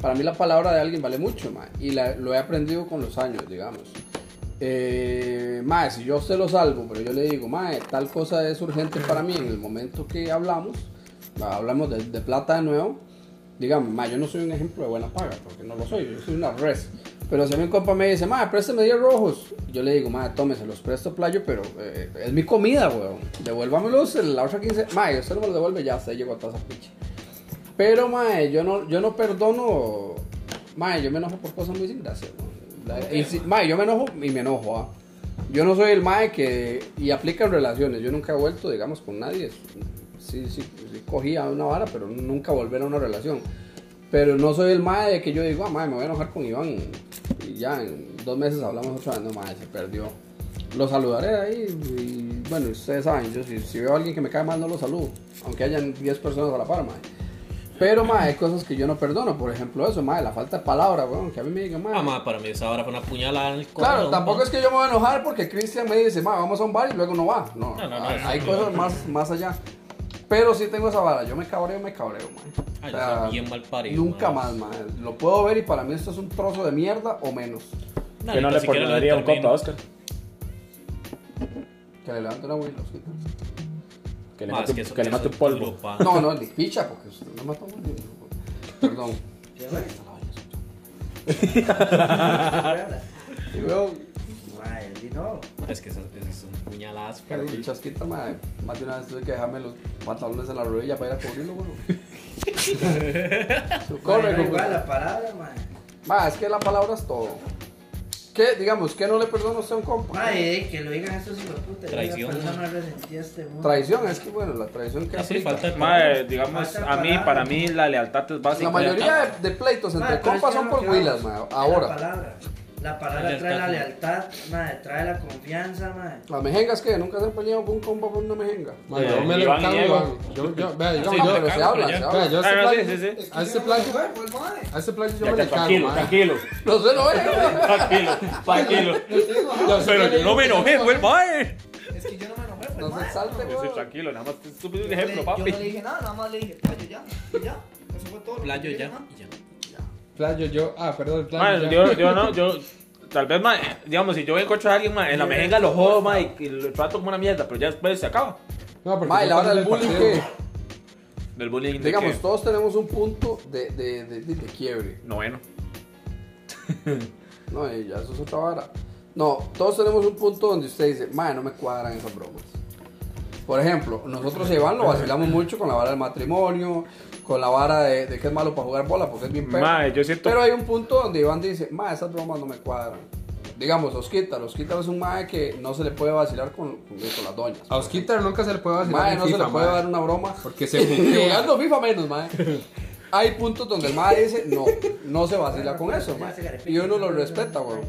Speaker 7: Para mí la palabra de alguien vale mucho, mae. Y la- lo he aprendido con los años, digamos. Eh, mae, si yo se lo salvo, pero yo le digo, mae, tal cosa es urgente para mí en el momento que hablamos, hablamos de, de plata de nuevo, digamos, mae, yo no soy un ejemplo de buena paga, porque no lo soy, yo soy una res. Pero si a mi compa me dice, mae, préstame 10 rojos, yo le digo, mae, tome, se los presto playo, pero eh, es mi comida, weón, devuélvamelos en la otra 15, mae, usted no me los devuelve, ya se llegó a toda esa picha. Pero, mae, yo no, yo no perdono. Mae, yo me enojo por cosas muy sin gracia. weón. La- y si- mae, yo me enojo y me enojo. ah. Yo no soy el mae que. Y aplica en relaciones. Yo nunca he vuelto, digamos, con nadie. Sí, sí, sí cogía una vara, pero nunca volver a una relación. Pero no soy el mae de que yo digo, ah, mae, me voy a enojar con Iván. Y ya en dos meses hablamos otra vez. No, mae, se perdió. Lo saludaré ahí. Y bueno, ustedes saben, yo si, si veo a alguien que me cae mal, no lo saludo. Aunque hayan 10 personas a la par, mae. Pero, ma, hay cosas que yo no perdono. Por ejemplo, eso, ma, la falta de palabra, weón. Que a mí me digan, ma.
Speaker 6: Ah, ma, para mí esa hora fue una puñalada en el corazón.
Speaker 7: claro, tampoco es que yo me voy a enojar porque Cristian me dice, ma, vamos a un bar y luego no va. No,
Speaker 6: No, no, no,
Speaker 7: hay,
Speaker 6: eso
Speaker 7: hay
Speaker 6: no.
Speaker 7: cosas más, más allá. Pero sí tengo esa vara. Yo me cabreo, me cabreo, ma.
Speaker 6: Ah,
Speaker 7: O
Speaker 6: yo
Speaker 7: sea,
Speaker 6: soy bien mal parido.
Speaker 7: Nunca más, ma. Lo puedo ver y para mí esto es un trozo de mierda o menos.
Speaker 6: No,
Speaker 10: Que
Speaker 6: ni
Speaker 10: no
Speaker 6: tan
Speaker 10: le
Speaker 6: siquiera lo
Speaker 10: perdonaría a un compa,
Speaker 6: determino.
Speaker 10: Oscar.
Speaker 7: Que le levanten una Willow. sí.
Speaker 10: Que le
Speaker 6: Ma,
Speaker 10: mate
Speaker 6: es que
Speaker 10: un-
Speaker 6: eso-
Speaker 10: que le
Speaker 6: eso
Speaker 10: mate un
Speaker 6: es
Speaker 10: polvo.
Speaker 6: duro, pa.
Speaker 7: No, no, ni picha, porque usted no mató a Willow. Perdón. Y luego,
Speaker 9: Madre, di no.
Speaker 6: Es que esas, esas son puñaladas,
Speaker 7: Pero
Speaker 6: pero...
Speaker 7: mi chasquita, madre, más de una vez tuve que dejarme los pantalones en la rodilla para ir a cubrirlo, güey.
Speaker 9: Corre,
Speaker 7: Corre,
Speaker 9: no
Speaker 7: güey.
Speaker 9: igual la palabra, man.
Speaker 7: Ma, es que la palabra es todo. ¿Qué, digamos, qué no le perdono a usted a un compa?
Speaker 9: Madre, eh, que lo digan estos hijos de puta.
Speaker 6: Traición,
Speaker 9: La persona
Speaker 6: ma.
Speaker 9: más resentida de este mundo.
Speaker 7: Traición, es que bueno, la traición que
Speaker 6: Ah, sí,
Speaker 7: aplica.
Speaker 6: falta de
Speaker 10: Mae, Eh, digamos, a mí,
Speaker 9: Falta
Speaker 10: para
Speaker 9: palabra.
Speaker 10: mí, la lealtad es básica.
Speaker 7: La mayoría de, de pleitos entre
Speaker 9: Madre, pero
Speaker 7: compas
Speaker 9: es que
Speaker 7: son
Speaker 9: lo
Speaker 7: por
Speaker 9: que
Speaker 7: huilas, ma,
Speaker 9: vamos, La
Speaker 7: ahora.
Speaker 9: palabra. La
Speaker 6: La
Speaker 9: palabra trae la
Speaker 6: lealtad,
Speaker 9: lealtad, madre, trae la confianza, madre.
Speaker 7: Las mejengas, ¿qué? ¿Nunca se han peleado con un compa por una mejenga? [LAUGHS]
Speaker 8: Mae,
Speaker 10: Eh,
Speaker 8: yo me
Speaker 10: Iván y
Speaker 8: lo
Speaker 10: Diego.
Speaker 8: cago, Iván. Yo, yo, vea, digamos,
Speaker 7: no,
Speaker 8: yo.
Speaker 7: pero se habla,
Speaker 6: ya.
Speaker 7: se
Speaker 8: Vea,
Speaker 7: habla.
Speaker 8: yo a este
Speaker 10: Ah, no, sí,
Speaker 8: playo-
Speaker 10: sí, sí.
Speaker 8: a este playo-
Speaker 4: pues,
Speaker 8: a este playo yo me le cago,
Speaker 10: Tranquilo,
Speaker 8: mae.
Speaker 10: tranquilo,
Speaker 7: No se lo ve.
Speaker 10: [LAUGHS] tranquilo, tranquilo. Pero yo no me enojé, pues, fue el mae.
Speaker 4: Es que yo no me enojé, pues,
Speaker 7: No
Speaker 4: madre.
Speaker 7: se salte,
Speaker 10: Yo soy
Speaker 7: güey.
Speaker 10: tranquilo, nada más te estuve
Speaker 4: Yo
Speaker 10: un
Speaker 4: no le-
Speaker 10: ejemplo,
Speaker 4: Yo
Speaker 10: papi.
Speaker 4: no le dije nada, nada más le dije, playo ya, y ya. Eso fue todo. lo que
Speaker 6: Playo
Speaker 4: yo
Speaker 6: ya,
Speaker 10: [LAUGHS]
Speaker 4: dije, ma.
Speaker 6: y ya.
Speaker 8: Playo yo. Ah, perdón,
Speaker 10: Mae,
Speaker 8: playo.
Speaker 10: yo,
Speaker 8: ya.
Speaker 10: yo no, yo. Tal vez, mae, digamos, si yo encuentro a alguien, mae, en la mejenga lo jodo, mae, y lo trato como una mierda, pero ya después se acaba.
Speaker 8: No, porque
Speaker 7: Ma, y
Speaker 8: yo
Speaker 7: la hora del
Speaker 8: también le
Speaker 7: bullying,
Speaker 8: pateo.
Speaker 7: ¿qué?
Speaker 10: Del bullying. de
Speaker 7: Digamos,
Speaker 10: que-
Speaker 7: todos tenemos un punto de, de, de, de- de quiebre.
Speaker 10: Noveno.
Speaker 7: No, y ya eso es otra vara. No, todos tenemos un punto donde usted dice, madre, no me cuadran esas bromas. Por ejemplo, nosotros a Iván lo vacilamos mucho con la vara del matrimonio, con la vara de, de que es malo para jugar bola porque es bien perro.
Speaker 10: Mae, yo siento-
Speaker 7: Pero hay un punto donde Iván dice, madre, esas bromas no me cuadran. digamos, Osquitar. Osquitar es un mae que no se le puede vacilar con, con, con las doñas.
Speaker 8: A Osquitar nunca se le puede vacilar.
Speaker 7: Mae,
Speaker 8: en
Speaker 7: no se
Speaker 8: Ah, FIFA,
Speaker 7: le puede
Speaker 8: mae,
Speaker 7: dar una broma. [LAUGHS]
Speaker 8: Porque se
Speaker 7: Y
Speaker 8: putea.
Speaker 7: jugando FIFA menos, mae. Hay puntos donde el mae dice, no, no se vacila con
Speaker 9: pues,
Speaker 7: eso, mae. Y uno lo respeta, weón.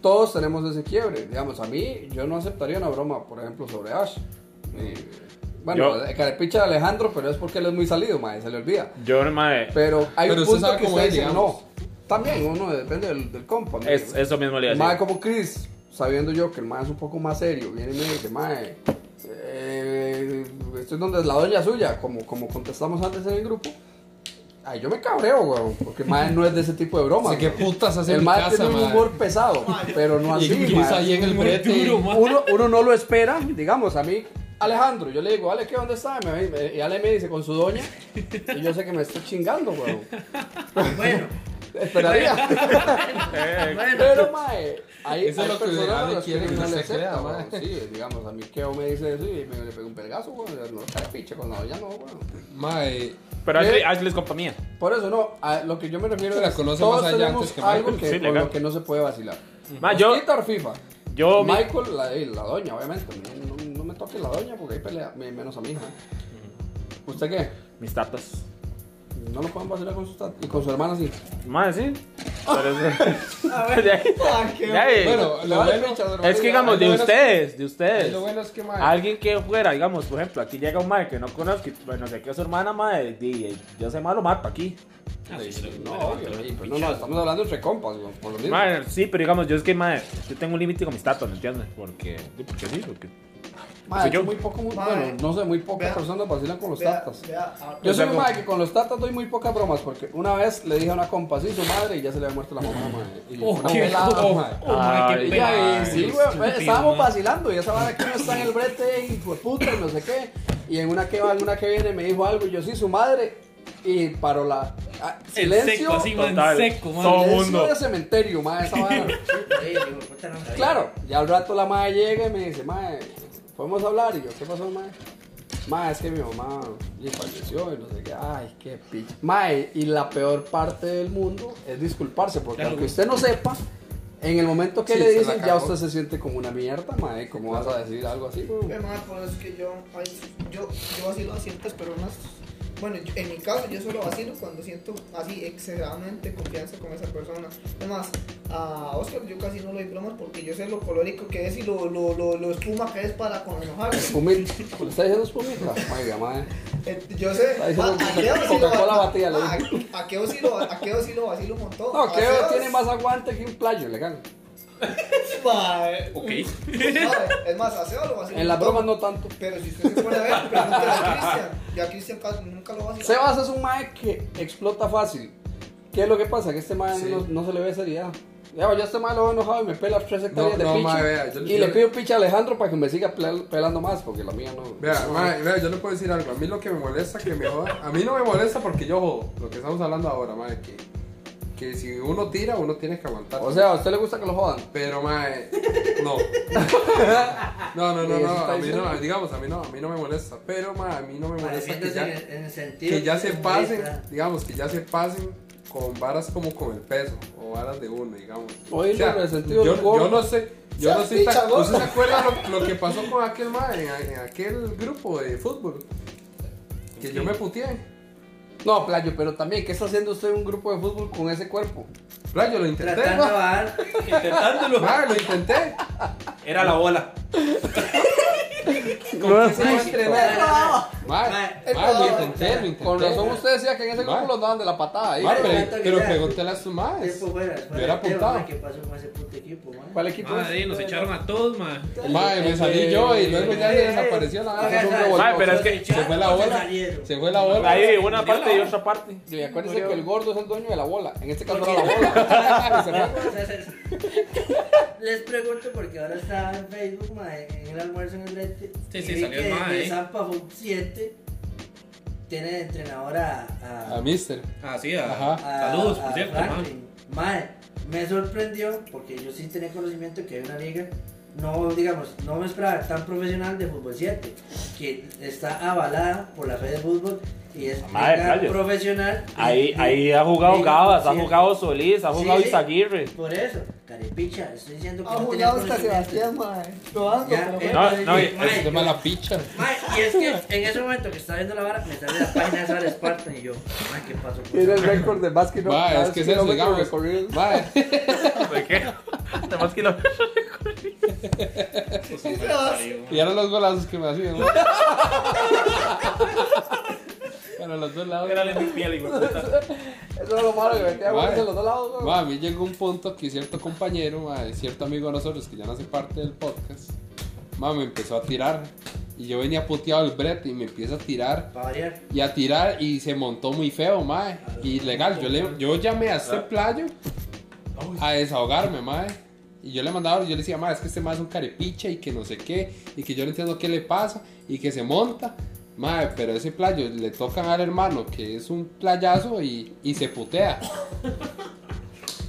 Speaker 7: Todos tenemos ese quiebre. Digamos, a mí, yo no aceptaría una broma, por ejemplo, sobre Ash. Y, bueno,
Speaker 10: Yo-
Speaker 7: el carepicha de Alejandro, pero es porque él es muy salido, mae, se le olvida.
Speaker 10: Yo, mae,
Speaker 7: Pero hay
Speaker 8: Pero
Speaker 7: un
Speaker 8: usted
Speaker 7: punto
Speaker 8: sabe
Speaker 7: que
Speaker 8: cómo
Speaker 7: usted
Speaker 8: es,
Speaker 7: dice,
Speaker 8: digamos.
Speaker 7: no. También, uno depende del, del compa. mae.
Speaker 10: es, eso mismo le
Speaker 7: El
Speaker 10: iba a
Speaker 7: mae
Speaker 10: decir.
Speaker 7: como Chris, sabiendo yo que el mae es un poco más serio, viene y me dice, mae, eh, estoy donde es la doña suya, como, como contestamos antes en el grupo. Ay, yo me cabreo, weón, porque el mae no es de ese tipo de bromas.
Speaker 8: Sé qué
Speaker 7: weón.
Speaker 8: putas hace
Speaker 7: El
Speaker 8: en mi
Speaker 7: mae
Speaker 8: casa,
Speaker 7: tiene un
Speaker 8: mae.
Speaker 7: humor pesado, pero no
Speaker 8: Y
Speaker 7: así,
Speaker 8: Chris
Speaker 7: mae.
Speaker 8: ahí en el brete.
Speaker 7: Uno, uno no lo espera, digamos, a mí, Alejandro, yo le digo, Ale, ¿qué? ¿Dónde está? Y me- me- Y Ale me dice, con su doña, y yo sé que me está chingando, weón.
Speaker 9: Bueno,
Speaker 7: [LAUGHS] Esperaría.
Speaker 10: Eh,
Speaker 7: Pero, mae, hay,
Speaker 8: Eso
Speaker 7: hay
Speaker 8: es lo que
Speaker 7: personas
Speaker 8: Ale
Speaker 7: a las que
Speaker 8: quiere que
Speaker 7: no
Speaker 8: se
Speaker 7: le
Speaker 8: crea,
Speaker 7: acepta,
Speaker 8: mae.
Speaker 7: mae. Sí, digamos, a mí Keo me dice eso y me le pegó un pelgazo, weón. No, cara picha con la olla, no, weón.
Speaker 8: Mae,
Speaker 10: Pero Ashley,
Speaker 7: ¿Qué?
Speaker 10: Ashley es compañía.
Speaker 7: Por eso, no, a lo que yo me refiero
Speaker 8: Se la
Speaker 7: es
Speaker 8: conoce
Speaker 7: todos
Speaker 8: más allá
Speaker 7: tenemos
Speaker 8: antes que
Speaker 7: algo
Speaker 8: Michael.
Speaker 7: que,
Speaker 10: Sí,
Speaker 7: con
Speaker 10: legal.
Speaker 7: lo que no se puede vacilar.
Speaker 10: Ma, yo-
Speaker 7: Quitar FIFA.
Speaker 10: Yo, mi-
Speaker 7: Michael, la, la doña, obviamente. No, no- no me toque la doña porque hay pelea, me- menos a mi hija. ¿Usted qué?
Speaker 10: mis tatas.
Speaker 7: No lo pueden vacilar con su tat y con su hermana, sí.
Speaker 10: Mae, sí. Pero
Speaker 8: [LAUGHS]
Speaker 10: [LAUGHS] es- De ahí-
Speaker 4: Ah,
Speaker 10: de ahí.
Speaker 8: bueno, lo
Speaker 7: Vale,
Speaker 8: bueno,
Speaker 7: picha, hermano,
Speaker 10: Es que
Speaker 7: ya.
Speaker 10: digamos,
Speaker 8: lo
Speaker 10: de
Speaker 8: bueno es-
Speaker 10: ustedes, de ustedes.
Speaker 8: lo bueno es que, mae,
Speaker 10: Alguien que fuera, digamos, por ejemplo, aquí llega un mae que no conozco, y, bueno, sé que es su hermana, mae, y, y yo sé, mae, lo mato aquí.
Speaker 6: Ah,
Speaker 7: No, obvio, sí, pero no, no, estamos hablando entre compas, weón, por lo mismo.
Speaker 10: Mae, sí, pero digamos, yo es que, mae, yo tengo un límite con mis tatas, ¿me entiendes? Porque, porque sí, porque...
Speaker 7: Madre,
Speaker 10: Soy yo.
Speaker 7: yo muy poco, muy,
Speaker 4: Madre.
Speaker 7: bueno, no sé, muy pocas
Speaker 4: Vea.
Speaker 7: personas vacilan con los
Speaker 4: Vea,
Speaker 7: tatas.
Speaker 4: vea, ah,
Speaker 7: Yo soy
Speaker 10: Exacto.
Speaker 7: un madre que con los tatas doy muy pocas bromas, porque una vez le dije a una compa así su madre y ya se le había muerto la mamá, madre. Y
Speaker 6: Oh,
Speaker 7: una
Speaker 6: qué
Speaker 7: pelada,
Speaker 6: oh,
Speaker 7: madre.
Speaker 6: oh, mae,
Speaker 10: Ay,
Speaker 6: qué
Speaker 7: Y
Speaker 6: pena.
Speaker 7: ya, y sí, güey, pues,
Speaker 6: Estúpido,
Speaker 7: estábamos
Speaker 6: mae.
Speaker 7: vacilando y esa vara que uno está en el brete y fue puta y no sé qué. Y en una que va, en una que viene me dijo algo y yo sí, su madre. Y paró la... ah,
Speaker 6: En
Speaker 7: silencio,
Speaker 6: seco, así, mae,
Speaker 10: total.
Speaker 6: en seco, mae.
Speaker 10: Todo
Speaker 7: silencio
Speaker 10: mundo.
Speaker 7: de cementerio, madre, esa vara.
Speaker 9: sí, yo, pues, puta, no sabía.
Speaker 7: Claro, ya al rato la madre llega y me dice, madre, ¿podemos hablar? Y yo, ¿qué pasó, madre? Madre, es que mi mamá le falleció y no sé qué. Ay, qué picha. Madre, y la peor parte del mundo es disculparse, porque
Speaker 6: Claro,
Speaker 7: aunque
Speaker 6: güey.
Speaker 7: usted no sepa, en el momento que
Speaker 8: Sí,
Speaker 7: le
Speaker 8: se la
Speaker 7: dicen, ya
Speaker 8: cagó.
Speaker 7: usted se siente como una mierda, madre. ¿Cómo vas a decir algo así, güey?
Speaker 4: Eh, mae, por eso es que yo, ay, yo, yo vacilo a ciertas personas. Bueno, yo- en mi caso, yo solo vacilo cuando siento así exageradamente confianza con esa persona. Además, a Oscar yo casi no le doy bromas porque yo sé lo colorico que es y lo, lo, lo, lo espuma que es para con enojarse.
Speaker 7: Espumita. ¿Le está diciendo espumita? Oiga,
Speaker 8: [LAUGHS]
Speaker 7: madre.
Speaker 4: Eh, yo sé,
Speaker 7: Ahí se
Speaker 4: a-
Speaker 7: lo-
Speaker 4: a Keo sí lo
Speaker 7: Coca-Cola
Speaker 4: va-
Speaker 7: batida, le
Speaker 4: a- a Keo sí lo- a Keo sí lo vacilo un montón.
Speaker 7: No,
Speaker 4: A
Speaker 7: que
Speaker 4: Sebas-
Speaker 7: tiene más aguante que un playo, legal.
Speaker 4: Mae, [LAUGHS]
Speaker 6: Ok.
Speaker 4: mae, Es más, a Sebas lo vacilo
Speaker 7: En
Speaker 4: un
Speaker 7: las
Speaker 4: montón.
Speaker 7: bromas no tanto.
Speaker 4: Pero si usted se pone a ver, pregúntale a Cristian. Yo a Cristian casi nunca lo vacilo.
Speaker 7: Sebas es un mae que explota fácil. ¿Qué es lo que pasa? Que este mae
Speaker 8: Sí.
Speaker 7: no, no se le ve seriedad. Ya, ya este mae lo veo enojado y me pela tres hectáreas
Speaker 8: No,
Speaker 7: de
Speaker 8: no,
Speaker 7: picha.
Speaker 8: mae, vea, yo le-
Speaker 7: y le
Speaker 8: yo-
Speaker 7: pido picha a Alejandro para que me siga pel- pelando más, porque la mía no.
Speaker 8: Vea,
Speaker 7: no-
Speaker 8: mae, vea, yo le puedo decir algo. A mí lo que me molesta, que me joda. A mí no me molesta porque yo jodo. Lo que estamos hablando ahora, mae, que, que si uno tira, uno tiene que aguantar.
Speaker 7: O sea, ¿a usted le gusta que lo jodan?
Speaker 8: Pero, mae,
Speaker 7: [LAUGHS]
Speaker 8: no. No, no, no,
Speaker 7: Eso
Speaker 8: no.
Speaker 7: está
Speaker 8: A mí no,
Speaker 7: diciendo.
Speaker 8: digamos, a mí no, a mí no me molesta. Pero, mae, a mí no me molesta que
Speaker 9: Pareciéndose
Speaker 8: ya,
Speaker 9: en, en el sentido.
Speaker 8: que ya se pasen,
Speaker 9: molesta.
Speaker 8: digamos, que ya se pasen con varas como con el peso o varas de uno, digamos.
Speaker 7: Oírlo en el sentido
Speaker 8: yo,
Speaker 7: del gordo.
Speaker 8: yo no sé. Yo
Speaker 4: Sea
Speaker 8: no sé si
Speaker 4: picha,
Speaker 8: ta-
Speaker 4: gordo.
Speaker 8: ¿usted se acuerda lo, lo que pasó con aquel mae en, en aquel grupo de fútbol. Que yo me puteé.
Speaker 7: No, playo, pero también, ¿qué está haciendo usted en un grupo de fútbol con ese cuerpo?
Speaker 8: Playo, lo intenté.
Speaker 9: Tratando a dar.
Speaker 6: Intentándolo.
Speaker 8: Mae, lo intenté.
Speaker 6: Era la bola.
Speaker 7: No es
Speaker 8: Mae,
Speaker 4: Es
Speaker 8: mae, lo
Speaker 4: todo.
Speaker 8: intenté, lo intenté.
Speaker 7: Con razón usted decía que en ese grupo
Speaker 8: Ma.
Speaker 7: lo daban de la patada ahí.
Speaker 8: Mae,
Speaker 9: Pero
Speaker 8: pero,
Speaker 9: tanto que
Speaker 8: pero
Speaker 9: sea.
Speaker 8: pregúntale a sus maes.
Speaker 9: Tiempo fuera, fuera
Speaker 8: hubiera
Speaker 9: pues del tema,
Speaker 8: apuntado.
Speaker 9: mae, ¿Qué pasó con ese puto equipo, mae?
Speaker 7: ¿Cuál equipo es?
Speaker 6: Madre, nos echaron a todos, madre.
Speaker 8: Mae, me salí yo y luego ya se desapareció la
Speaker 9: Oiga,
Speaker 8: vara.
Speaker 7: un
Speaker 9: ¿sabes?
Speaker 7: revoltoso.
Speaker 10: Mae, pero es que
Speaker 8: Se fue la
Speaker 9: Se
Speaker 8: bola.
Speaker 9: salieron.
Speaker 8: Se fue la bola.
Speaker 10: Ahí una parte y otra parte.
Speaker 7: Y acuérdese que el gordo es el dueño de la bola. En este caso era la bola. Se fue.
Speaker 9: [LAUGHS] Les pregunto porque ahora estaba en Facebook, mae, en el almuerzo en el brete.
Speaker 6: Sí,
Speaker 9: y
Speaker 6: sí,
Speaker 9: vi
Speaker 6: salió el
Speaker 9: que-
Speaker 6: mae,
Speaker 9: que
Speaker 6: eh.
Speaker 9: Zampa fue un 7 tiene de entrenador a.
Speaker 8: [LAUGHS]
Speaker 9: a-
Speaker 8: A Mister.
Speaker 6: Ah, sí, a-
Speaker 8: Ajá.
Speaker 9: a-
Speaker 6: saludos,
Speaker 7: Ah,
Speaker 6: por
Speaker 9: a
Speaker 6: cierto,
Speaker 9: Franklin. Mae, me sorprendió porque yo sí tenía conocimiento que hay una liga no, digamos, no me esperaba tan profesional de Fútbol 7, que está avalada por la Fede de Fútbol y es
Speaker 10: Madre,
Speaker 9: tan
Speaker 10: Playos.
Speaker 9: profesional.
Speaker 10: Ah, Ahí,
Speaker 9: Y-
Speaker 10: ahí ha jugado
Speaker 9: y-
Speaker 10: Gabas, ha
Speaker 9: sí.
Speaker 10: jugado Solís, ha
Speaker 9: Sí,
Speaker 10: jugado
Speaker 9: sí.
Speaker 10: Izaguirre.
Speaker 9: Por eso, carepicha, estoy diciendo que
Speaker 4: Ha
Speaker 9: no tenía
Speaker 4: jugado hasta
Speaker 9: conocimiento.
Speaker 4: Sebastián, mae. Probando,
Speaker 9: Ya,
Speaker 4: pero
Speaker 9: eh,
Speaker 4: bueno.
Speaker 10: No, no,
Speaker 9: eh,
Speaker 10: y-
Speaker 9: mae,
Speaker 8: Eso se llama la picha.
Speaker 9: mae, y es que en ese momento que estaba viendo la vara, me sale la página esa de Spartan y yo, ay, ¿qué pasó? con
Speaker 4: Tiene el
Speaker 9: eso?
Speaker 4: récord de más que no.
Speaker 8: Va,
Speaker 4: más
Speaker 8: es que es eso,
Speaker 4: kilómetros
Speaker 8: digamos.
Speaker 4: recorridos.
Speaker 8: Va, eh.
Speaker 10: ¿De qué? De más que lo-
Speaker 8: y eran los golazos que me hacían. ¿no? Para los dos lados.
Speaker 10: Era el MVP, el hijo de puta.
Speaker 4: Eso es lo malo que metía
Speaker 8: Mae.
Speaker 4: goles de los dos lados.
Speaker 8: Ma,
Speaker 4: ¿no?
Speaker 8: a mí llegó un punto que cierto compañero, ma, de cierto amigo de nosotros que ya no hace parte del podcast, ma, me empezó a tirar. Y yo venía puteado el brete y me empieza a tirar
Speaker 9: Para variar.
Speaker 8: y a tirar y se montó muy feo, mae. Y legal, yo, le, yo llamé a este playo a desahogarme, mae. Y yo le mandaba, yo le decía, mae, es que este mae es un carepicha y que no sé qué, y que yo no entiendo qué le pasa, y que se monta. Mae, pero ese playo le tocan al hermano, que es un playazo, y, y se putea.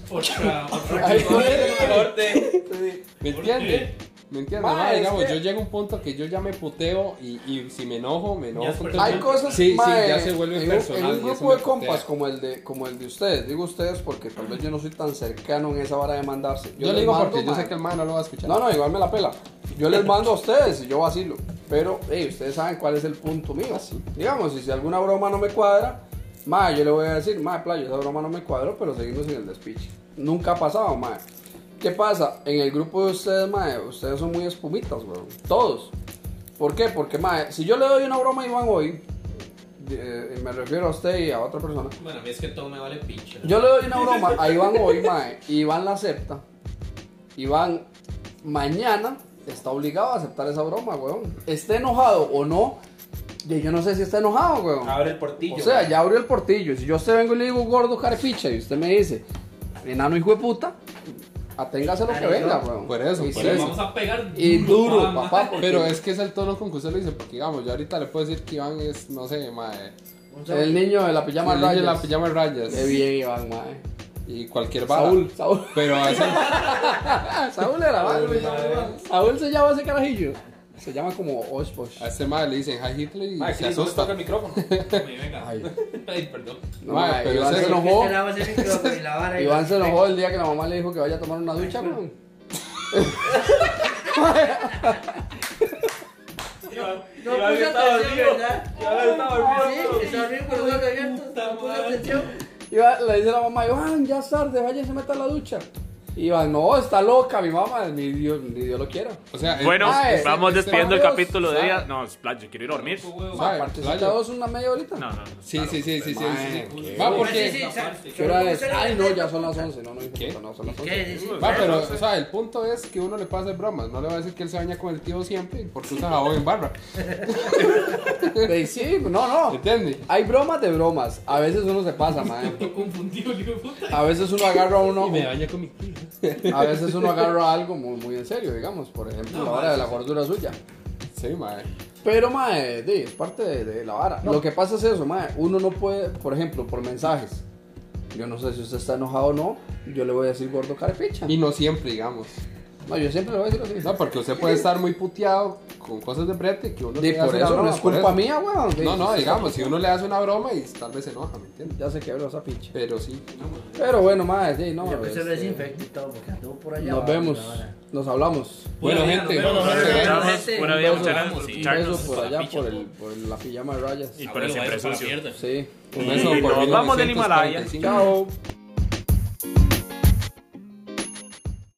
Speaker 6: Otra, otra.
Speaker 8: Ay,
Speaker 6: Corte.
Speaker 4: Sí.
Speaker 8: ¿Me entiendes? ¿Me entiendes?
Speaker 4: Ma,
Speaker 8: Ma,
Speaker 4: es
Speaker 8: digamos,
Speaker 4: que-
Speaker 8: yo llego a un punto que yo ya me puteo y, y si me enojo, me
Speaker 6: Ya
Speaker 8: enojo
Speaker 6: es
Speaker 8: con
Speaker 6: personal.
Speaker 8: todo
Speaker 4: Hay
Speaker 8: el-
Speaker 4: cosas
Speaker 8: Sí,
Speaker 4: mae,
Speaker 8: sí, ya se vuelve
Speaker 7: en, un-
Speaker 8: personal.
Speaker 7: en
Speaker 8: y
Speaker 7: un
Speaker 8: eso
Speaker 7: grupo de
Speaker 8: me
Speaker 7: compas
Speaker 8: putea.
Speaker 7: como el de como el de ustedes, digo ustedes porque tal vez yo no soy tan cercano en esa vara de mandarse.
Speaker 8: Yo,
Speaker 7: les
Speaker 8: le digo
Speaker 7: mando,
Speaker 8: porque yo
Speaker 7: mae.
Speaker 8: sé que el man no lo va a escuchar.
Speaker 7: No, no, igual me la pela. Yo les mando a ustedes y yo vacilo. Pero, hey, ustedes saben cuál es el punto mío. Digamos, si si alguna broma no me cuadra, ma, yo le voy a decir, ma, playo, esa broma no me cuadró, pero seguimos en el despiche. Nunca ha pasado, ma. ¿Qué pasa? En el grupo de ustedes, ma, ustedes son muy espumitas, weón. Todos. ¿Por qué? Porque, ma, si yo le doy una broma a Iván hoy, eh, me refiero a usted y a otra persona,
Speaker 6: Bueno, a mí es que todo me vale pinche.
Speaker 7: yo le doy una broma a Iván hoy, mae, y Iván la acepta. Iván mañana está obligado a aceptar esa broma, weón. Esté enojado o no, de- yo no sé si está enojado, weón.
Speaker 10: Ah,
Speaker 6: Abre el portillo.
Speaker 7: O sea,
Speaker 6: ma.
Speaker 7: ya abrió el portillo. Si yo a usted vengo y le digo gordo carepicha y usted me dice, enano hijo de puta, aténgase a lo que
Speaker 9: Ay,
Speaker 7: venga,
Speaker 9: no.
Speaker 7: weón.
Speaker 8: Por eso,
Speaker 7: Y
Speaker 8: por
Speaker 7: sí.
Speaker 8: eso.
Speaker 6: Vamos a pegar
Speaker 7: Y duro,
Speaker 6: ma.
Speaker 7: papá, Ah, porque
Speaker 8: Pero es que es el tono con que usted lo dice, porque digamos, yo ahorita le puedo decir que Iván es, no sé, mae.
Speaker 9: Un saludo.
Speaker 7: el niño de la pijama
Speaker 8: el niño de
Speaker 7: rayas.
Speaker 8: la pijama de rayas.
Speaker 7: Qué bien, Iván, mae.
Speaker 8: Y cualquier vara.
Speaker 7: Saúl, Saúl.
Speaker 8: Pero así,
Speaker 7: Saúl era, mae.
Speaker 6: mae.
Speaker 7: Saúl se llama ese carajillo. Se llama como Oshbosh.
Speaker 8: a este mae le dicen hi Hitler y
Speaker 10: Ay,
Speaker 8: se
Speaker 10: Cris, no me toca
Speaker 8: asusta.
Speaker 10: el micrófono.
Speaker 6: Ay, venga.
Speaker 7: Ay.
Speaker 6: Ay, perdón.
Speaker 7: No,
Speaker 8: Mae,
Speaker 7: mae,
Speaker 8: pero
Speaker 7: Iván
Speaker 8: ese
Speaker 7: se
Speaker 8: es el
Speaker 7: enojó.
Speaker 9: Este lado es el micrófono y la vara y
Speaker 7: Iván
Speaker 9: la-
Speaker 7: se enojó el día que la mamá le dijo que vaya a tomar una ducha, weón.
Speaker 9: No
Speaker 10: Iván
Speaker 9: puse
Speaker 10: estaba
Speaker 9: atención,
Speaker 10: dormido.
Speaker 9: ¿verdad?
Speaker 10: Ya estaba dormido.
Speaker 9: Sí, estaba bien con los ojos abiertos,
Speaker 6: Puta
Speaker 9: no puse
Speaker 6: madre.
Speaker 9: atención.
Speaker 7: Iván, le dice la mamá, Iván, ya es tarde, vaya y se meta a la ducha. Iván, no, está loca mi mamá, ni Dios, ni Dios lo quiera.
Speaker 8: O sea, el-
Speaker 11: Bueno,
Speaker 7: Ah, ese-
Speaker 11: vamos
Speaker 7: ese-
Speaker 11: despidiendo el
Speaker 7: Dios,
Speaker 11: capítulo de
Speaker 7: sabe.
Speaker 11: día. No, Splash, yo quiero ir a dormir.
Speaker 6: Huevo.
Speaker 8: Mae,
Speaker 7: Aparte,
Speaker 8: playo.
Speaker 7: si te dos una media horita.
Speaker 11: No, no, no.
Speaker 8: Sí, sí, sí, sí, sí, sí, sí.
Speaker 7: Mae,
Speaker 8: Va,
Speaker 7: qué-
Speaker 8: porque.
Speaker 9: Sí, sí, sí,
Speaker 7: Eh, ¿Qué hora es?
Speaker 9: ¿Cómo se
Speaker 7: Ay,
Speaker 9: llama?
Speaker 7: no, ya son las 11, no, no, hijo de
Speaker 8: ¿Qué?
Speaker 7: puta, no, son las
Speaker 9: ¿Qué
Speaker 7: 11.
Speaker 9: decís?
Speaker 8: Va, pero, o sea, el punto es que uno le puede hacer bromas. No le va a decir que él se baña con el tío siempre porque usa jabón en barra.
Speaker 7: Sí, sí, no, no.
Speaker 8: ¿Entiendes?
Speaker 7: Hay bromas de bromas, a veces uno se pasa, mae.
Speaker 6: Estoy confundido, hijo de puta.
Speaker 7: A veces uno agarra uno,
Speaker 6: baña con mi tío.
Speaker 7: [LAUGHS] a veces uno agarra algo muy, muy en serio, digamos, por ejemplo, la hora de la gordura suya.
Speaker 8: Sí, mae.
Speaker 7: Pero, mae, di, es parte de, de la vara. Lo que pasa es eso, mae. Uno no puede, por ejemplo, por mensajes. Yo no sé si usted está enojado o no. Yo le voy a decir gordo carepicha.
Speaker 8: Y no siempre, digamos.
Speaker 7: No, yo siempre le voy a decir así.
Speaker 8: No, porque usted puede estar muy puteado con cosas de brete que uno
Speaker 7: Di,
Speaker 8: le
Speaker 7: por
Speaker 8: hace la
Speaker 7: eso no
Speaker 8: broma,
Speaker 7: es
Speaker 8: por
Speaker 7: culpa
Speaker 8: eso.
Speaker 7: mía, weón. Di,
Speaker 8: No, no,
Speaker 7: si-
Speaker 8: digamos, si uno le hace una broma y tal vez se enoja, ¿me entiendes?
Speaker 7: Ya se quebró esa pinche.
Speaker 8: Pero sí.
Speaker 7: Pero bueno, mae, sí, no.
Speaker 9: Yo que se lo
Speaker 7: este,
Speaker 9: desinfecte y todo, porque anduvo por allá.
Speaker 7: nos
Speaker 9: abajo,
Speaker 7: vemos.
Speaker 9: la vara.
Speaker 7: Nos hablamos.
Speaker 8: Bueno, gente,
Speaker 6: Bueno,
Speaker 8: nos vemos.
Speaker 6: gente.
Speaker 11: Buenos días, muchas gracias por
Speaker 7: Un beso
Speaker 11: escucharnos.
Speaker 7: por allá, por, el, por la pijama de rayas.
Speaker 11: Y
Speaker 6: Ah,
Speaker 11: por el
Speaker 6: bueno,
Speaker 11: siempre
Speaker 6: vaya para la
Speaker 11: sucio.
Speaker 6: mierda.
Speaker 7: Sí.
Speaker 8: Un beso
Speaker 11: Y
Speaker 8: por
Speaker 11: nos vamos del
Speaker 8: 1945.
Speaker 11: Himalaya.
Speaker 7: Chao.